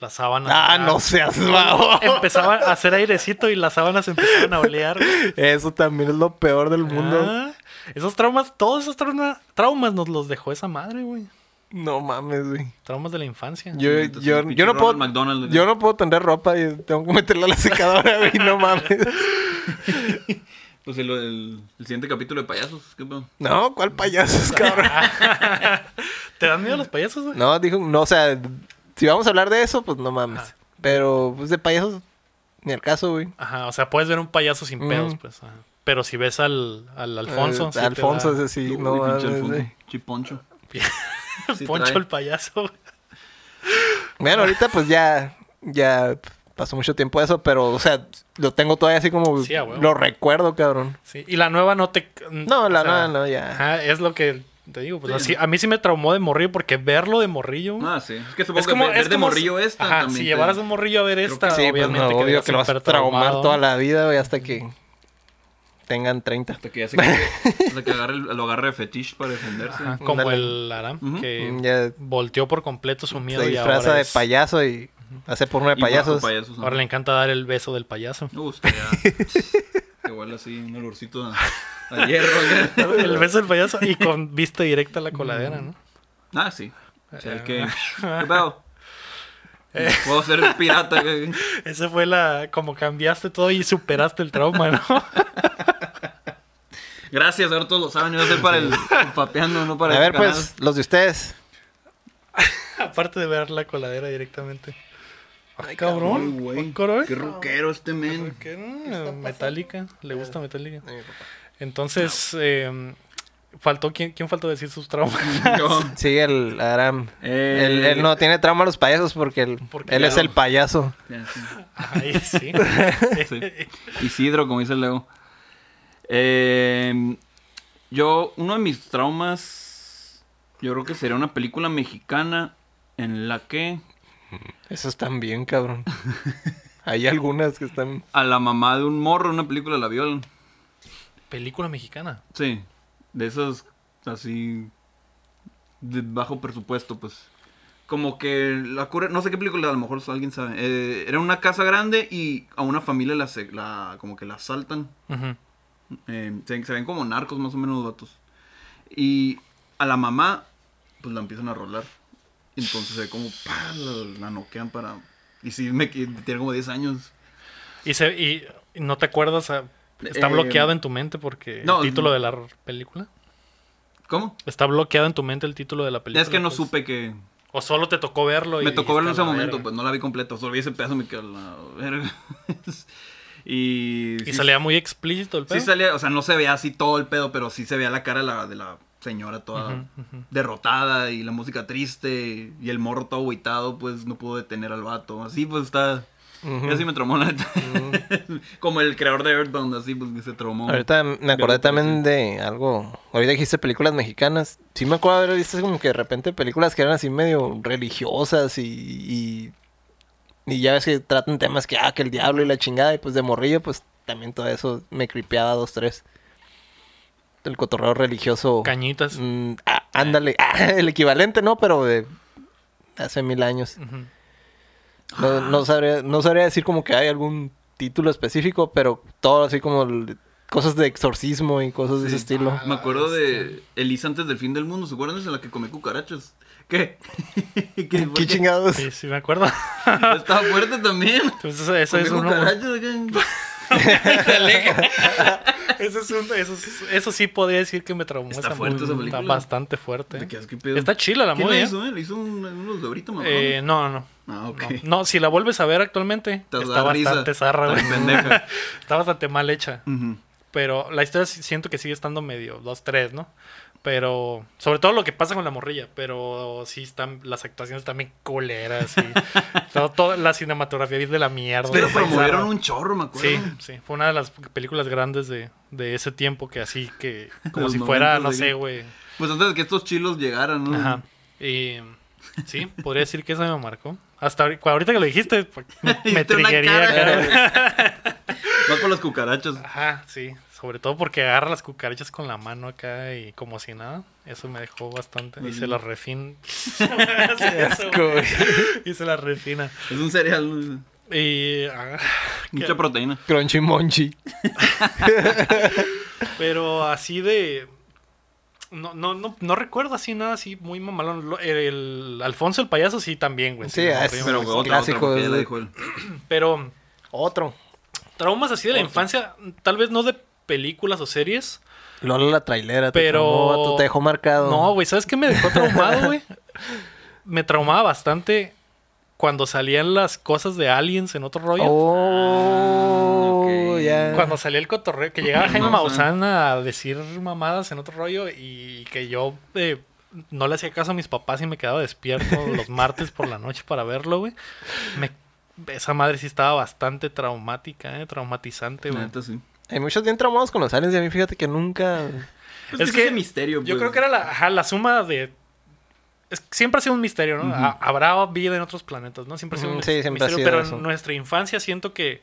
Speaker 1: las sábanas?
Speaker 2: Ah,
Speaker 1: acá?
Speaker 2: no seas
Speaker 1: (laughs)
Speaker 2: babo.
Speaker 1: Empezaba a hacer airecito y las sábanas empezaban a olear.
Speaker 2: (laughs) Eso también es lo peor del mundo.
Speaker 1: Em, Ah, esos traumas, todos esos trauma- traumas nos los dejó esa madre, güey.
Speaker 2: No mames, güey.
Speaker 1: Traumas de la infancia.
Speaker 2: Yo,
Speaker 4: entonces,
Speaker 2: yo,
Speaker 4: pinche
Speaker 2: yo no puedo.
Speaker 4: Ronald McDonald.
Speaker 2: Yo no puedo tender ropa y tengo que meterla a la secadora, güey. No mames. (laughs)
Speaker 4: Pues el, el, el siguiente capítulo de payasos. ¿Qué pedo?
Speaker 2: No, ¿cuál
Speaker 1: (laughs)
Speaker 2: payasos, cabrón?
Speaker 1: ¿Te dan miedo los payasos, güey?
Speaker 2: No, dijo, no, o sea, si vamos a hablar de eso, pues no mames.
Speaker 1: Ajá.
Speaker 2: Pero, pues de payasos, ni al caso, güey.
Speaker 1: Ajá, o sea, puedes ver un payaso sin
Speaker 2: Ujú.
Speaker 1: pedos, pues. ajá. Pero si ves al, al Alfonso.
Speaker 2: Eh,
Speaker 1: sí te
Speaker 2: Alfonso,
Speaker 1: da-
Speaker 2: ese sí,
Speaker 4: Uy,
Speaker 2: no
Speaker 4: pinche
Speaker 2: mames,
Speaker 4: Alfonso.
Speaker 2: güey.
Speaker 1: (laughs)
Speaker 4: Chiponcho. sí
Speaker 1: Poncho
Speaker 4: trae.
Speaker 1: el payaso, güey.
Speaker 2: Bueno, ahorita pues ya, ya pasó mucho tiempo eso, pero, o sea, lo tengo todavía así como,
Speaker 1: Sí, a huevo.
Speaker 2: lo recuerdo, cabrón.
Speaker 1: Sí, y la nueva no te.
Speaker 2: No, la
Speaker 1: o sea,
Speaker 2: nueva no, ya.
Speaker 1: Ajá, es lo que te digo. Pues
Speaker 4: Sí.
Speaker 1: así, a mí sí me traumó de morrillo porque verlo de morrillo. güey,
Speaker 4: Ah, sí. Es que supongo que ver, ver de morrillo esta
Speaker 1: ajá,
Speaker 4: también.
Speaker 1: si
Speaker 4: te-
Speaker 1: llevaras un morrillo a ver
Speaker 4: Creo
Speaker 1: esta,
Speaker 2: sí, pues
Speaker 1: obviamente.
Speaker 2: no,
Speaker 1: quedaría
Speaker 2: obvio que lo vas a
Speaker 1: súper
Speaker 2: traumar
Speaker 1: traumado.
Speaker 2: toda la vida, güey, hasta que tengan 30.
Speaker 4: Hasta que ya se
Speaker 2: (laughs)
Speaker 4: hasta que agarre, el- lo agarre de fetiche para defenderse.
Speaker 1: Ajá, como
Speaker 2: Ándale.
Speaker 1: el Aram,
Speaker 4: Ujú.
Speaker 1: que
Speaker 2: Mm, ya.
Speaker 1: volteó por completo su miedo.
Speaker 2: Se
Speaker 1: y ahora,
Speaker 2: disfraza de
Speaker 1: es-
Speaker 2: payaso y hace porno de
Speaker 4: Y bajo
Speaker 2: payasos.
Speaker 4: payasos ¿no?
Speaker 1: ahora le encanta dar el beso del
Speaker 2: (laughs)
Speaker 1: payaso.
Speaker 4: Me gustaría. que huele así un olorcito a, a hierro. acá.
Speaker 2: Mm.
Speaker 1: El beso del payaso y con vista directa a la coladera, ¿no?
Speaker 3: Ah, sí. O sea,
Speaker 1: (laughs)
Speaker 3: que... ¿Qué pedo?
Speaker 1: Eh.
Speaker 3: Puedo ser pirata. güey.
Speaker 1: Ese fue la. Como cambiaste todo y superaste el trauma,
Speaker 3: (laughs)
Speaker 1: ¿no?
Speaker 3: Gracias, ahora todos lo saben. Iba a ser para el el papeando, no para
Speaker 2: A
Speaker 3: el
Speaker 2: ver,
Speaker 3: canal.
Speaker 2: pues, los de ustedes.
Speaker 1: Aparte de ver la coladera directamente.
Speaker 3: Ay,
Speaker 1: cabrón. eh?
Speaker 3: güey.
Speaker 1: Cabrón.
Speaker 3: Qué rockero este men.
Speaker 1: Que era metálica. Mm, Le
Speaker 3: Eh,
Speaker 1: gusta metálica. Entonces, eh, faltó. ¿quién, ¿Quién faltó decir sus traumas?
Speaker 3: (laughs) Yo.
Speaker 2: Sí, el Aram.
Speaker 3: Eh.
Speaker 2: Él, él no tiene trauma a los payasos porque, él-
Speaker 1: Porque
Speaker 2: él
Speaker 1: ya
Speaker 2: es
Speaker 1: no.
Speaker 2: el payaso.
Speaker 3: Ya, sí.
Speaker 1: Ay,
Speaker 3: (laughs)
Speaker 1: sí.
Speaker 3: Sí. Isidro, como dice Leo. Eh, yo, uno de mis traumas, yo creo que sería una película mexicana en la que
Speaker 2: Esos están bien, cabrón. Hay algunas que están.
Speaker 3: a la mamá de un morro en una película la violan.
Speaker 1: Película mexicana.
Speaker 3: Sí, de esas así de bajo presupuesto, pues. Como que la cura, no sé qué película, a lo mejor alguien sabe. Eh, era una casa grande y a una familia la, se- la como que la asaltan.
Speaker 1: Ujú.
Speaker 3: Eh, se, se ven como narcos más o menos los vatos. Y a la mamá, pues la empiezan a rolar. Y entonces se ve como, pa, la, la noquean para... Y sí, me, que- tiene como 10 años.
Speaker 1: Y, se, y y no te acuerdas. ah, Está
Speaker 3: Eh,
Speaker 1: bloqueado en tu mente porque
Speaker 3: no,
Speaker 1: el título de la r- película.
Speaker 3: ¿Cómo?
Speaker 1: Está bloqueado en tu mente el título de la película.
Speaker 3: es que no
Speaker 1: pues.
Speaker 3: supe que...
Speaker 1: O solo te tocó verlo.
Speaker 3: Me
Speaker 1: y
Speaker 3: tocó verlo en ese
Speaker 1: está la
Speaker 3: momento,
Speaker 1: verga.
Speaker 3: pues no la vi completa. Solo vi ese pedazo me quedé a la verga. (laughs) y...
Speaker 1: Y
Speaker 3: sí-
Speaker 1: salía muy explícito el pedo.
Speaker 3: Sí salía, o sea, no se veía así todo el pedo, pero sí se veía la cara de la, de la señora toda
Speaker 1: Ujú, ujú.
Speaker 3: derrotada y la música triste y el morro todo agüitado, pues no pudo detener al vato. Así pues está...
Speaker 2: Ujú.
Speaker 3: Así me traumó la neta. (laughs) Como el creador de Earthbound, así pues que se traumó.
Speaker 2: Ahorita me acordé también de algo. Ahorita dijiste películas mexicanas. Sí me acuerdo de haber visto como que de repente películas que eran así medio religiosas y. y y ya ves que tratan temas que, ah, que el diablo y la chingada, y pues de morrillo, pues también todo eso me cripeaba dos, tres. El cotorreo religioso.
Speaker 1: Cañitas.
Speaker 2: Mm, ah, ándale, (laughs) Ah, el equivalente, ¿no? Pero de hace mil años.
Speaker 3: Mm.
Speaker 1: Ujú.
Speaker 2: No, no sabría, no sabría decir como que hay algún título específico, pero todo así como el- cosas de exorcismo y cosas de ese
Speaker 3: Sí. Ah,
Speaker 2: estilo.
Speaker 3: Me acuerdo de Elisa antes del fin del mundo, ¿se acuerdan? Es en la que comí cucarachas. (laughs) ¿Qué? ¿Qué, (laughs)
Speaker 2: ¿Qué chingados?
Speaker 1: Sí, sí, me acuerdo. (laughs)
Speaker 3: Estaba fuerte también.
Speaker 1: Entonces, eso, eso
Speaker 3: Comí
Speaker 1: es uno. (laughs)
Speaker 3: cucarachas. acá.
Speaker 1: Eso, es un- eso, es- eso sí podría decir que me traumó.
Speaker 3: Está
Speaker 1: esa
Speaker 3: fuerte
Speaker 1: movie,
Speaker 3: esa
Speaker 1: Está
Speaker 3: película.
Speaker 1: bastante fuerte.
Speaker 3: ¿De
Speaker 1: ¿eh?
Speaker 3: qué? ¿Qué pedo?
Speaker 1: Está chila la
Speaker 3: ¿Quién la
Speaker 1: movie. ¿eh?
Speaker 3: hizo? eh? ¿Le hizo un- unos de ahorita, mamá?
Speaker 1: Eh, no, no.
Speaker 3: ah, ok.
Speaker 1: No. No, si la vuelves a ver actualmente,
Speaker 3: Te
Speaker 1: está
Speaker 3: da
Speaker 1: bastante
Speaker 3: risa.
Speaker 1: zarra, güey. (laughs)
Speaker 3: Tan pendeja.
Speaker 1: Está bastante mal hecha.
Speaker 3: Ujú.
Speaker 1: Pero la historia sí- siento que sigue estando medio 2-3, ¿no? Pero, sobre todo lo que pasa con la morrilla, pero sí están, las actuaciones también culeras y todo, toda la cinematografía es de la mierda.
Speaker 3: Pero
Speaker 1: Está
Speaker 3: promovieron
Speaker 1: bizarra.
Speaker 3: un chorro, me acuerdo.
Speaker 1: Sí, sí, fue una de las películas grandes de, de ese tiempo que así que, como
Speaker 3: Los
Speaker 1: si fuera, no
Speaker 3: momentos de- Mm.
Speaker 1: sé, güey.
Speaker 3: Pues antes de que estos chilos llegaran, ¿no?
Speaker 1: Ajá. Y sí, podría decir que eso me marcó. Hasta ahori- ahorita que lo dijiste, pues,
Speaker 3: (laughs)
Speaker 1: me, me
Speaker 3: Hiciste una
Speaker 1: triggería,
Speaker 3: cara.
Speaker 1: cara.
Speaker 3: Va con las cucarachas.
Speaker 1: Ajá, sí. Sobre todo porque agarra las cucarachas con la mano acá y como si nada. Eso me dejó bastante. Y se
Speaker 2: Mm.
Speaker 1: las
Speaker 2: (laughs)
Speaker 1: refina. (laughs) y se las refina.
Speaker 3: Es un cereal,
Speaker 1: (laughs)
Speaker 3: ¿no?
Speaker 1: Y. ah,
Speaker 3: mucha proteína.
Speaker 2: Crunchy Monchi.
Speaker 1: pero así de. No, no, no, no recuerdo así nada así muy mamalón. Lo- El, el Alfonso el payaso sí también, güey.
Speaker 2: Sí,
Speaker 1: me
Speaker 2: es-
Speaker 1: aburrió.
Speaker 3: Pero
Speaker 2: es
Speaker 3: güey, otra,
Speaker 2: clásico,
Speaker 3: otra, porque ya
Speaker 2: es
Speaker 3: la
Speaker 2: de-
Speaker 3: dijo él.
Speaker 1: pero
Speaker 2: Otro.
Speaker 1: traumas así de la infancia, tal vez no de películas o series,
Speaker 2: Lola la trailera. te
Speaker 1: Pero-
Speaker 2: traumó, vato, te dejó marcado.
Speaker 1: No, güey, ¿sabes qué me dejó traumado, güey? Me traumaba bastante cuando salían las cosas de aliens en otro rollo.
Speaker 2: Oh,
Speaker 3: Ah, ok.
Speaker 2: ya.
Speaker 1: Cuando salía el cotorreo, que llegaba Jaime
Speaker 3: Maussan.
Speaker 1: Maussan a decir mamadas en otro rollo y que yo eh, no le hacía caso a mis papás y me quedaba despierto los martes por la noche para verlo, güey. Me- Esa madre sí estaba bastante traumática, eh, traumatizante,
Speaker 3: La
Speaker 1: güey.
Speaker 3: neta, sí.
Speaker 2: Hay muchos bien traumados con los aliens y a mí fíjate que nunca...
Speaker 3: Pues
Speaker 1: Es
Speaker 3: es
Speaker 1: que
Speaker 3: que ese misterio,
Speaker 1: Yo
Speaker 3: pues.
Speaker 1: creo que era la, ajá, la suma de. es que siempre ha sido un misterio, ¿no? Ha- Habrá vida en otros planetas, ¿no? Siempre ha sido un
Speaker 2: Ujú, sí, siempre ha
Speaker 1: misterio.
Speaker 2: sido
Speaker 1: pero
Speaker 2: eso.
Speaker 1: en nuestra infancia siento que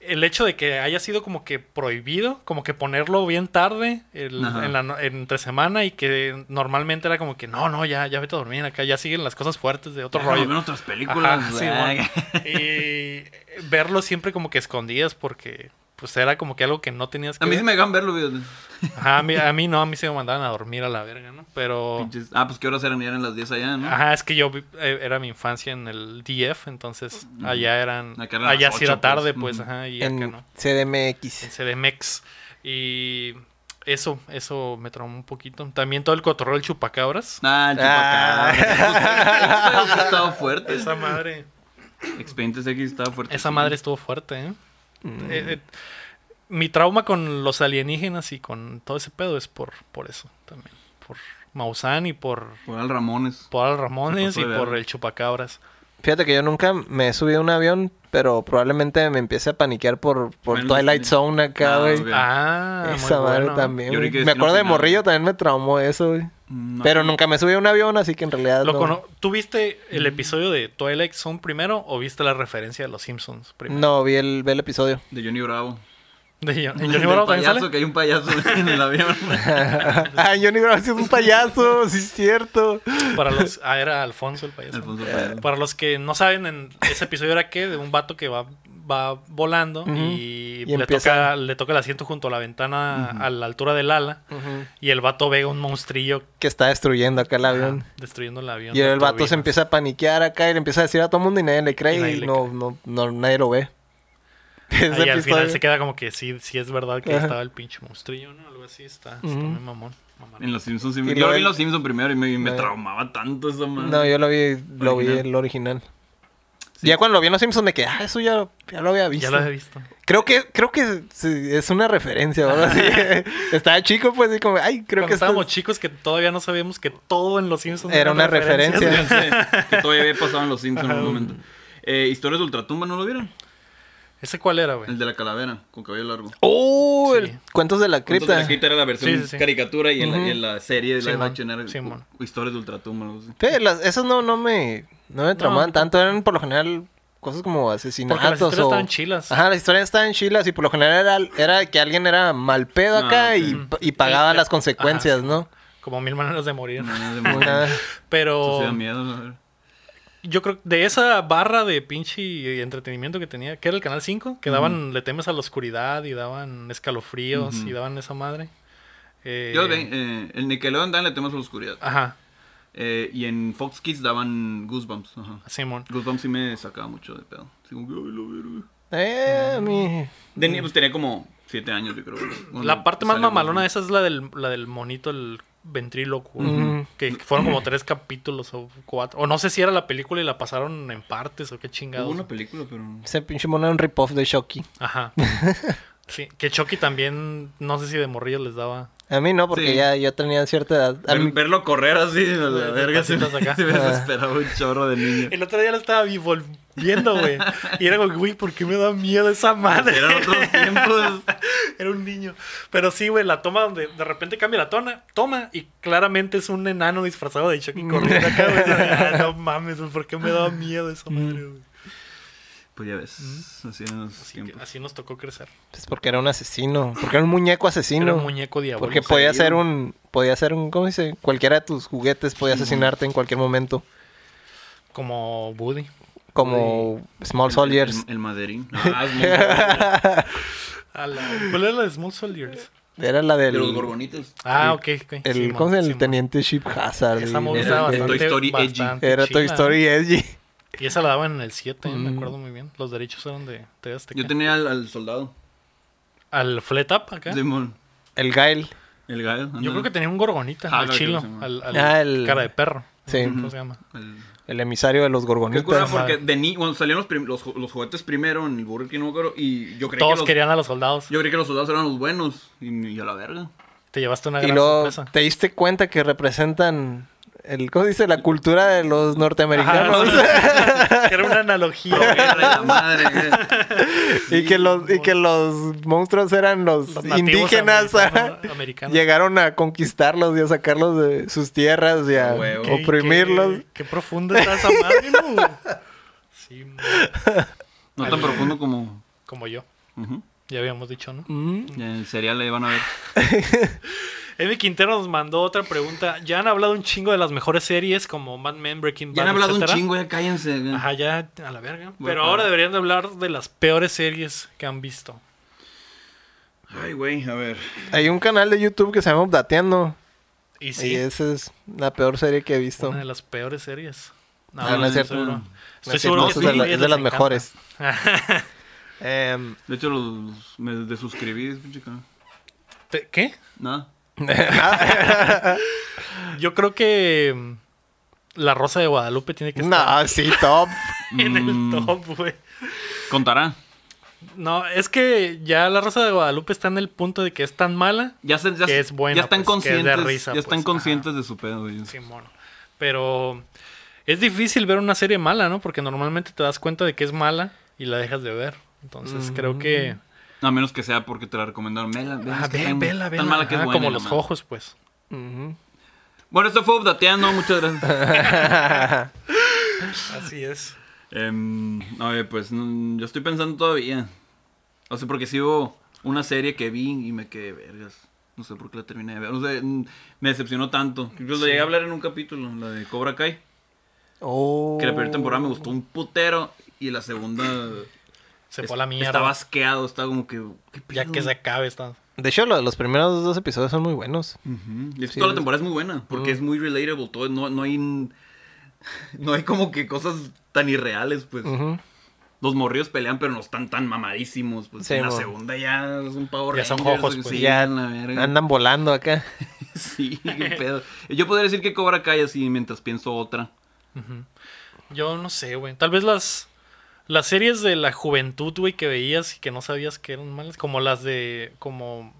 Speaker 1: el hecho de que haya sido como que prohibido, como que ponerlo bien tarde el-
Speaker 3: Ajá.
Speaker 1: en la no- entre semana y que normalmente era como que no, no, ya, ya vete a dormir acá, ya siguen las cosas fuertes de otro
Speaker 3: Ya,
Speaker 1: rollo.
Speaker 3: nos ven otras películas.
Speaker 1: Ajá, sí,
Speaker 3: güey.
Speaker 1: bueno. Y verlo siempre como que escondidas porque pues era como que algo que no tenías que
Speaker 3: (laughs) A mí
Speaker 1: ver.
Speaker 3: se me dejan ver los videos.
Speaker 1: Ajá, a, mí, a mí no, a mí se me mandaban a dormir a la verga, ¿no? Pero...
Speaker 3: Pinches- Ah, pues qué horas eran, ya eran las 10 allá, ¿no?
Speaker 1: Oh. Ajá, es que yo vi- eh, era mi infancia en el DF, entonces allá eran...
Speaker 3: Acá eran
Speaker 1: allá
Speaker 3: las
Speaker 1: sí era
Speaker 3: ocho, pues.
Speaker 1: tarde, pues,
Speaker 3: Ujú.
Speaker 1: ajá, y acá
Speaker 2: en
Speaker 1: no. En
Speaker 2: CDMX.
Speaker 1: CDMX. Y eso, eso me traumó un poquito. También todo el cotorreo del chupacabras.
Speaker 3: Ah, el (laughs) chupacabra. Eso- eso Pues, estaba fuerte.
Speaker 1: Esa madre...
Speaker 3: Expedientes X estaba fuerte.
Speaker 1: Esa madre estuvo fuerte, ¿eh?
Speaker 2: Mm.
Speaker 1: Eh, eh, mi trauma con los alienígenas y con todo ese pedo es por, por eso también. Por Maussan y por,
Speaker 3: Por Al Ramones.
Speaker 1: por Al Ramones
Speaker 3: Se
Speaker 1: y
Speaker 3: pasó de
Speaker 1: por
Speaker 3: verga.
Speaker 1: el Chupacabras.
Speaker 2: Fíjate que yo nunca me he subido a un avión, pero probablemente me empiece a paniquear por, por
Speaker 3: Bueno,
Speaker 2: Twilight
Speaker 3: sí.
Speaker 2: Zone acá,
Speaker 3: Ah,
Speaker 2: güey.
Speaker 3: ok.
Speaker 1: Ah,
Speaker 2: Esa
Speaker 1: muy
Speaker 2: madre
Speaker 1: bueno.
Speaker 2: también.
Speaker 3: Yo
Speaker 2: güey.
Speaker 3: creí que
Speaker 2: Me
Speaker 3: destino
Speaker 2: acuerdo de
Speaker 3: final.
Speaker 2: Morrillo, también me traumó eso, güey.
Speaker 3: Mm,
Speaker 2: Pero nunca me subí a un avión, así que en realidad
Speaker 1: Lo
Speaker 2: no.
Speaker 1: cono- ¿Tú viste el episodio de Twilight Zone primero o viste la referencia de los Simpsons primero?
Speaker 2: No, vi el, vi
Speaker 1: (laughs)
Speaker 2: el episodio.
Speaker 3: De Johnny Bravo.
Speaker 2: (laughs)
Speaker 1: De John- ¿en
Speaker 3: Del
Speaker 1: Johnny Bravo también
Speaker 3: payaso,
Speaker 1: sale?
Speaker 3: que hay un payaso (laughs) en el avión.
Speaker 1: (laughs)
Speaker 2: (laughs) ah, Johnny Bravo sí es un payaso, sí es cierto.
Speaker 1: Para los... Ah, era Alfonso el
Speaker 2: (laughs)
Speaker 1: payaso.
Speaker 3: Alfonso Payaso.
Speaker 1: Para los que no saben, en ese episodio era que de un vato que va, va volando
Speaker 2: Ujú.
Speaker 1: y,
Speaker 2: Y
Speaker 1: le,
Speaker 2: empieza-
Speaker 1: toca, le toca el asiento junto a la ventana a la altura del ala. Y el vato ve un monstrillo
Speaker 2: Que está destruyendo acá el avión.
Speaker 1: ah, destruyendo el avión.
Speaker 2: Y el vato
Speaker 1: turbinas.
Speaker 2: se empieza a paniquear acá y le empieza a decir a todo el mundo y nadie le cree
Speaker 1: Y
Speaker 2: y,
Speaker 1: nadie le
Speaker 2: no,
Speaker 1: cree.
Speaker 2: no, no, nadie lo ve.
Speaker 1: Ah, y
Speaker 2: Ese
Speaker 1: al final
Speaker 2: episodio.
Speaker 1: se queda como que sí, sí es verdad que
Speaker 2: Ajá.
Speaker 1: estaba el pinche monstrillo, ¿no? Algo así está. está
Speaker 2: Ujú.
Speaker 1: muy mamón. mamón.
Speaker 3: En los Simpsons. sí
Speaker 2: Y
Speaker 3: me-
Speaker 2: lo
Speaker 3: Yo vi
Speaker 2: del-
Speaker 3: los Simpsons primero y me, me
Speaker 2: No.
Speaker 3: traumaba tanto esa madre.
Speaker 2: No,
Speaker 3: (laughs)
Speaker 2: yo lo vi, lo vi
Speaker 3: Original.
Speaker 2: el original.
Speaker 3: Sí.
Speaker 2: Ya cuando lo vi en Los Simpsons me quedé, ah, eso ya, ya lo había visto.
Speaker 1: Ya lo he visto.
Speaker 2: Creo que, creo que sí, es una referencia, ¿verdad?
Speaker 1: (laughs)
Speaker 2: Sí. Estaba chico, pues, y como, ay, creo
Speaker 1: Cuando
Speaker 2: que esto
Speaker 1: estábamos chicos que todavía no sabíamos que todo en los Simpsons
Speaker 2: era
Speaker 1: eran
Speaker 2: una
Speaker 1: referencias.
Speaker 2: referencia.
Speaker 3: que todavía había pasado en los Simpsons
Speaker 1: Ah,
Speaker 3: en un momento. Eh, Historias de Ultratumba, ¿no lo vieron?
Speaker 1: (laughs) ¿Ese cuál era, güey?
Speaker 3: El de la calavera, con cabello largo.
Speaker 2: ¡Oh! el
Speaker 1: Sí.
Speaker 2: Cuentos de la
Speaker 3: Entonces,
Speaker 2: Cripta.
Speaker 3: la cripta era la versión
Speaker 1: Sí, sí, sí.
Speaker 3: caricatura y en,
Speaker 2: Ujú.
Speaker 3: la, y en la serie de live
Speaker 1: Simón,
Speaker 3: action era
Speaker 1: Simón.
Speaker 3: u- Historias de Ultratumba. algo así.
Speaker 2: Sí, las- esas no, no me, no me traumaban tanto. Eran por lo general cosas como asesinatos.
Speaker 1: Porque las historias
Speaker 2: o...
Speaker 1: estaban chilas.
Speaker 2: Ajá, las historias estaban chilas y por lo general era, era que alguien era mal pedo
Speaker 3: Ah,
Speaker 2: acá
Speaker 3: ok.
Speaker 2: y-
Speaker 1: Ujú.
Speaker 2: y, pagaba
Speaker 1: Y-
Speaker 2: las consecuencias,
Speaker 1: ajá,
Speaker 2: ¿no?
Speaker 1: Como mil maneras de morir.
Speaker 3: No, no, de
Speaker 2: Una-
Speaker 3: morir. (laughs) Eso sí da
Speaker 1: Pero
Speaker 3: miedo, la verdad.
Speaker 1: yo creo que de esa barra de pinche entretenimiento que tenía, que era el canal 5, que daban Le temes a la oscuridad y daban escalofríos y
Speaker 3: Ujú.
Speaker 1: daban esa madre. Eh,
Speaker 3: Yo, ve, eh, en Nickelodeon daban Le temas a la oscuridad.
Speaker 1: Ajá,
Speaker 3: Eh, y en Fox Kids daban Goosebumps. Ajá.
Speaker 1: Simón.
Speaker 3: Goosebumps sí me sacaba mucho de pedo. Así como que, "Ay, la verga".
Speaker 2: Eh, a mí-
Speaker 1: Mm.
Speaker 3: De ni- pues tenía como 7 años, yo creo. cuando
Speaker 1: La parte más
Speaker 3: salió
Speaker 1: mamalona de
Speaker 3: Goosebumps.
Speaker 1: esa es la del, la del monito, el ventrílocuo.
Speaker 2: Ujú.
Speaker 1: Que fueron como tres capítulos o cuatro. O no sé si era la película y la pasaron en partes o qué
Speaker 3: Hubo
Speaker 1: chingados.
Speaker 3: una película, pero.
Speaker 2: Ese pinche mono era un rip-off de Shocky.
Speaker 1: Ajá. Sí, que Chucky también, no sé si de morrillos les daba.
Speaker 2: A mí no, porque
Speaker 3: Sí.
Speaker 2: ya yo tenía cierta edad. A
Speaker 3: Ver-
Speaker 2: mí-
Speaker 3: verlo correr así, a la
Speaker 1: Esas
Speaker 3: verga, se me,
Speaker 1: patitas acá. Ah.
Speaker 3: se me desesperaba un chorro de niño.
Speaker 1: El otro día la estaba vi- volviendo, güey. Y era como, güey, ¿por qué me da miedo esa madre?
Speaker 3: Eran
Speaker 1: (laughs)
Speaker 3: otros tiempos.
Speaker 1: Era un niño. Pero sí, güey, la toma donde de repente cambia la tona, toma y claramente es un enano disfrazado de Chucky corriendo acá, güey. Ah, No mames, güey, ¿por qué me daba miedo esa madre, güey?
Speaker 3: Pues ya ves, así eran los
Speaker 1: Así, que
Speaker 3: tiempos.
Speaker 1: así nos tocó crecer.
Speaker 2: Pues porque era un asesino. Porque era un muñeco asesino.
Speaker 1: Era un muñeco diabólico.
Speaker 2: porque podía
Speaker 3: seguido.
Speaker 2: ser un... Podía ser un... ¿Cómo dice? Cualquiera de tus juguetes podía asesinarte en cualquier momento.
Speaker 1: Como Woody.
Speaker 2: Como Small Soldiers.
Speaker 3: El,
Speaker 1: (laughs)
Speaker 3: el maderín. Ah, es muy bueno.
Speaker 1: A la- ¿Cuál era la de Small Soldiers?
Speaker 2: Era la del...
Speaker 3: de los gorgonitos.
Speaker 1: Ah, ok, ok.
Speaker 2: el,
Speaker 1: Simón,
Speaker 2: ¿Cómo se llama? El
Speaker 1: Simón.
Speaker 2: teniente Ship Hazard.
Speaker 1: Esa
Speaker 2: y-
Speaker 1: movie estaba
Speaker 3: Era de Toy
Speaker 1: bastante,
Speaker 3: Story edgy.
Speaker 1: bastante
Speaker 2: Era Toy
Speaker 1: chila.
Speaker 2: Story Edgy.
Speaker 1: Y esa la daban en el 7, me
Speaker 2: Mm.
Speaker 1: acuerdo muy bien. Los derechos eran de TV Azteca.
Speaker 3: Yo tenía al, al soldado.
Speaker 1: Al Flat Up acá.
Speaker 3: Simón.
Speaker 2: El Gael.
Speaker 3: El gallo.
Speaker 1: Yo creo que tenía un gorgonita,
Speaker 3: Ah,
Speaker 1: al
Speaker 3: claro que
Speaker 1: chilo,
Speaker 3: se llama.
Speaker 1: al, al
Speaker 2: Ah, el-
Speaker 1: cara de perro.
Speaker 2: Sí.
Speaker 1: ¿Cómo se llama?
Speaker 2: El emisario de los
Speaker 3: Qué cura,
Speaker 2: gorgonitas.
Speaker 3: porque de ni cuando salieron los, prim- los, ju- los juguetes primero en el Burger King, no me acuerdo, y yo creí,
Speaker 1: Todos
Speaker 3: que los,
Speaker 1: querían a los soldados.
Speaker 3: yo creí que los soldados eran los buenos, y, y a la verga.
Speaker 1: Te llevaste una
Speaker 2: Y
Speaker 1: gran
Speaker 2: luego
Speaker 1: sorpresa.
Speaker 2: te diste cuenta que representan... El, ¿Cómo dice? La cultura de los
Speaker 1: (laughs)
Speaker 2: norteamericanos.
Speaker 1: Ajá. Era una analogía.
Speaker 3: Pero,
Speaker 1: güey.
Speaker 3: verga, la madre, eh.
Speaker 2: (laughs) y, que los, y que los monstruos eran los,
Speaker 1: Los nativos
Speaker 2: indígenas. ajá.
Speaker 1: americanos- americanos.
Speaker 2: Llegaron a conquistarlos y a sacarlos de sus tierras y a
Speaker 3: A huevo.
Speaker 1: Qué-
Speaker 2: oprimirlos.
Speaker 1: Qué, qué profunda está esa madre, ¿no? Sí, mo-
Speaker 3: No tan profundo como...
Speaker 1: como yo.
Speaker 3: Ujú.
Speaker 1: Ya habíamos dicho, ¿no?
Speaker 2: Mm.
Speaker 3: Ya En el cereal le van a ver.
Speaker 1: Eddie Quintero nos mandó otra pregunta. Ya han hablado un chingo de las mejores series como Mad Men, Breaking Bad,
Speaker 3: Ya han hablado un
Speaker 1: etcétera?
Speaker 3: chingo, ya cállense. güey.
Speaker 1: Ajá, ya a la verga.
Speaker 3: Bueno,
Speaker 1: Pero ahora
Speaker 3: claro.
Speaker 1: deberían de hablar de las peores series que han visto.
Speaker 3: Ay, güey, a ver.
Speaker 2: Hay un canal de YouTube que se llama Updateando.
Speaker 1: Y sí,
Speaker 2: Y esa es la peor serie que he visto.
Speaker 1: una de las peores series. No,
Speaker 2: Ah, no es cierto.
Speaker 1: seguro.
Speaker 2: No
Speaker 1: Estoy
Speaker 2: es
Speaker 1: seguro
Speaker 2: cierto,
Speaker 1: que
Speaker 2: es de
Speaker 1: sí,
Speaker 2: la-
Speaker 1: ellos
Speaker 2: es
Speaker 1: les
Speaker 2: de las
Speaker 1: encanta.
Speaker 2: mejores.
Speaker 1: (laughs)
Speaker 2: Em,
Speaker 3: De hecho, los, los- me desuscribí, ese pinche canal.
Speaker 1: Te- ¿Qué?
Speaker 3: Nada.
Speaker 1: Yo creo que mm, La Rosa de Guadalupe tiene que estar
Speaker 2: no, sí,
Speaker 1: (laughs)
Speaker 2: top.
Speaker 1: en
Speaker 3: Mm.
Speaker 1: el top, güey.
Speaker 3: Contará.
Speaker 1: No, es que ya La Rosa de Guadalupe está en el punto de que es tan mala,
Speaker 3: Ya, se- ya,
Speaker 1: Que es buena,
Speaker 3: ya están
Speaker 1: pues, que es de
Speaker 3: conscientes.
Speaker 1: risa,
Speaker 3: ya están
Speaker 1: pues,
Speaker 3: conscientes de su pedo, güey.
Speaker 1: Simón. Pero es difícil ver una serie mala, ¿no? Porque normalmente te das cuenta de que es mala y la dejas de ver.
Speaker 3: Mm.
Speaker 1: Entonces creo que...
Speaker 3: A menos que sea porque te la recomendaron. Vela, vela.
Speaker 1: Ah,
Speaker 3: es que
Speaker 1: ve-
Speaker 3: tan-
Speaker 1: vela,
Speaker 3: tan
Speaker 1: vela.
Speaker 3: mala que es
Speaker 1: Ah,
Speaker 3: buena,
Speaker 1: como
Speaker 3: la
Speaker 1: los
Speaker 3: madre.
Speaker 1: ojos, pues.
Speaker 2: Ujú.
Speaker 3: Bueno, esto fue Updateando.
Speaker 1: (laughs)
Speaker 3: Muchas gracias.
Speaker 1: Así es.
Speaker 3: Em, a ver, pues mm, yo estoy pensando todavía. O sea, porque si hubo una serie que vi y me quedé vergas. No sé por qué la terminé de ver. No sé, mm, me decepcionó tanto. Yo lo llegué a hablar en un capítulo, la de Cobra Kai.
Speaker 2: Oh.
Speaker 3: Que la primera temporada me gustó un putero. Y la segunda.
Speaker 1: Se
Speaker 3: es-
Speaker 1: fue a la mierda.
Speaker 3: Estaba asqueado, estaba como que. ¿qué
Speaker 1: Ya
Speaker 3: pedo?
Speaker 1: que se acabe esta...
Speaker 2: De hecho, lo- los primeros dos episodios son muy buenos.
Speaker 3: Ujú. Y es que
Speaker 2: Sí,
Speaker 3: toda
Speaker 2: es-
Speaker 3: la temporada es muy buena,
Speaker 1: Mm.
Speaker 3: porque es muy relatable, todo, no, no hay (laughs) no hay como que cosas tan irreales, pues.
Speaker 2: Ujú.
Speaker 3: Los morridos pelean, pero no están tan mamadísimos, pues.
Speaker 2: Sí,
Speaker 3: en la
Speaker 2: mo.
Speaker 3: segunda ya es un pavo
Speaker 1: Ya son ojos, pues.
Speaker 3: sí,
Speaker 2: Ya
Speaker 3: a la verga.
Speaker 2: Andan volando acá.
Speaker 3: (laughs)
Speaker 2: (laughs)
Speaker 3: Sí, qué pedo. Yo podría decir que Cobra Kai así mientras pienso otra.
Speaker 1: Yo no sé, güey. Tal vez las, las series de la juventud, güey, que veías y que no sabías que eran malas, como las de. como.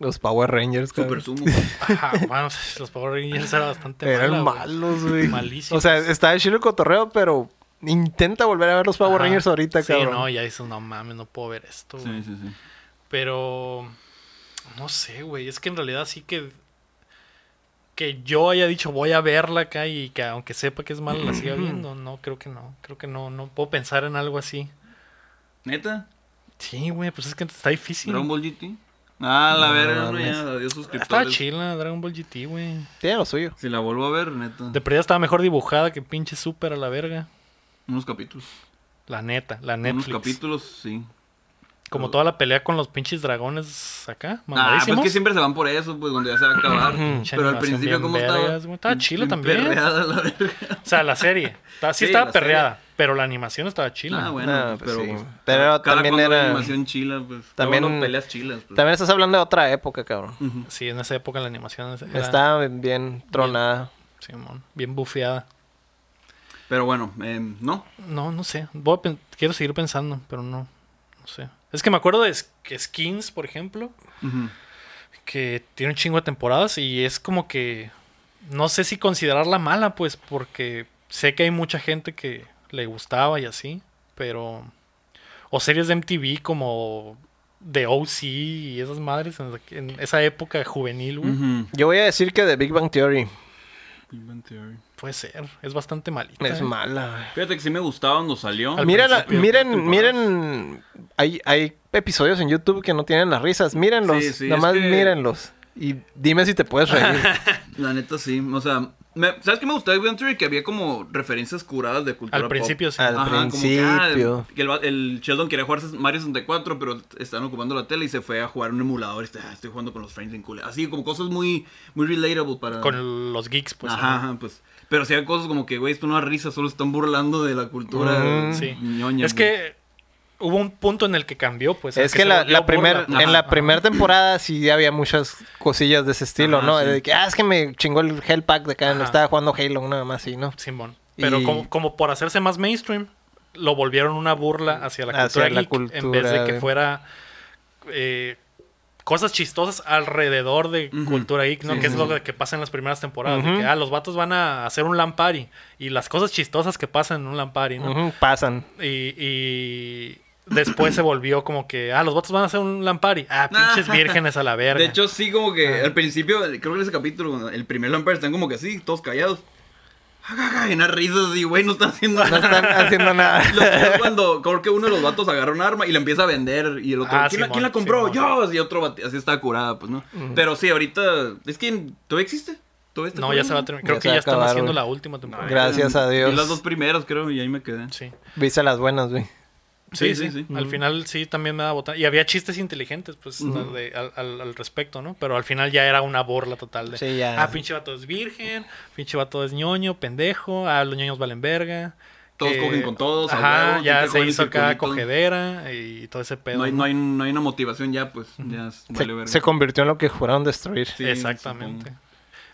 Speaker 2: Los Power Rangers. cabrón.
Speaker 3: Super sumo.
Speaker 1: Ajá, (laughs) bueno, los Power Rangers era bastante mala,
Speaker 2: Eran
Speaker 1: güey.
Speaker 2: malos, güey.
Speaker 1: Malísimos.
Speaker 2: O sea, está el chile cotorreo, pero intenta volver a ver los Power
Speaker 1: Ajá.
Speaker 2: Rangers ahorita,
Speaker 1: Sí,
Speaker 2: cabrón.
Speaker 1: no, ya dices, no mames, no puedo ver esto, güey.
Speaker 3: sí, sí, sí.
Speaker 1: Pero. No sé, güey. Es que en realidad sí que. Que yo haya dicho voy a verla acá y que aunque sepa que es mala la siga viendo. No, creo que no. Creo que no. No puedo pensar en algo así.
Speaker 3: ¿Neta?
Speaker 1: Sí, güey, pues es que está difícil. Ah,
Speaker 3: ¿Dragon Ball GT? Ah, la
Speaker 2: No,
Speaker 3: verga, no,
Speaker 2: mames.
Speaker 3: ya, adiós
Speaker 1: Estaba
Speaker 3: suscriptores.
Speaker 1: chila Dragon Ball GT, güey.
Speaker 2: Tiene lo suyo.
Speaker 3: Si la vuelvo a ver, neta.
Speaker 1: De perdida estaba mejor dibujada que pinche Super a la verga.
Speaker 3: Unos capítulos.
Speaker 1: La neta, la
Speaker 3: Unos
Speaker 1: Netflix.
Speaker 3: capítulos, sí. Ah, pues
Speaker 1: Como toda la pelea con los pinches dragones acá,
Speaker 3: Ah, pues
Speaker 1: mamadísimos.
Speaker 3: que siempre se van por eso, pues cuando ya se va
Speaker 1: (clears throat)
Speaker 3: a acabar.
Speaker 1: Pinche
Speaker 3: Pero al
Speaker 1: animación
Speaker 3: principio,
Speaker 1: bien
Speaker 3: ¿cómo
Speaker 1: vergas,
Speaker 3: estaba?
Speaker 1: güey. Estaba chila
Speaker 3: Bien
Speaker 1: también.
Speaker 3: perreada la verga.
Speaker 1: O sea, la
Speaker 3: (laughs)
Speaker 1: serie. Está- sí,
Speaker 3: Sí,
Speaker 1: estaba
Speaker 3: la
Speaker 1: perreada, pero la animación estaba chila.
Speaker 3: Ah, bueno,
Speaker 2: No, pues
Speaker 3: pero,
Speaker 2: sí.
Speaker 3: pues,
Speaker 2: Pero
Speaker 3: cada- cada
Speaker 2: también
Speaker 3: cuando hay
Speaker 2: era-
Speaker 3: animación chila, pues.
Speaker 2: También-
Speaker 3: También. peleas chilas, pues.
Speaker 2: También estás hablando de otra época, cabrón.
Speaker 3: Ujú.
Speaker 1: Sí, en esa época la animación era-
Speaker 2: Está bien tronada.
Speaker 1: Simón, bien bufeada.
Speaker 3: Pero bueno, em, no.
Speaker 1: No, no sé. Voy a pen- quiero seguir pensando, pero no. No sé. Es que me acuerdo de S- que Skins, por ejemplo.
Speaker 3: Ujú.
Speaker 1: que tiene un chingo de temporadas y es como que no sé si considerarla mala, pues porque sé que hay mucha gente que le gustaba y así, pero o series de MTV como de OC y esas madres en, en esa época juvenil, güey.
Speaker 3: Ujú.
Speaker 2: Yo voy a decir que The Big Bang Theory
Speaker 1: Puede ser, es bastante malita.
Speaker 2: es
Speaker 1: eh.
Speaker 2: mala. güey.
Speaker 3: Fíjate que sí me gustaba cuando salió.
Speaker 1: Al
Speaker 2: Mira la-
Speaker 1: principio,
Speaker 2: miren,
Speaker 3: temporadas.
Speaker 2: miren, hay, hay episodios en YouTube que no tienen las risas. Mírenlos,
Speaker 3: Sí, sí,
Speaker 2: nada más
Speaker 3: es que-
Speaker 2: mírenlos. Y dime si te
Speaker 1: (laughs)
Speaker 2: puedes reír.
Speaker 3: La neta sí. O sea, me- ¿sabes qué me gustaba de Big Bang Theory? Que había como referencias curadas de cultura
Speaker 1: Al principio
Speaker 3: pop.
Speaker 1: sí.
Speaker 2: Al-
Speaker 3: Ajá, Como
Speaker 2: principio.
Speaker 3: que, ah, que el, va- el Sheldon quería jugar Mario 64, pero están ocupando la tele y se fue a jugar un emulador. Y está, "Ah, estoy jugando con los Franklin Cool. Así como cosas muy, muy relatable para.
Speaker 1: con los geeks, pues.
Speaker 3: ajá,
Speaker 1: ¿no?
Speaker 3: ajá, pues. Pero si hay cosas como que, güey, esto no da risa, solo están burlando de la cultura
Speaker 2: Mm.
Speaker 1: Sí.
Speaker 3: ñoña.
Speaker 1: Es
Speaker 3: güey.
Speaker 1: que hubo un punto en el que cambió, pues. al
Speaker 2: Es que
Speaker 1: se
Speaker 2: la,
Speaker 1: volvió
Speaker 2: la primer,
Speaker 1: burla.
Speaker 2: en la
Speaker 1: Ajá.
Speaker 2: primera temporada sí había muchas cosillas de ese estilo,
Speaker 3: Ajá,
Speaker 2: ¿no?
Speaker 3: sí.
Speaker 2: De que, ah, es que me chingó el Hellpack de acá,
Speaker 1: Ajá.
Speaker 2: estaba jugando Halo, nada más así, ¿no?
Speaker 1: Simón. Pero
Speaker 2: Y-
Speaker 1: como, como por hacerse más mainstream, lo volvieron una burla hacia la
Speaker 2: Hacia
Speaker 1: cultura
Speaker 2: la
Speaker 1: geek, en
Speaker 2: cultura,
Speaker 1: vez de que
Speaker 2: güey.
Speaker 1: fuera eh, cosas chistosas alrededor de
Speaker 3: Ujú.
Speaker 1: cultura geek, ¿no?
Speaker 3: Sí,
Speaker 1: que es
Speaker 3: sí,
Speaker 1: lo que pasa en las primeras temporadas. de
Speaker 2: Ujú.
Speaker 1: que, ah, los vatos van a hacer un lampari y las cosas chistosas que pasan en un lampari, ¿no?
Speaker 2: Ujú, pasan.
Speaker 1: Y, y después se volvió como que, ah, los vatos van a hacer un lampari.
Speaker 3: (laughs)
Speaker 1: Ah, pinches vírgenes a la verga.
Speaker 3: De hecho, sí, como que al principio, creo que en ese capítulo, el primer Lampard están como que así, todos callados. Jajaja, y unas risas y, güey, no están haciendo
Speaker 2: No
Speaker 3: nada.
Speaker 2: están haciendo
Speaker 1: (laughs)
Speaker 2: nada.
Speaker 3: (laughs) Lo peor cuando creo que uno de los vatos agarra un arma y la empieza a vender y el otro,
Speaker 1: Ah,
Speaker 3: ¿quién, la,
Speaker 1: Simón,
Speaker 3: quién la compró?
Speaker 1: Simón.
Speaker 3: Yo, y otro vato, así está curada, pues, ¿no? Pero sí, ahorita, es que todavía existe. ¿Todavía está
Speaker 1: no, ya
Speaker 3: curada?
Speaker 1: se va a terminar. Creo
Speaker 2: Ya
Speaker 1: que
Speaker 2: se va
Speaker 1: ya
Speaker 2: a
Speaker 1: están
Speaker 2: acabar,
Speaker 1: haciendo la
Speaker 2: güey.
Speaker 1: última temporada.
Speaker 2: Gracias a Dios.
Speaker 3: Y las dos primeras, creo, y ahí me quedé.
Speaker 1: Sí.
Speaker 2: Viste las buenas, güey.
Speaker 1: Sí, Sí, sí,
Speaker 3: Sí, sí, sí.
Speaker 2: Mm.
Speaker 1: Al final sí también me da botana. Y había chistes inteligentes, pues, de- al, al- al respecto, ¿no? Pero al final ya era una borla total de.
Speaker 2: Sí, ya.
Speaker 1: Ah, pinche vato es virgen, pinche vato es ñoño, pendejo, ah, los ñoños valen verga.
Speaker 3: Todos
Speaker 1: que-
Speaker 3: cogen con todos, a
Speaker 1: Ajá,
Speaker 3: huevo,
Speaker 1: ya
Speaker 3: gente
Speaker 1: se
Speaker 3: joven,
Speaker 1: hizo acá
Speaker 3: circulito.
Speaker 1: cogedera y todo ese pedo.
Speaker 3: No hay,
Speaker 1: ¿no?
Speaker 3: no, hay, no hay una motivación ya, pues. Ya es-
Speaker 2: Se,
Speaker 3: vale verga.
Speaker 2: se convirtió en lo que juraron destruir.
Speaker 3: Sí,
Speaker 1: Exactamente.
Speaker 3: supongo.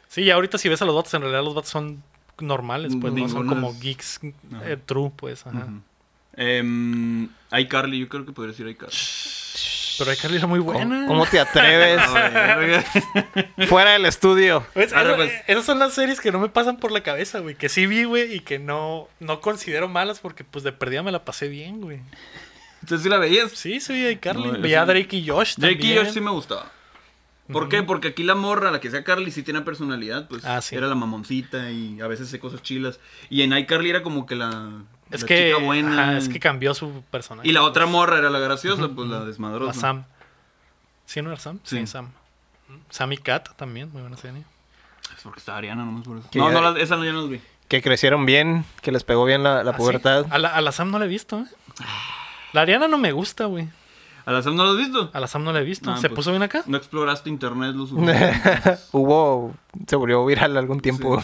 Speaker 1: Sí, y ahorita si ves a los vatos, en realidad los vatos son normales, pues, no son
Speaker 3: Ninguna
Speaker 1: como
Speaker 3: es-
Speaker 1: geeks eh, true, pues, ajá.
Speaker 3: Ujú. Em, iCarly, yo creo que podría decir iCarly.
Speaker 1: (laughs) Pero hay que era muy
Speaker 2: ¿Cómo,
Speaker 1: buena.
Speaker 2: cómo
Speaker 1: (laughs)
Speaker 2: te atreves?
Speaker 3: A ver,
Speaker 2: Fuera del estudio.
Speaker 1: Es-
Speaker 3: Ahora,
Speaker 1: esa-
Speaker 3: pues.
Speaker 1: Esas son las series que no me pasan por la cabeza, güey. Que sí vi, güey, y que no, no considero malas porque, pues, de perdida me la pasé bien, güey.
Speaker 3: Entonces sí la veías.
Speaker 1: Sí, sí, vi a Carly.
Speaker 6: No, yo
Speaker 1: Veía a
Speaker 6: sí.
Speaker 1: Drake y Josh
Speaker 3: Jake y
Speaker 1: también.
Speaker 3: Josh sí me gustaba. ¿Por qué? Porque aquí la morra, la que sea Carly, sí tiene personalidad, pues
Speaker 1: Ah, sí.
Speaker 3: era la mamoncita y a veces hace cosas chilas. Y en iCarly era como que la,
Speaker 1: Es
Speaker 3: la
Speaker 1: que,
Speaker 3: chica buena.
Speaker 1: ajá, es que cambió su personaje.
Speaker 3: y la otra morra era la graciosa, pues la
Speaker 1: La
Speaker 3: desmadrosa.
Speaker 1: Sam. ¿Sí no era Sam? Sí,
Speaker 3: Sí.
Speaker 1: Sam. Sam y Kat también, muy buena serie.
Speaker 3: Es porque está Ariana, nomás por eso.
Speaker 2: Que
Speaker 3: No,
Speaker 2: ya-
Speaker 3: no, la- esa no, ya no las vi.
Speaker 2: Que crecieron bien, que les pegó bien la, la
Speaker 1: Ah, sí.
Speaker 2: pubertad. (laughs)
Speaker 1: A la, a la Sam no la he visto, ¿eh? La Ariana no me gusta, güey.
Speaker 3: ¿A la Sam no las has visto?
Speaker 1: A la Sam no la he visto.
Speaker 3: Ah,
Speaker 1: ¿Se
Speaker 3: pues.
Speaker 1: puso bien acá?
Speaker 3: No exploraste
Speaker 1: (laughs)
Speaker 3: internet lo suficiente.
Speaker 2: Hubo, se volvió viral algún tiempo.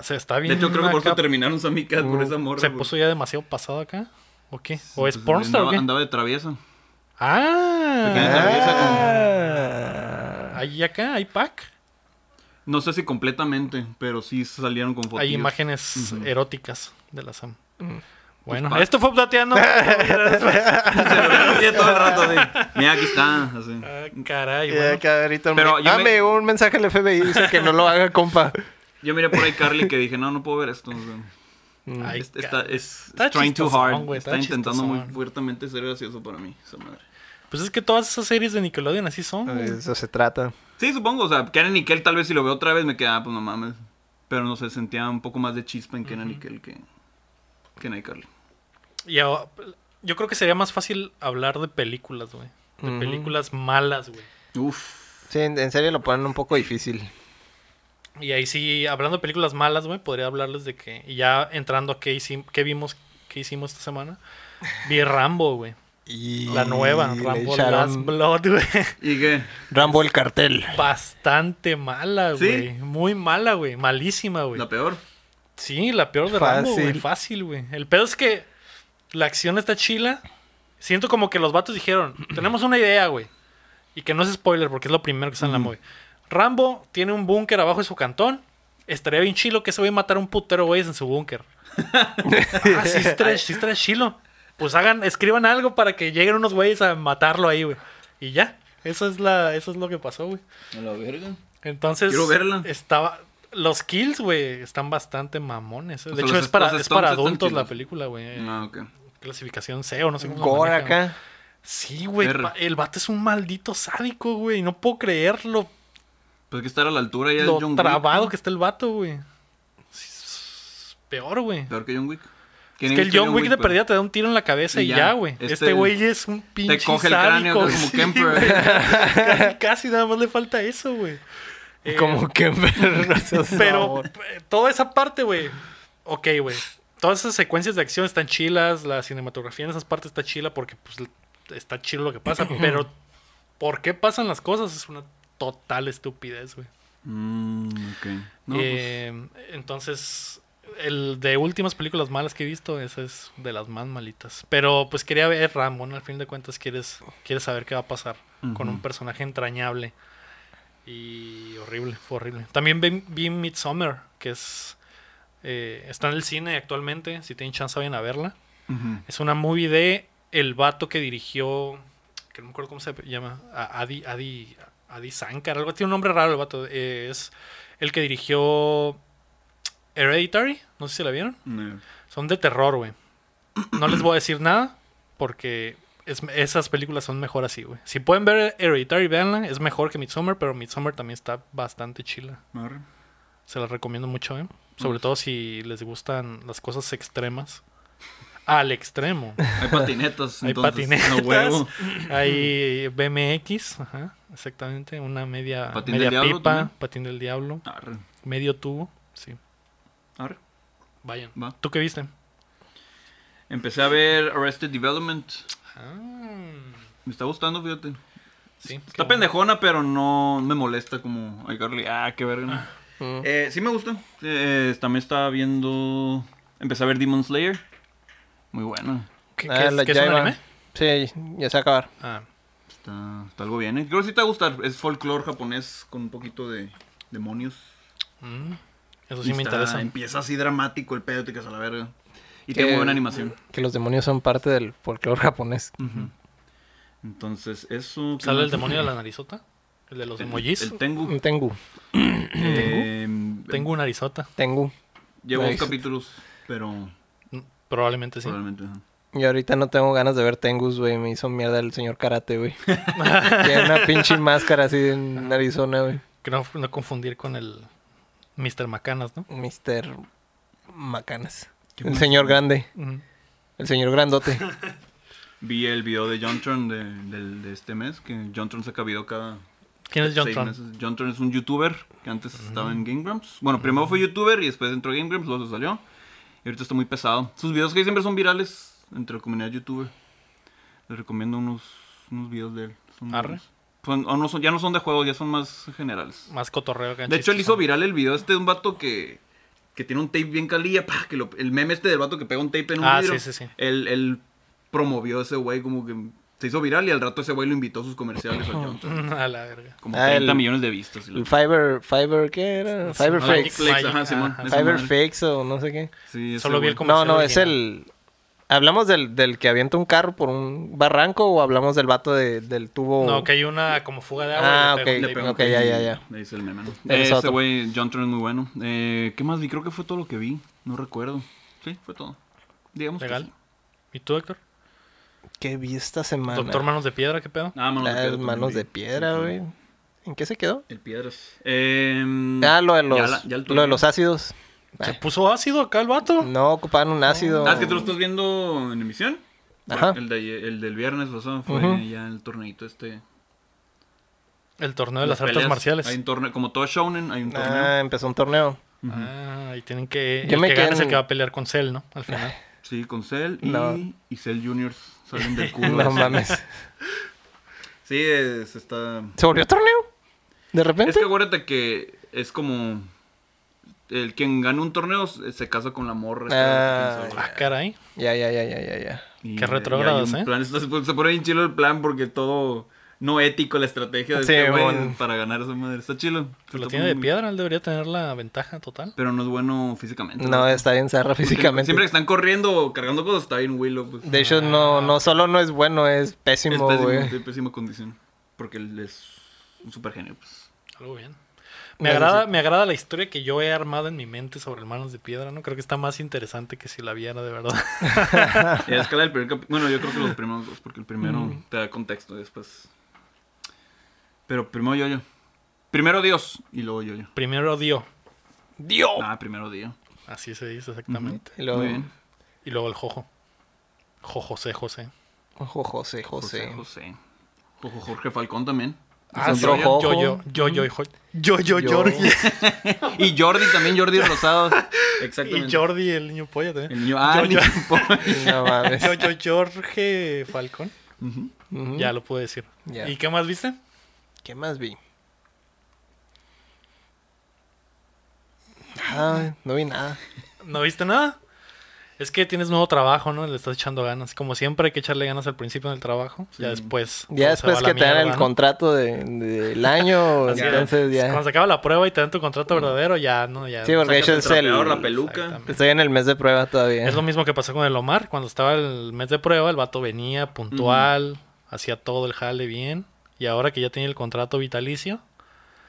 Speaker 1: Se está
Speaker 3: De
Speaker 1: bien.
Speaker 3: hecho, creo que por eso
Speaker 1: acá.
Speaker 3: terminaron Sammy Cat por esa morra.
Speaker 1: Mm, ¿Se
Speaker 3: por-
Speaker 1: puso ya demasiado pasado acá? ¿O qué? ¿O es
Speaker 3: Pues,
Speaker 1: pornstar o
Speaker 3: andaba-
Speaker 1: qué?
Speaker 3: Andaba de traviesa.
Speaker 1: Ah,
Speaker 2: Ah.
Speaker 1: ahí acá, hay pack.
Speaker 3: No sé si completamente, pero sí salieron con fotos.
Speaker 1: Hay
Speaker 3: (laughs)
Speaker 1: imágenes eróticas de la Sam. Bueno,
Speaker 3: pack.
Speaker 1: esto fue
Speaker 2: (laughs)
Speaker 1: Updateando. Ah, (laughs)
Speaker 3: todo el rato así. Mira, aquí está. así.
Speaker 1: Ah, caray,
Speaker 2: Ya,
Speaker 1: bueno.
Speaker 2: que ahorita un-
Speaker 3: Pero yo
Speaker 2: Ah,
Speaker 3: me-
Speaker 2: me llegó un mensaje del FBI dice que no lo haga,
Speaker 1: (laughs)
Speaker 2: compa.
Speaker 3: Yo miré por ahí Carly que dije, no, no puedo ver esto. o sea,
Speaker 1: Ay,
Speaker 3: es- Este está,
Speaker 1: caray.
Speaker 3: es
Speaker 1: Está
Speaker 3: it's trying too
Speaker 1: chistosón,
Speaker 3: hard.
Speaker 1: güey, está
Speaker 3: está intentando muy
Speaker 1: chistosón.
Speaker 3: fuertemente ser gracioso para mí, esa madre.
Speaker 1: Pues es que todas esas series de Nickelodeon así son. güey.
Speaker 2: De eso se trata.
Speaker 3: Sí, supongo, o sea, Karen y Kel tal vez si lo veo otra vez me queda, ah, pues no mames. Pero no sé, sentía un poco más de chispa en Kenan y Kel que, que en iCarly.
Speaker 1: Y ahora- yo creo que sería más fácil hablar de películas, güey. De
Speaker 2: Ujú.
Speaker 1: películas malas, güey.
Speaker 3: Uf.
Speaker 2: Sí, en, en serio lo ponen un poco difícil.
Speaker 1: Y ahí sí, hablando de películas malas, güey, podría hablarles de que. Y ya entrando a qué, hicim- qué vimos, qué hicimos esta semana. Vi Rambo, güey.
Speaker 2: Y
Speaker 1: La nueva,
Speaker 2: le
Speaker 1: Rambo
Speaker 2: echaron
Speaker 1: Last Blood, güey. (laughs)
Speaker 3: ¿Y qué?
Speaker 2: Rambo el cartel.
Speaker 1: Bastante mala,
Speaker 3: ¿Sí?
Speaker 1: güey. Muy mala, güey. Malísima, güey.
Speaker 3: ¿La peor?
Speaker 1: Sí, la peor de Rambo, güey.
Speaker 2: Fácil.
Speaker 1: Fácil, güey. El pedo es que la acción está chila. Siento como que los vatos dijeron, tenemos una idea, güey. Y que no es spoiler porque es lo primero que sale en la movie. Rambo tiene un búnker abajo de su cantón. Estaría bien chilo que ese güey matara un putero güey en su búnker. ah, sí estaría, sí estaría chilo. Pues hagan, escriban algo para que lleguen unos güeyes a matarlo ahí, güey. Y ya. Eso es la, eso es lo que pasó, güey.
Speaker 3: A la verga.
Speaker 1: Entonces,
Speaker 3: Quiero verla.
Speaker 1: estaba. Los kills, güey, están bastante mamones. eh.
Speaker 3: O
Speaker 1: De
Speaker 3: sea,
Speaker 1: hecho,
Speaker 3: los
Speaker 1: es para,
Speaker 3: stunts
Speaker 1: es para
Speaker 3: están
Speaker 1: adultos la
Speaker 3: chidos.
Speaker 1: película, güey.
Speaker 3: Ah, ok.
Speaker 1: Clasificación C o no sé cómo se
Speaker 2: Gore
Speaker 1: maneja.
Speaker 2: acá.
Speaker 1: Sí, güey.
Speaker 3: R.
Speaker 1: pa- El vato es un maldito sádico, güey. No puedo creer lo,
Speaker 3: Pues hay que estar a la altura ya de
Speaker 1: lo
Speaker 3: John Wick.
Speaker 1: trabado que está el vato, güey. Sí, es Peor, güey.
Speaker 3: Peor que John Wick.
Speaker 1: Es que el John Wick de perdida
Speaker 3: perdido
Speaker 1: te da un tiro en la cabeza y,
Speaker 3: Y
Speaker 1: ya,
Speaker 3: ya.
Speaker 1: güey.
Speaker 3: Este-
Speaker 1: Este güey es un pinche
Speaker 3: Te coge el cráneo
Speaker 1: sádico,
Speaker 3: que es
Speaker 1: (laughs)
Speaker 3: como
Speaker 1: sí,
Speaker 3: Kemper.
Speaker 1: güey. Casi, casi nada más le falta eso, güey. Eh,
Speaker 2: Como que (laughs) pero,
Speaker 1: Pero eh, toda esa parte, güey. Ok, güey. Todas esas secuencias de acción están chilas. La cinematografía en esas partes está chila porque pues, está chilo lo que pasa. pero ¿por qué pasan las cosas? Es una total estupidez, güey.
Speaker 3: Mm, ok. No, pues.
Speaker 1: Eh, Entonces, el de últimas películas malas que he visto, esa es de las más malitas. Pero pues quería ver Rambo, ¿no? Al fin de cuentas quieres, quieres saber qué va a pasar con un
Speaker 3: Ujú.
Speaker 1: personaje entrañable. Y horrible, fue horrible. También vi, vi Midsummer, que es... eh, está en el cine actualmente, si tienen chance vayan a verla.
Speaker 3: pues, ujú.
Speaker 1: Es una movie de el vato que dirigió, que no me acuerdo cómo se llama, a- Adi, Adi, Adi Sankar, algo, tiene un nombre raro el vato. eh, es el que dirigió Hereditary, no sé si la vieron.
Speaker 3: No.
Speaker 1: Son de terror, güey. No les voy a decir nada porque es- esas películas son mejor así, güey. Si pueden ver Hereditary, véanla. Es mejor que Midsommar, pero Midsommar también está bastante chila.
Speaker 3: Arre.
Speaker 1: Se las recomiendo mucho, ¿eh? Sobre todo si les gustan las cosas extremas. Al extremo.
Speaker 3: Hay
Speaker 1: (laughs)
Speaker 3: patinetas.
Speaker 1: Hay
Speaker 3: entonces.
Speaker 1: patinetas.
Speaker 3: No huevo.
Speaker 1: Hay BMX, ajá, exactamente. Una media,
Speaker 3: Patín
Speaker 1: media
Speaker 3: del diablo
Speaker 1: pipa,
Speaker 3: también.
Speaker 1: patín del diablo,
Speaker 3: Arre.
Speaker 1: medio tubo, sí.
Speaker 3: Arre.
Speaker 1: Vayan.
Speaker 3: Va.
Speaker 1: ¿Tú qué viste?
Speaker 3: Em, Empecé a ver Arrested Development.
Speaker 1: Ah,
Speaker 3: Me está gustando, fíjate.
Speaker 1: sí, qué
Speaker 3: Está pendejona, pero no me molesta como iCarly. Ah, qué verga. ¿no?
Speaker 2: Mm.
Speaker 3: Eh, sí me gusta. Eh, también estaba viendo... Empecé a ver Demon Slayer. Muy buena.
Speaker 1: bueno. ¿Qué,
Speaker 2: Ah,
Speaker 1: qué es,
Speaker 2: la-
Speaker 1: qué es
Speaker 2: ya
Speaker 1: un
Speaker 2: iba-
Speaker 1: anime?
Speaker 2: Sí, ya se va a acabar.
Speaker 1: Ah,
Speaker 3: Está, está algo bien. ¿eh? Creo que sí te va a gustar. Es folclore japonés con un poquito de demonios.
Speaker 1: mm, eso
Speaker 3: Y
Speaker 1: sí me
Speaker 3: está-
Speaker 1: interesa.
Speaker 3: Empieza así dramático el pedo, te quedas a la verga. Y
Speaker 2: Que-
Speaker 3: tiene muy buena animación.
Speaker 2: Que los demonios son parte del folclore japonés.
Speaker 3: Entonces, eso... ¿qué
Speaker 1: ¿Sale
Speaker 3: más?
Speaker 1: el demonio de la narizota? ¿El de los emojis?
Speaker 3: El Tengu.
Speaker 2: Un Tengu.
Speaker 3: Eh,
Speaker 1: Tengo una narizota.
Speaker 2: Tengu.
Speaker 3: Llevo dos
Speaker 2: Nice.
Speaker 3: capítulos, pero
Speaker 1: Mm, Probablemente sí.
Speaker 3: probablemente. ajá.
Speaker 2: Y ahorita no tengo ganas de ver Tengus, güey. Me hizo mierda el señor Karate,
Speaker 1: (laughs)
Speaker 2: güey. Tiene una pinche máscara así en Arizona, güey.
Speaker 1: Que no, no confundir con el Mr. Macanas, ¿no?
Speaker 2: Mister Macanas.
Speaker 3: ¿Qué
Speaker 2: El
Speaker 3: más?
Speaker 2: señor grande.
Speaker 1: Mm.
Speaker 2: El señor
Speaker 1: (laughs)
Speaker 2: grandote.
Speaker 3: Vi el video de Jontron de, del- de este mes, que Jontron saca video cada
Speaker 1: ¿Quién es John
Speaker 3: seis
Speaker 1: Tron?
Speaker 3: meses. Jontron es un youtuber que antes estaba en Game Grumps. Bueno, primero fue youtuber y después entró a Game Grumps, luego se salió. Y ahorita está muy pesado. Sus videos que siempre son virales entre la comunidad youtuber. Les recomiendo unos, unos videos de él. Son muy
Speaker 1: Arre.
Speaker 3: buenos. Son- o no son- ya no son de juegos, ya son más generales.
Speaker 1: Más cotorreo que
Speaker 3: De hecho, él hizo viral el video este de un vato que, que tiene un tape bien calilla, (laughs) pa, que lo- el meme este del vato que pega un tape en un
Speaker 1: Ah,
Speaker 3: vidrio.
Speaker 1: sí, sí, sí.
Speaker 3: Él, él promovió a ese güey como que se hizo viral y al rato ese güey lo invitó a sus comerciales al
Speaker 1: (laughs)
Speaker 3: Johnson.
Speaker 1: A la verga.
Speaker 3: Como
Speaker 2: Ah,
Speaker 3: 30
Speaker 2: el-
Speaker 3: millones de vistas. y la-
Speaker 2: El Fiber, Fiber, ¿qué era?
Speaker 1: Sí,
Speaker 2: Fiber
Speaker 1: no,
Speaker 2: Fakes.
Speaker 1: Magic-
Speaker 3: Flex, ajá, Simón,
Speaker 1: Ajá.
Speaker 3: esa
Speaker 2: Fiber
Speaker 3: madre.
Speaker 2: Fakes o no sé qué.
Speaker 3: Sí, ese
Speaker 1: Solo vi el
Speaker 3: güey.
Speaker 1: comercial
Speaker 2: No, no, es
Speaker 1: original.
Speaker 2: el... ¿Hablamos del, del que avienta un carro por un barranco o hablamos del vato de- del tubo?
Speaker 1: No, que hay una como fuga de agua.
Speaker 2: Ah,
Speaker 1: y le pega un
Speaker 2: ok.
Speaker 3: Oh. Le
Speaker 1: tip.
Speaker 3: pegó
Speaker 2: Ok, ya, ya, ya.
Speaker 3: Le hice el meme, ¿no?
Speaker 2: Ese es
Speaker 3: Eh, ese
Speaker 2: otro.
Speaker 3: güey, Jontron es muy bueno. Eh, ¿Qué más vi? Creo que fue todo lo que vi. No recuerdo. Sí, fue todo. Digamos que
Speaker 1: Legal.
Speaker 3: sí.
Speaker 1: ¿Y tú, Héctor?
Speaker 2: ¿Qué vi esta semana?
Speaker 1: Doctor Manos de Piedra, ¿qué pedo?
Speaker 3: Ah, manos de
Speaker 2: Las
Speaker 3: piedra
Speaker 2: manos
Speaker 3: también
Speaker 2: de
Speaker 3: vi.
Speaker 2: piedra,
Speaker 3: Sí,
Speaker 2: güey. ¿En qué se quedó?
Speaker 3: El piedras. Eh,
Speaker 2: Ah, lo de los,
Speaker 3: ya la- ya el
Speaker 2: lo de
Speaker 3: tuyo.
Speaker 2: los ácidos.
Speaker 1: ¿Se
Speaker 2: Ay,
Speaker 1: puso ácido acá el vato?
Speaker 2: no ocupaban un ácido.
Speaker 3: Ah, es que tú lo estás viendo en emisión.
Speaker 2: Ajá.
Speaker 3: El, de ayer- el del viernes pasado fue
Speaker 2: Ujú.
Speaker 3: ya el torneito este.
Speaker 1: El torneo de Ah, las, artes
Speaker 3: peleas.
Speaker 1: marciales.
Speaker 3: Hay un torneo, como todo Shonen, hay un torneo.
Speaker 2: Ah, empezó un torneo.
Speaker 1: Ah, y tienen que.
Speaker 2: Yo
Speaker 1: el
Speaker 2: me
Speaker 1: que
Speaker 2: quedé
Speaker 1: gana es el
Speaker 2: en- Ah,
Speaker 1: que va a pelear con Cell, ¿no? Al final.
Speaker 3: Sí, con Cell y,
Speaker 2: No.
Speaker 3: y Cell Juniors salen
Speaker 2: (laughs)
Speaker 3: del culo.
Speaker 2: No
Speaker 3: (laughs)
Speaker 2: mames.
Speaker 3: Sí, es, está.
Speaker 2: ¿Se volvió torneo? ¿De repente?
Speaker 3: Es que acuérdate que es como. El quien gana un torneo se se casa con la morra. esta,
Speaker 2: Ah,
Speaker 3: quién
Speaker 1: Ah,
Speaker 3: sabe.
Speaker 1: caray.
Speaker 2: Ya, ya, ya, ya, ya, ya.
Speaker 3: Y-
Speaker 1: qué
Speaker 3: y hay un
Speaker 1: retrógrados, ¿eh?
Speaker 3: plan, está- se pone bien chilo el plan porque todo no ético la estrategia de
Speaker 2: Sí,
Speaker 3: este güey
Speaker 2: mon.
Speaker 3: para ganar esa madre. Está chilo.
Speaker 1: Lo
Speaker 3: Está
Speaker 1: tiene de
Speaker 3: muy-
Speaker 1: piedra, él debería tener la ventaja total.
Speaker 3: Pero no es bueno físicamente.
Speaker 2: No, está bien zarra físicamente.
Speaker 3: Siempre que están corriendo o cargando cosas, está bien Willow. Pues.
Speaker 2: De hecho, no, no solo no es bueno, es
Speaker 3: es
Speaker 2: pésimo,
Speaker 3: pésimo,
Speaker 2: güey.
Speaker 3: de pésima condición. Porque él es un super genio, pues.
Speaker 1: Algo bien. Me
Speaker 2: Eso
Speaker 1: agrada, me agrada la historia que yo he armado en mi mente sobre el Manos de Piedra, ¿no? Creo que está más interesante que si la viera de verdad. (laughs)
Speaker 3: Y a escala del primer capi- Bueno, yo creo que los primeros dos, porque el primero te da contexto y después. Pero primero yo, yo. Primero Dios y luego yo, yo.
Speaker 1: Primero Dio.
Speaker 2: ¡Dios!
Speaker 3: Ah, primero Dios.
Speaker 1: Así se dice exactamente.
Speaker 2: Y luego-
Speaker 3: Muy bien.
Speaker 1: Y luego el Jojo. Jojosé José.
Speaker 2: Ojo, José,
Speaker 3: José.
Speaker 2: José.
Speaker 3: José. Ojo, Jorge Falcón también.
Speaker 2: Ah,
Speaker 1: Es
Speaker 2: otro
Speaker 1: yo, yo,
Speaker 2: Jojo.
Speaker 1: yo, yo, yo, y Jo- yo, yo,
Speaker 2: Yo.
Speaker 1: Jordi. (laughs)
Speaker 3: Y Jordi también, Jordi Rosado.
Speaker 1: Y
Speaker 3: Exactamente.
Speaker 1: Jordi, el niño polla también.
Speaker 3: El niño. Ah,
Speaker 1: Yo,
Speaker 3: el niño-
Speaker 2: (laughs) No mames.
Speaker 1: Yo, yo, Jorge Falcón.
Speaker 3: Ujú.
Speaker 2: Ujú.
Speaker 1: Ya lo pude decir.
Speaker 2: Mm. Ya.
Speaker 1: ¿Y qué más viste?
Speaker 2: ¿Qué más vi? Ah, no vi nada.
Speaker 1: ¿No viste nada? Es que tienes nuevo trabajo, ¿no? Le estás echando ganas. Como siempre hay que echarle ganas al principio en el trabajo. Ya después.
Speaker 2: Ya
Speaker 1: todo se va
Speaker 2: después
Speaker 1: a la
Speaker 2: que te dan
Speaker 1: mierda,
Speaker 2: el
Speaker 1: ¿no?
Speaker 2: contrato de- del año,
Speaker 1: (laughs) Así es.
Speaker 2: entonces ya. Mm.
Speaker 1: Cuando se acaba la prueba y te dan tu contrato verdadero, ya, ¿no? Ya,
Speaker 2: Sí, porque
Speaker 3: Sacas
Speaker 2: eso
Speaker 3: el
Speaker 2: es el.
Speaker 3: trapeador, la peluca.
Speaker 1: Exactamente.
Speaker 2: Estoy en el mes de prueba todavía.
Speaker 1: Es lo mismo que pasó con el Omar. Cuando estaba el mes de prueba, el vato venía puntual, hacía todo el jale bien. Y ahora que ya tiene el contrato vitalicio,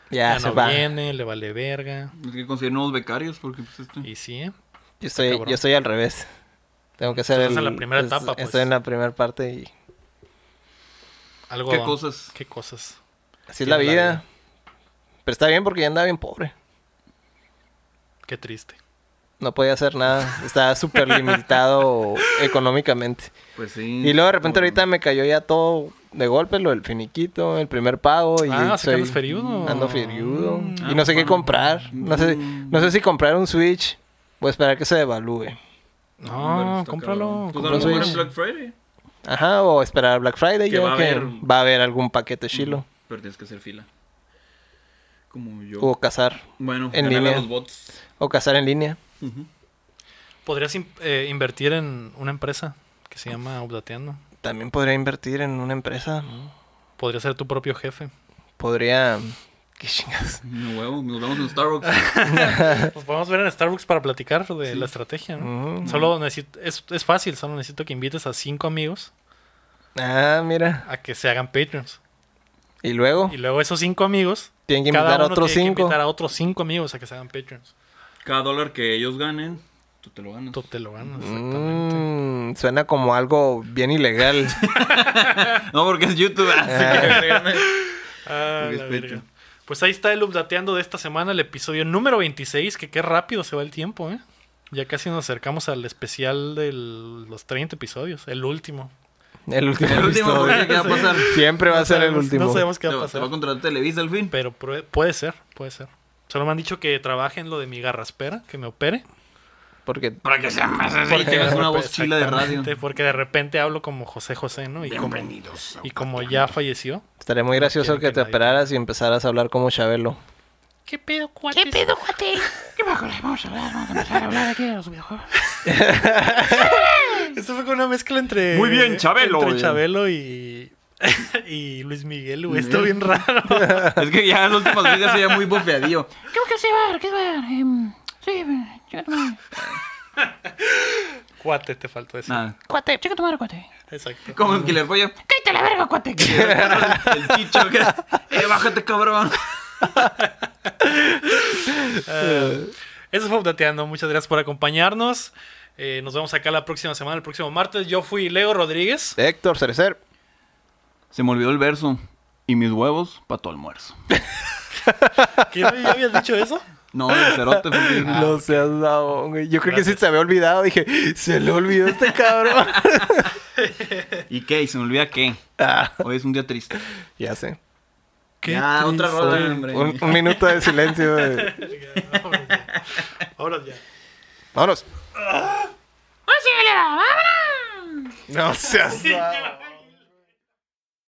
Speaker 2: ya,
Speaker 1: ya
Speaker 2: se
Speaker 1: no
Speaker 2: va.
Speaker 1: viene, le vale verga.
Speaker 3: Hay que conseguir nuevos becarios porque pues este.
Speaker 2: Mm.
Speaker 1: Y sí, ¿eh?
Speaker 2: Yo estoy,
Speaker 1: cabrón.
Speaker 2: yo estoy al revés. Tengo que hacer
Speaker 1: Estás
Speaker 2: el.
Speaker 1: en la primera
Speaker 2: es-
Speaker 1: etapa, pues.
Speaker 2: Estoy en la primera parte y.
Speaker 1: algo.
Speaker 3: ¿Qué
Speaker 1: va.
Speaker 3: cosas?
Speaker 1: ¿Qué cosas?
Speaker 2: Así es la
Speaker 1: Tienes la
Speaker 2: vida. Pero está bien porque ya andaba bien pobre.
Speaker 1: Qué triste.
Speaker 2: No podía hacer nada. Estaba súper limitado (laughs) económicamente.
Speaker 3: Pues sí.
Speaker 2: Y luego de repente
Speaker 3: Bueno.
Speaker 2: ahorita me cayó ya todo de golpe, lo del finiquito, el primer pago. Y
Speaker 1: ah,
Speaker 2: soy-
Speaker 1: se andas feriudo.
Speaker 2: Ando feriudo.
Speaker 1: Mm.
Speaker 2: y no sé qué
Speaker 3: bueno.
Speaker 2: comprar. No sé, no sé si comprar un Switch. Voy a esperar que se devalúe.
Speaker 1: No, cómpralo.
Speaker 3: Pues a
Speaker 1: cómpralo.
Speaker 3: lo mejor en
Speaker 2: Switch.
Speaker 3: Black Friday.
Speaker 2: Ajá, o esperar a Black Friday,
Speaker 3: Que
Speaker 2: ya
Speaker 3: va a
Speaker 2: que
Speaker 3: haber-
Speaker 2: va a haber algún paquete chilo.
Speaker 3: Pero tienes que hacer fila. Como yo.
Speaker 2: O cazar.
Speaker 3: bueno,
Speaker 2: en
Speaker 3: en
Speaker 2: línea.
Speaker 3: los bots.
Speaker 2: O cazar en línea.
Speaker 3: Ujú.
Speaker 1: Podrías in- eh, invertir en una empresa que se llama Updateando.
Speaker 2: También podría invertir en una empresa.
Speaker 1: Podría ser tu propio jefe.
Speaker 2: Podría. ¿Qué chingas?
Speaker 3: Mi huevo, nos vemos en Starbucks.
Speaker 1: Nos podemos ver en Starbucks para platicar de la estrategia, ¿no?
Speaker 2: Mm.
Speaker 1: Solo necesito, es, es fácil, solo necesito que invites a cinco amigos
Speaker 2: Ah, mira.
Speaker 1: a que se hagan Patreons.
Speaker 2: Y luego
Speaker 1: Y luego esos cinco amigos,
Speaker 2: tienen que
Speaker 1: cada
Speaker 2: invitar a
Speaker 1: uno
Speaker 2: otros
Speaker 1: tiene que
Speaker 2: cinco.
Speaker 1: invitar a otros cinco amigos a que se hagan Patreons.
Speaker 3: Cada dólar que ellos ganen, tú te lo ganas.
Speaker 1: Tú te lo ganas, exactamente.
Speaker 2: Mm, suena como algo bien ilegal.
Speaker 3: No, porque es YouTube. (laughs) Así
Speaker 1: Ah, la
Speaker 3: Respeto.
Speaker 1: verga. Pues ahí está el updateando de esta semana, el episodio número 26, que qué rápido se va el tiempo, ¿eh? Ya casi nos acercamos al especial de los 30 episodios, el último.
Speaker 2: El último.
Speaker 3: El último,
Speaker 2: episodio.
Speaker 3: porque ¿qué va a pasar?
Speaker 2: (laughs) Siempre va a ser el
Speaker 1: sabemos-
Speaker 2: último.
Speaker 1: No sabemos
Speaker 3: que
Speaker 1: qué va a
Speaker 3: te, te va a
Speaker 1: pasar.
Speaker 3: contratar Televisa al fin.
Speaker 1: Pero prue- puede ser, puede ser. Solo me han dicho que trabaje en lo de mi garraspera, que me opere.
Speaker 2: Porque
Speaker 3: Para que sea más así.
Speaker 1: Porque
Speaker 3: Tienes
Speaker 1: de
Speaker 3: una
Speaker 1: repe-
Speaker 3: voz chila de radio.
Speaker 1: exactamente, Porque de repente hablo como José José, ¿no? Y como,
Speaker 3: Bienvenidos.
Speaker 1: y como ya falleció.
Speaker 2: estaría muy gracioso
Speaker 1: quiero
Speaker 2: que
Speaker 1: que
Speaker 2: te
Speaker 1: nadie-
Speaker 2: operaras y empezaras a hablar como Chabelo.
Speaker 1: ¿Qué pedo, cuate? ¿Qué pedo, cuate? ¿Qué bajo le vamos a hablar? Vamos a empezar a hablar aquí de los videojuegos. Esto fue con una mezcla entre.
Speaker 7: Muy bien, Chabelo.
Speaker 1: Entre Chabelo y. (laughs) y Luis Miguel, güey. Está bien raro.
Speaker 3: (laughs) Es que ya en los últimos días se veía muy bofeadillo.
Speaker 8: Creo que se va, que se va. em, sí, chica tu madre.
Speaker 1: Cuate, te faltó eso.
Speaker 3: Nada.
Speaker 8: Cuate, chica tu madre, cuate.
Speaker 1: Exacto.
Speaker 3: Como el Killer Pollo.
Speaker 8: Cállate la verga, cuate.
Speaker 3: El chicho. que- Eh, bájate, cabrón.
Speaker 1: Eh, eso fue Updateando. Muchas gracias por acompañarnos. Eh, nos vemos acá la próxima semana, el próximo martes. Yo fui Leo
Speaker 3: (laughs)
Speaker 1: Rodríguez.
Speaker 2: Héctor Cerecer.
Speaker 7: Se me olvidó el verso. Y mis huevos para tu almuerzo.
Speaker 1: ¿Qué, ¿Ya habías dicho eso?
Speaker 3: No, el cerote.
Speaker 2: (laughs)
Speaker 3: porque-
Speaker 2: no seas babón, güey. Yo creo que sí se había olvidado. Dije, se le olvidó este
Speaker 3: (laughs)
Speaker 2: cabrón.
Speaker 3: ¿Y qué? ¿Y se me olvida qué?
Speaker 2: Ah,
Speaker 3: Hoy es un día triste.
Speaker 2: ya sé.
Speaker 3: Ya, otra rola, hombre.
Speaker 2: Un, un minuto de silencio.
Speaker 3: (laughs)
Speaker 2: güey.
Speaker 1: Vámonos ya. Vámonos ya.
Speaker 2: Vámonos.
Speaker 8: ¡Vamos, Silvia! ¡Vámonos!
Speaker 2: No seas babón.